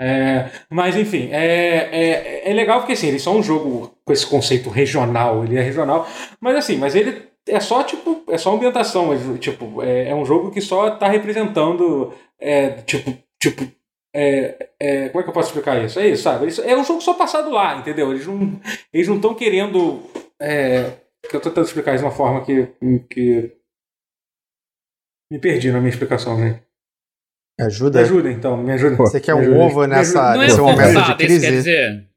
É, mas enfim, é, é, é legal porque assim, eles são um jogo com esse conceito regional, ele é regional, mas assim, mas ele é só tipo, é só ambientação, é, tipo, é, é um jogo que só tá representando, é, tipo, tipo, é, é, como é que eu posso explicar isso? É isso, sabe? Isso- é um jogo só passado lá, entendeu? Eles não eles não estão querendo, é, que eu tô tentando explicar isso de uma forma que, que me perdi na minha explicação, né? gente. Me É. Ajuda? ajuda então, me ajuda. Você quer um ovo nessa, Não é nesse momento de forçado, isso quer crise? dizer.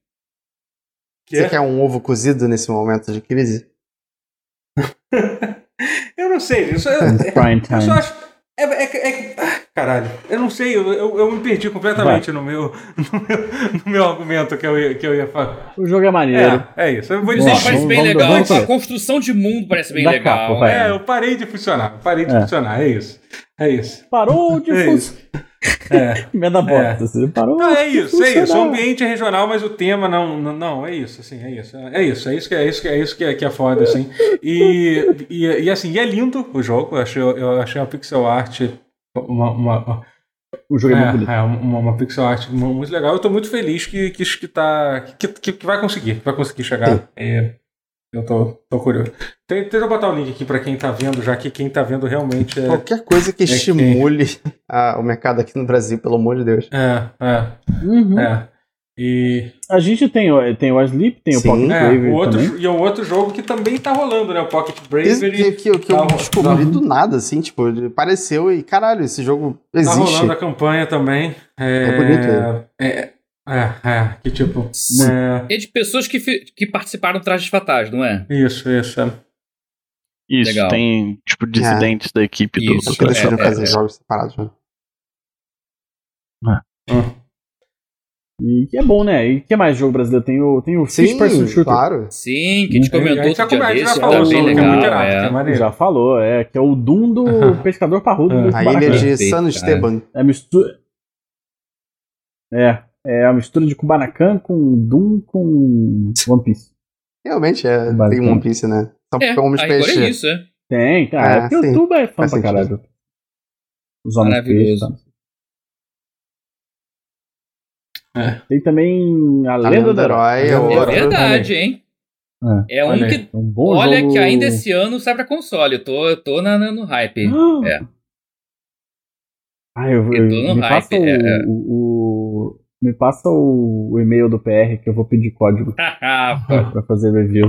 Que Você é? quer um ovo cozido nesse momento de crise? Eu não sei, eu só, eu Prime Time. só acho. É, é, é- ah, caralho, eu não sei, eu, eu, eu me perdi completamente no meu, no meu no meu argumento que eu ia, que eu ia falar. O jogo é maneiro. É, é isso. Eu vou dizer. Não, Vamos- parece um bem vamos- legal. vamos- a construção de mundo parece bem Da legal. né? capa, vai. É, eu parei de funcionar, eu parei de É. funcionar, é isso. É isso. Parou de É funcionar. É. Emenda a bota. assim, Parou. Não, é isso, é isso. O funcionar. ambiente é regional, mas o tema não, não, não, é isso, assim, é isso. É isso, é isso que é isso que é, isso que é, que é foda, assim. E, e, e, assim, e é lindo o jogo. Eu achei, eu achei uma pixel art uma- uma, O jogo é, muito bonito. É, uma, uma pixel art mu- muito legal. Eu tô muito feliz que, que, que, tá, que, que- que vai conseguir, que vai conseguir chegar. É, Eu tô, tô curioso. Tem- Deixa eu botar o link aqui pra quem tá vendo, já que quem tá vendo realmente é. Qualquer coisa que que- estimule a- o mercado aqui no Brasil, pelo amor de Deus. É, é, Uhum. é. E A gente tem, o- tem o Sleep, tem Sim. o Pocket é, Bravery o outro, também. e é o outro jogo que também tá rolando, né? O Pocket Isso Bravery. que, que, que eu Tá- descobri tá- do nada, assim, tipo, de- apareceu e caralho, esse jogo Tá existe. rolando a campanha também. É, É bonito É, é, é, que tipo. Sim. é, É de pessoas que, fi- que participaram do Trajes Fatais, não é? isso, isso. é. Isso, Legal. tem, tipo, dissidentes da equipe do- Isso. do. Porque É, decidiram é, fazer é. jogos separados, né? Hum. E que é bom, né? E que mais jogo brasileiro? Tem o, tem o Fish Sim, Person Shooter. claro. Sim, que a gente Tem- comentou Uhum. a gente já, outro dia come- a gente já desse, falou tá bem sobre que é muito legal. irado, que é é. maneiro. Já falou, é, que é o Doom do Aham. pescador parrudo É. do A ilha Kubanacan. de Perfeito, San cara. Esteban. É a mistura. É, é a mistura de Kubanacan com Doom com One Piece. Realmente é, Bacana. tem One Piece, né? São É, como os a rigor é peixes. isso, é. Tem, cara. Ah, porque sim. o Tuba é fã Faz pra sentido. caralho. Os homens peixes, Maravilhoso. tá? É. tá? Tem também a, Tá A Lenda do Herói. Herói é Lenda do É Bora, outro. verdade, hein? É um olha aí. que. É um bom Olha jogo. que ainda esse ano sai pra console. Eu tô, eu tô na, na- no hype. Ah! É. Ah, eu, Eu tô eu- no me, passa hype, o, é, é. o- o- me passa o, o e-mail do PR que eu vou pedir código Ah. pra fazer review.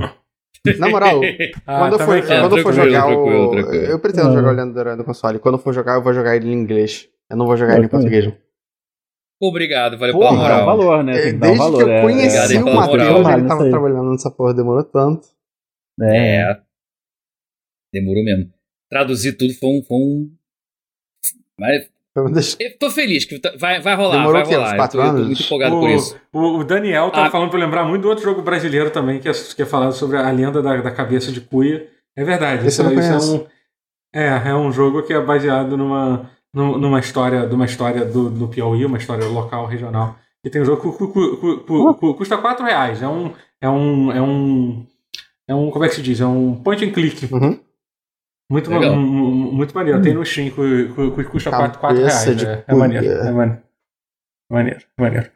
Na moral, Ah, quando eu for, também quero. quando eu for É, tranquilo, jogar tranquilo, o. tranquilo. Ah. Eu pretendo Não. jogar o Leandro Dourado no console. Quando eu for jogar, eu vou jogar ele em inglês. Eu não vou jogar Eu ele em também. português. Obrigado, valeu Porra, pela Tem que dar moral. um valor, né? Tem É, que dar um Desde valor. que é, eu conheci é, Obrigado o pela Matheus, moral. ele tava Isso aí. trabalhando nessa porra, demorou tanto. É, É. Demorou mesmo. Traduzir tudo foi um. Foi um... Mas Foi uma das- eu tô feliz que tá- vai, vai rolar, Demorou o vai quê? Uns rolar. quatro eu, tô, eu tô anos? muito empolgado O- por isso. O, o Daniel tava Ah. falando pra eu lembrar muito do outro jogo brasileiro também, que é, que é falado sobre a lenda da, da cabeça de cuia. É verdade. Esse eu não é um. É, é um jogo que é baseado numa, num- numa história, de uma história do, do Piauí, uma história local, regional. E tem um jogo que cu- cu- cu- Hum. cu- cu- custa 4 reais. É um. É um. É um. É um. Como é que se diz? É um point and click. Uhum. Muito, ma- Legal. mu- mu- muito maneiro. Tem no Steam cu- cu- cu- custa 4, Cabeça reais. de é, é cuia. maneiro. É maneiro. Maneiro, maneiro.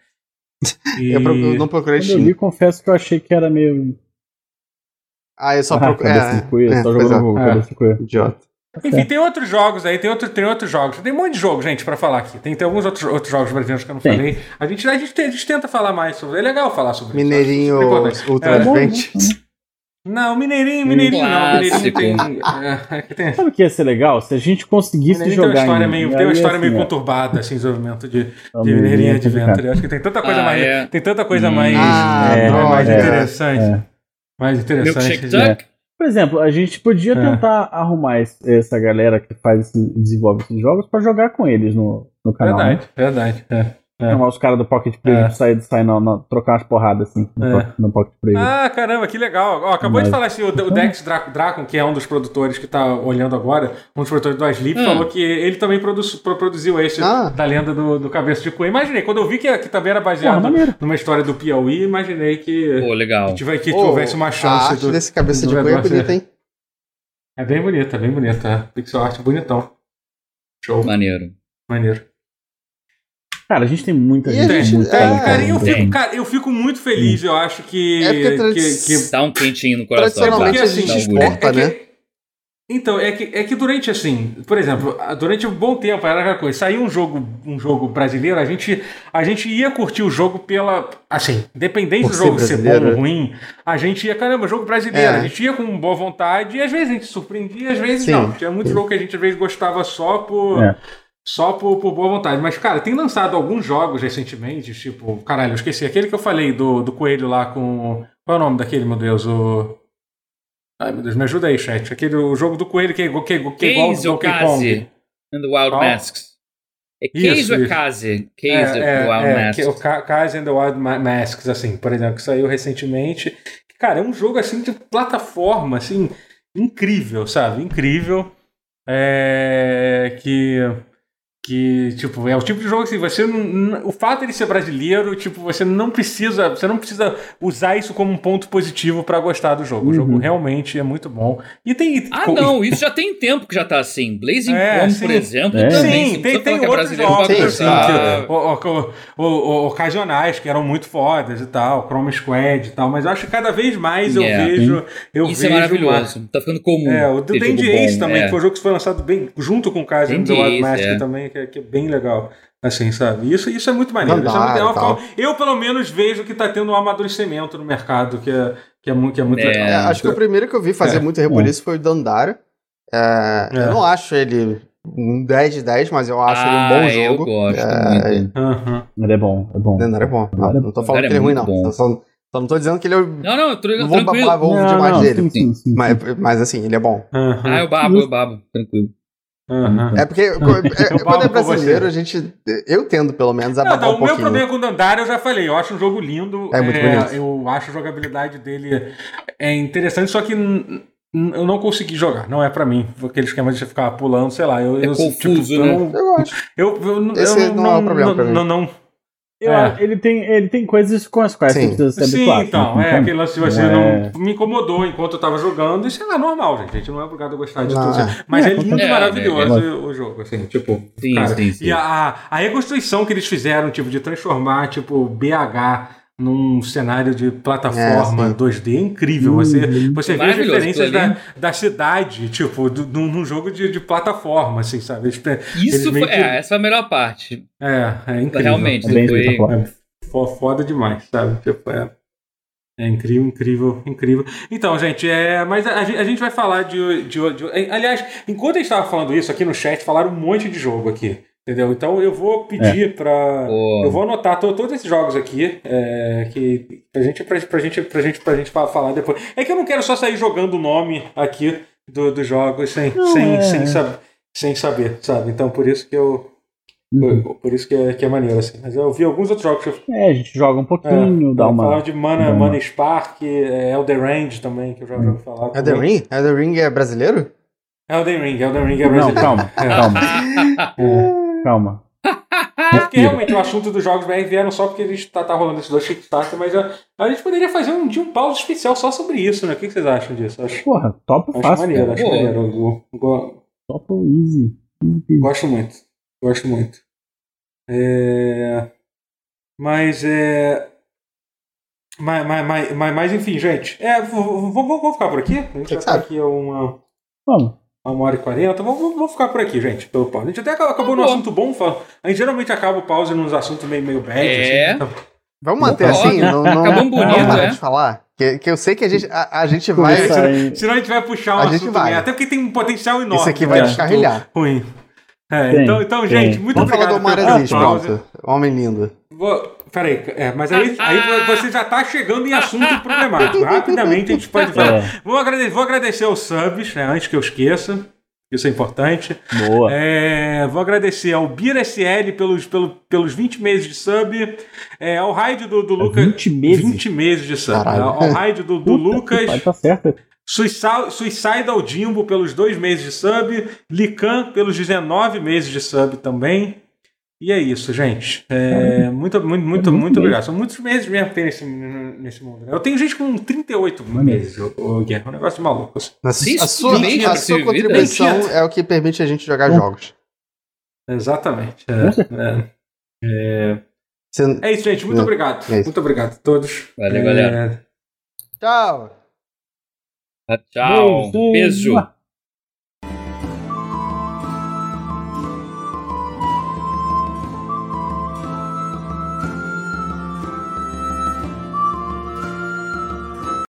E... Eu, pro- eu não procurei é, Quando eu Steam. li, confesso que eu achei que era meio. Ah, eu só ah, procurei. cabeça de cuia, só jogando no Google, É. cabeça de cuia. Idiota. Enfim, tem outros jogos aí, tem, outro, tem outros jogos. Tem um monte de jogo, gente, pra falar aqui. Tem, tem alguns outros, outros jogos brasileiros que eu não Tem. falei. A gente, a, gente, tem- a gente tenta falar mais sobre. É legal falar sobre isso, Mineirinho acho super importante. Ultra É. Advent. Não, Mineirinho, Mineirinho não. Mineirinho Clássico. tem. é, é que tem Sabe o que ia ser legal? Se a gente conseguisse Mineirinho tem uma jogar. história em- meio, aí tem uma é história assim, meio ó. conturbada, assim, desenvolvimento de, de né? Ah, Mineirinho é complicado. Adventure. Acho que tem tanta coisa Ah, mais. é. Tem tanta coisa Hum. mais. Ah, é, droga. mais É. interessante. É. Mais interessante. Milkshake Duck? Por exemplo, a gente podia É. tentar arrumar esse- essa galera que faz esse- desenvolve esses jogos pra jogar com eles no, no canal. né? Verdade, verdade. é. Chamar os caras do Pocket Play É. pra sair, sair na, na- trocar umas porradas assim no, É. po- no Pocket Play. Ah, caramba, que legal. Ó, acabou Mas- de falar assim, o, o Dex Dra- Dracon, que é um dos produtores que tá olhando agora, um dos produtores do Asleep, Hum. falou que ele também produz- pro- produziu esse Ah. da lenda do, do Cabeça de Coelho. Imaginei, quando eu vi que, que também era Porra, baseado maneiro. numa história do Piauí, imaginei que, Pô, legal. que, tive- que Pô, houvesse uma A chance. arte do- desse cabeça do de cuia é negócio. bonita, hein? É bem bonita, é bem bonita. é. Pixel art bonitão. Show, Maneiro. maneiro. Cara, a gente tem muita E gente. a gente- muito é, talento, Cara, eu muito fico, Tem. cara, eu fico muito feliz, eu acho que. É porque tradi- que- que- Dá um quentinho no coração. Tradicionalmente É a porque, gente assim, dá um orgulho. exporta, um né? que- Então, é que, é que durante, assim, por exemplo, a- durante um bom tempo era aquela coisa, saiu um jogo, um jogo brasileiro, a gente, a gente ia curtir o jogo pela, assim, independente Por do ser jogo ser bom ou brasileiro. né? ruim, a gente ia, caramba, jogo brasileiro, É. a gente ia com boa vontade, e às vezes a gente surpreendia, às vezes Sim. não. Tinha muito jogo que a gente às vezes gostava só por... É. Só por, por boa vontade. Mas, cara, tem lançado alguns jogos recentemente, tipo, caralho, eu esqueci. Aquele que eu falei do, do coelho lá com. Qual é o nome daquele, meu Deus? O. Ai, meu Deus, me ajuda aí, chat. Aquele o jogo do coelho que é igual que, que, que é igual ao Case do ou Donkey Case? Kong. And the Wild Qual? Masks. É Isso, Case ou é isso. Case? Case É, é, ou Wild é, que- o Masks. Ca- Case and the Wild Ma- Masks, assim, por exemplo, que saiu recentemente. Cara, é um jogo assim de plataforma, assim, incrível, sabe? Incrível. É, que Que, tipo, é o tipo de jogo assim, você não, o fato de ser brasileiro, tipo, você não precisa, você não precisa usar isso como um ponto positivo pra gostar do jogo. O jogo realmente é muito bom. E tem Ah, com- não, isso já tem tempo que já tá assim. Blazing É, Chrome, sim. por exemplo, É. também. Sim, Você tem, não precisa falar tem que é outros brasileiro Ah, jogos pra assim, sim, gostar. que- o- o- o- o- ocasionais que eram muito fodas e tal, Chrome Squad e tal, mas eu acho que cada vez mais eu Yeah. vejo. Eu Isso é vejo maravilhoso. Tá ficando comum. mais- É, o do ter jogo Dandy bom, Ace também, é. que foi um jogo que foi lançado bem junto com o Kaiser do Dandy Wild Ace, Mask é. também, que, é- que é bem legal. Assim, sabe? Isso, isso é muito maneiro. Não isso é muito- dá, é uma tá. forma- eu, pelo menos, vejo que está tendo um amadurecimento no mercado, que é, que é, mu- que é muito É. legal. É, acho que o primeiro que eu vi fazer É. muito rebuliço foi o Dandara. É, É. Eu não acho ele um 10 de 10, mas eu acho Ah, ele um bom eu jogo. gosto É, muito. Aham. Mas é bom, é bom. Dandara é bom. Não, Dandara é não tô bom. falando que ele é ruim, não. Dandara é muito bom. Só, só não tô dizendo que ele é. o- Não, não, tran- Não vou tranquilo. babar ovo demais dele. Sim, sim, sim. Mas, mas assim, ele é bom. aham, Ah, eu babo, eu babo, tranquilo. aham. É porque co- é- Eu quando babo é com você. brasileiro, a gente. Eu tendo, pelo menos, a Não, babar não, o um meu pouquinho. problema com o Dandara eu já falei, eu acho um jogo lindo. É muito bonito. Eu acho a jogabilidade dele é interessante, só que n- n- eu não consegui jogar, não é pra mim. Aquele esquema de você ficar pulando, sei lá. Eu, É eu, confuso, eu né? não- Eu acho. Eu, eu, eu, Esse eu não é um problema não, pra mim. Não, não, Eu É. acho- ele, tem, ele tem coisas com as quais Sim. você precisa se Sim, habituar. então, né? é aquele lance de você É. não me incomodou enquanto eu tava jogando, isso é normal, gente. A gente não é obrigado a gostar de Não, tudo. é. isso. Mas É, é, lindo e é, maravilhoso é. o jogo, assim, tipo. Sim, Cara, sim, sim. E a, a, a reconstrução que eles fizeram, tipo, de transformar, tipo, BH num cenário de plataforma É, sim. 2D é incrível. Hum. Você, você vê as Uhum. Maravilhoso, diferenças aquilo ali. da, da cidade, tipo, do- num num jogo de, de plataforma, assim, sabe? Eles pe- Isso eles meio foi, que- é, essa foi a melhor parte. É, é incrível. Realmente, É bem foi- espetacular. Fo- Foda demais, sabe? Tipo, é. É incrível, incrível, incrível. Então, gente, é, mas a, a gente- a gente vai falar de, de, de- Aliás, enquanto a gente estava falando isso aqui no chat, falaram um monte de jogo aqui. Entendeu? Então eu vou É. pedir pra. Pô. Eu vou anotar to- todos esses jogos aqui. É, que pra gente, pra, pra gente, pra gente, pra gente fa- falar depois. É que eu não quero só sair jogando o nome aqui do- dos jogos sem, Não, sem, é. sem, sab- sem saber, sabe? Então por isso que eu, Uhum. por, por isso que é, que é maneiro, assim. Mas eu vi alguns outros jogos que eu. É, a gente joga um pouquinho, dá uma. Falar de Mana, dá uma- Mana Spark, é, Elden Ring também, que eu já ouvi falar. Elden também. Ring? Elden Ring é brasileiro? Elden Ring, Elden Ring é Não, brasileiro. calma, calma, calma. É porque realmente o assunto dos jogos BR vieram só porque a gente tá, tá rolando esses dois Kickstarter, mas a, a gente poderia fazer um dia um pause especial só sobre isso, né? O que que vocês acham disso? Acho, Porra, top acho fácil. maneiro, cara. acho Pô. maneiro. Go- go- Top easy. easy peasy. Gosto muito. Gosto muito. É, Mas é. Mas, mas, mas, mas, mas, enfim, gente. É, v- v- vamos, vamos ficar por aqui. A gente já tá aqui há uma, Vamos. uma hora e quarenta. Vamos, vamos- vamos ficar por aqui, gente. Pelo pause. A gente até acabou, acabou num bom. assunto bom. fal- A gente geralmente acaba o pause nos assuntos meio, meio bad. É. assim, então- Vamos manter Não, assim? Não, não, Acabou bonito, não parar né? de falar? Que, que eu sei que a gente, a, a gente vai. Começa aí. Senão a gente vai puxar um A gente assunto. vai. né? Até porque tem um potencial enorme. Isso aqui vai né? descarrilhar. Ruim. É, Tem, então, então, tem. gente, muito Vamos falar obrigado do Omar pelo Aziz, pause. pronto. Homem lindo. Vou- Peraí, é, mas aí, aí você já tá chegando em assunto problemático. Rapidamente a gente pode falar. É, Vou agradecer, vou agradecer aos subs, né, antes que eu esqueça. Isso é importante. boa. É, vou agradecer ao BiraSL pelos, pelo, pelos 20 meses de sub, é, ao raid do, do Lucas. 20 É meses. 20 meses de sub. né, Caralho. Ao raid do, do Lucas. Pai, tá certo. Suicidal, Suicidal Jimbo pelos dois meses de sub, Lican pelos 19 meses de sub também. E é isso, gente. É, muito, muito, muito, muito muito mesmo. obrigado. São muitos meses mesmo que tem nesse, nesse mundo. né? Eu tenho gente com 38 meses, ô- ô Guerra. É um negócio maluco. assim. Mas Sim, a sua, sim, a sim, sua sim, contribuição sim. é o que permite a gente jogar Bom. jogos. Exatamente. É, é. Você- É, é isso, gente. Muito É. obrigado. É isso. Muito obrigado a todos. Valeu, É, galera. Tchau! Tchau. Beijo. Mua.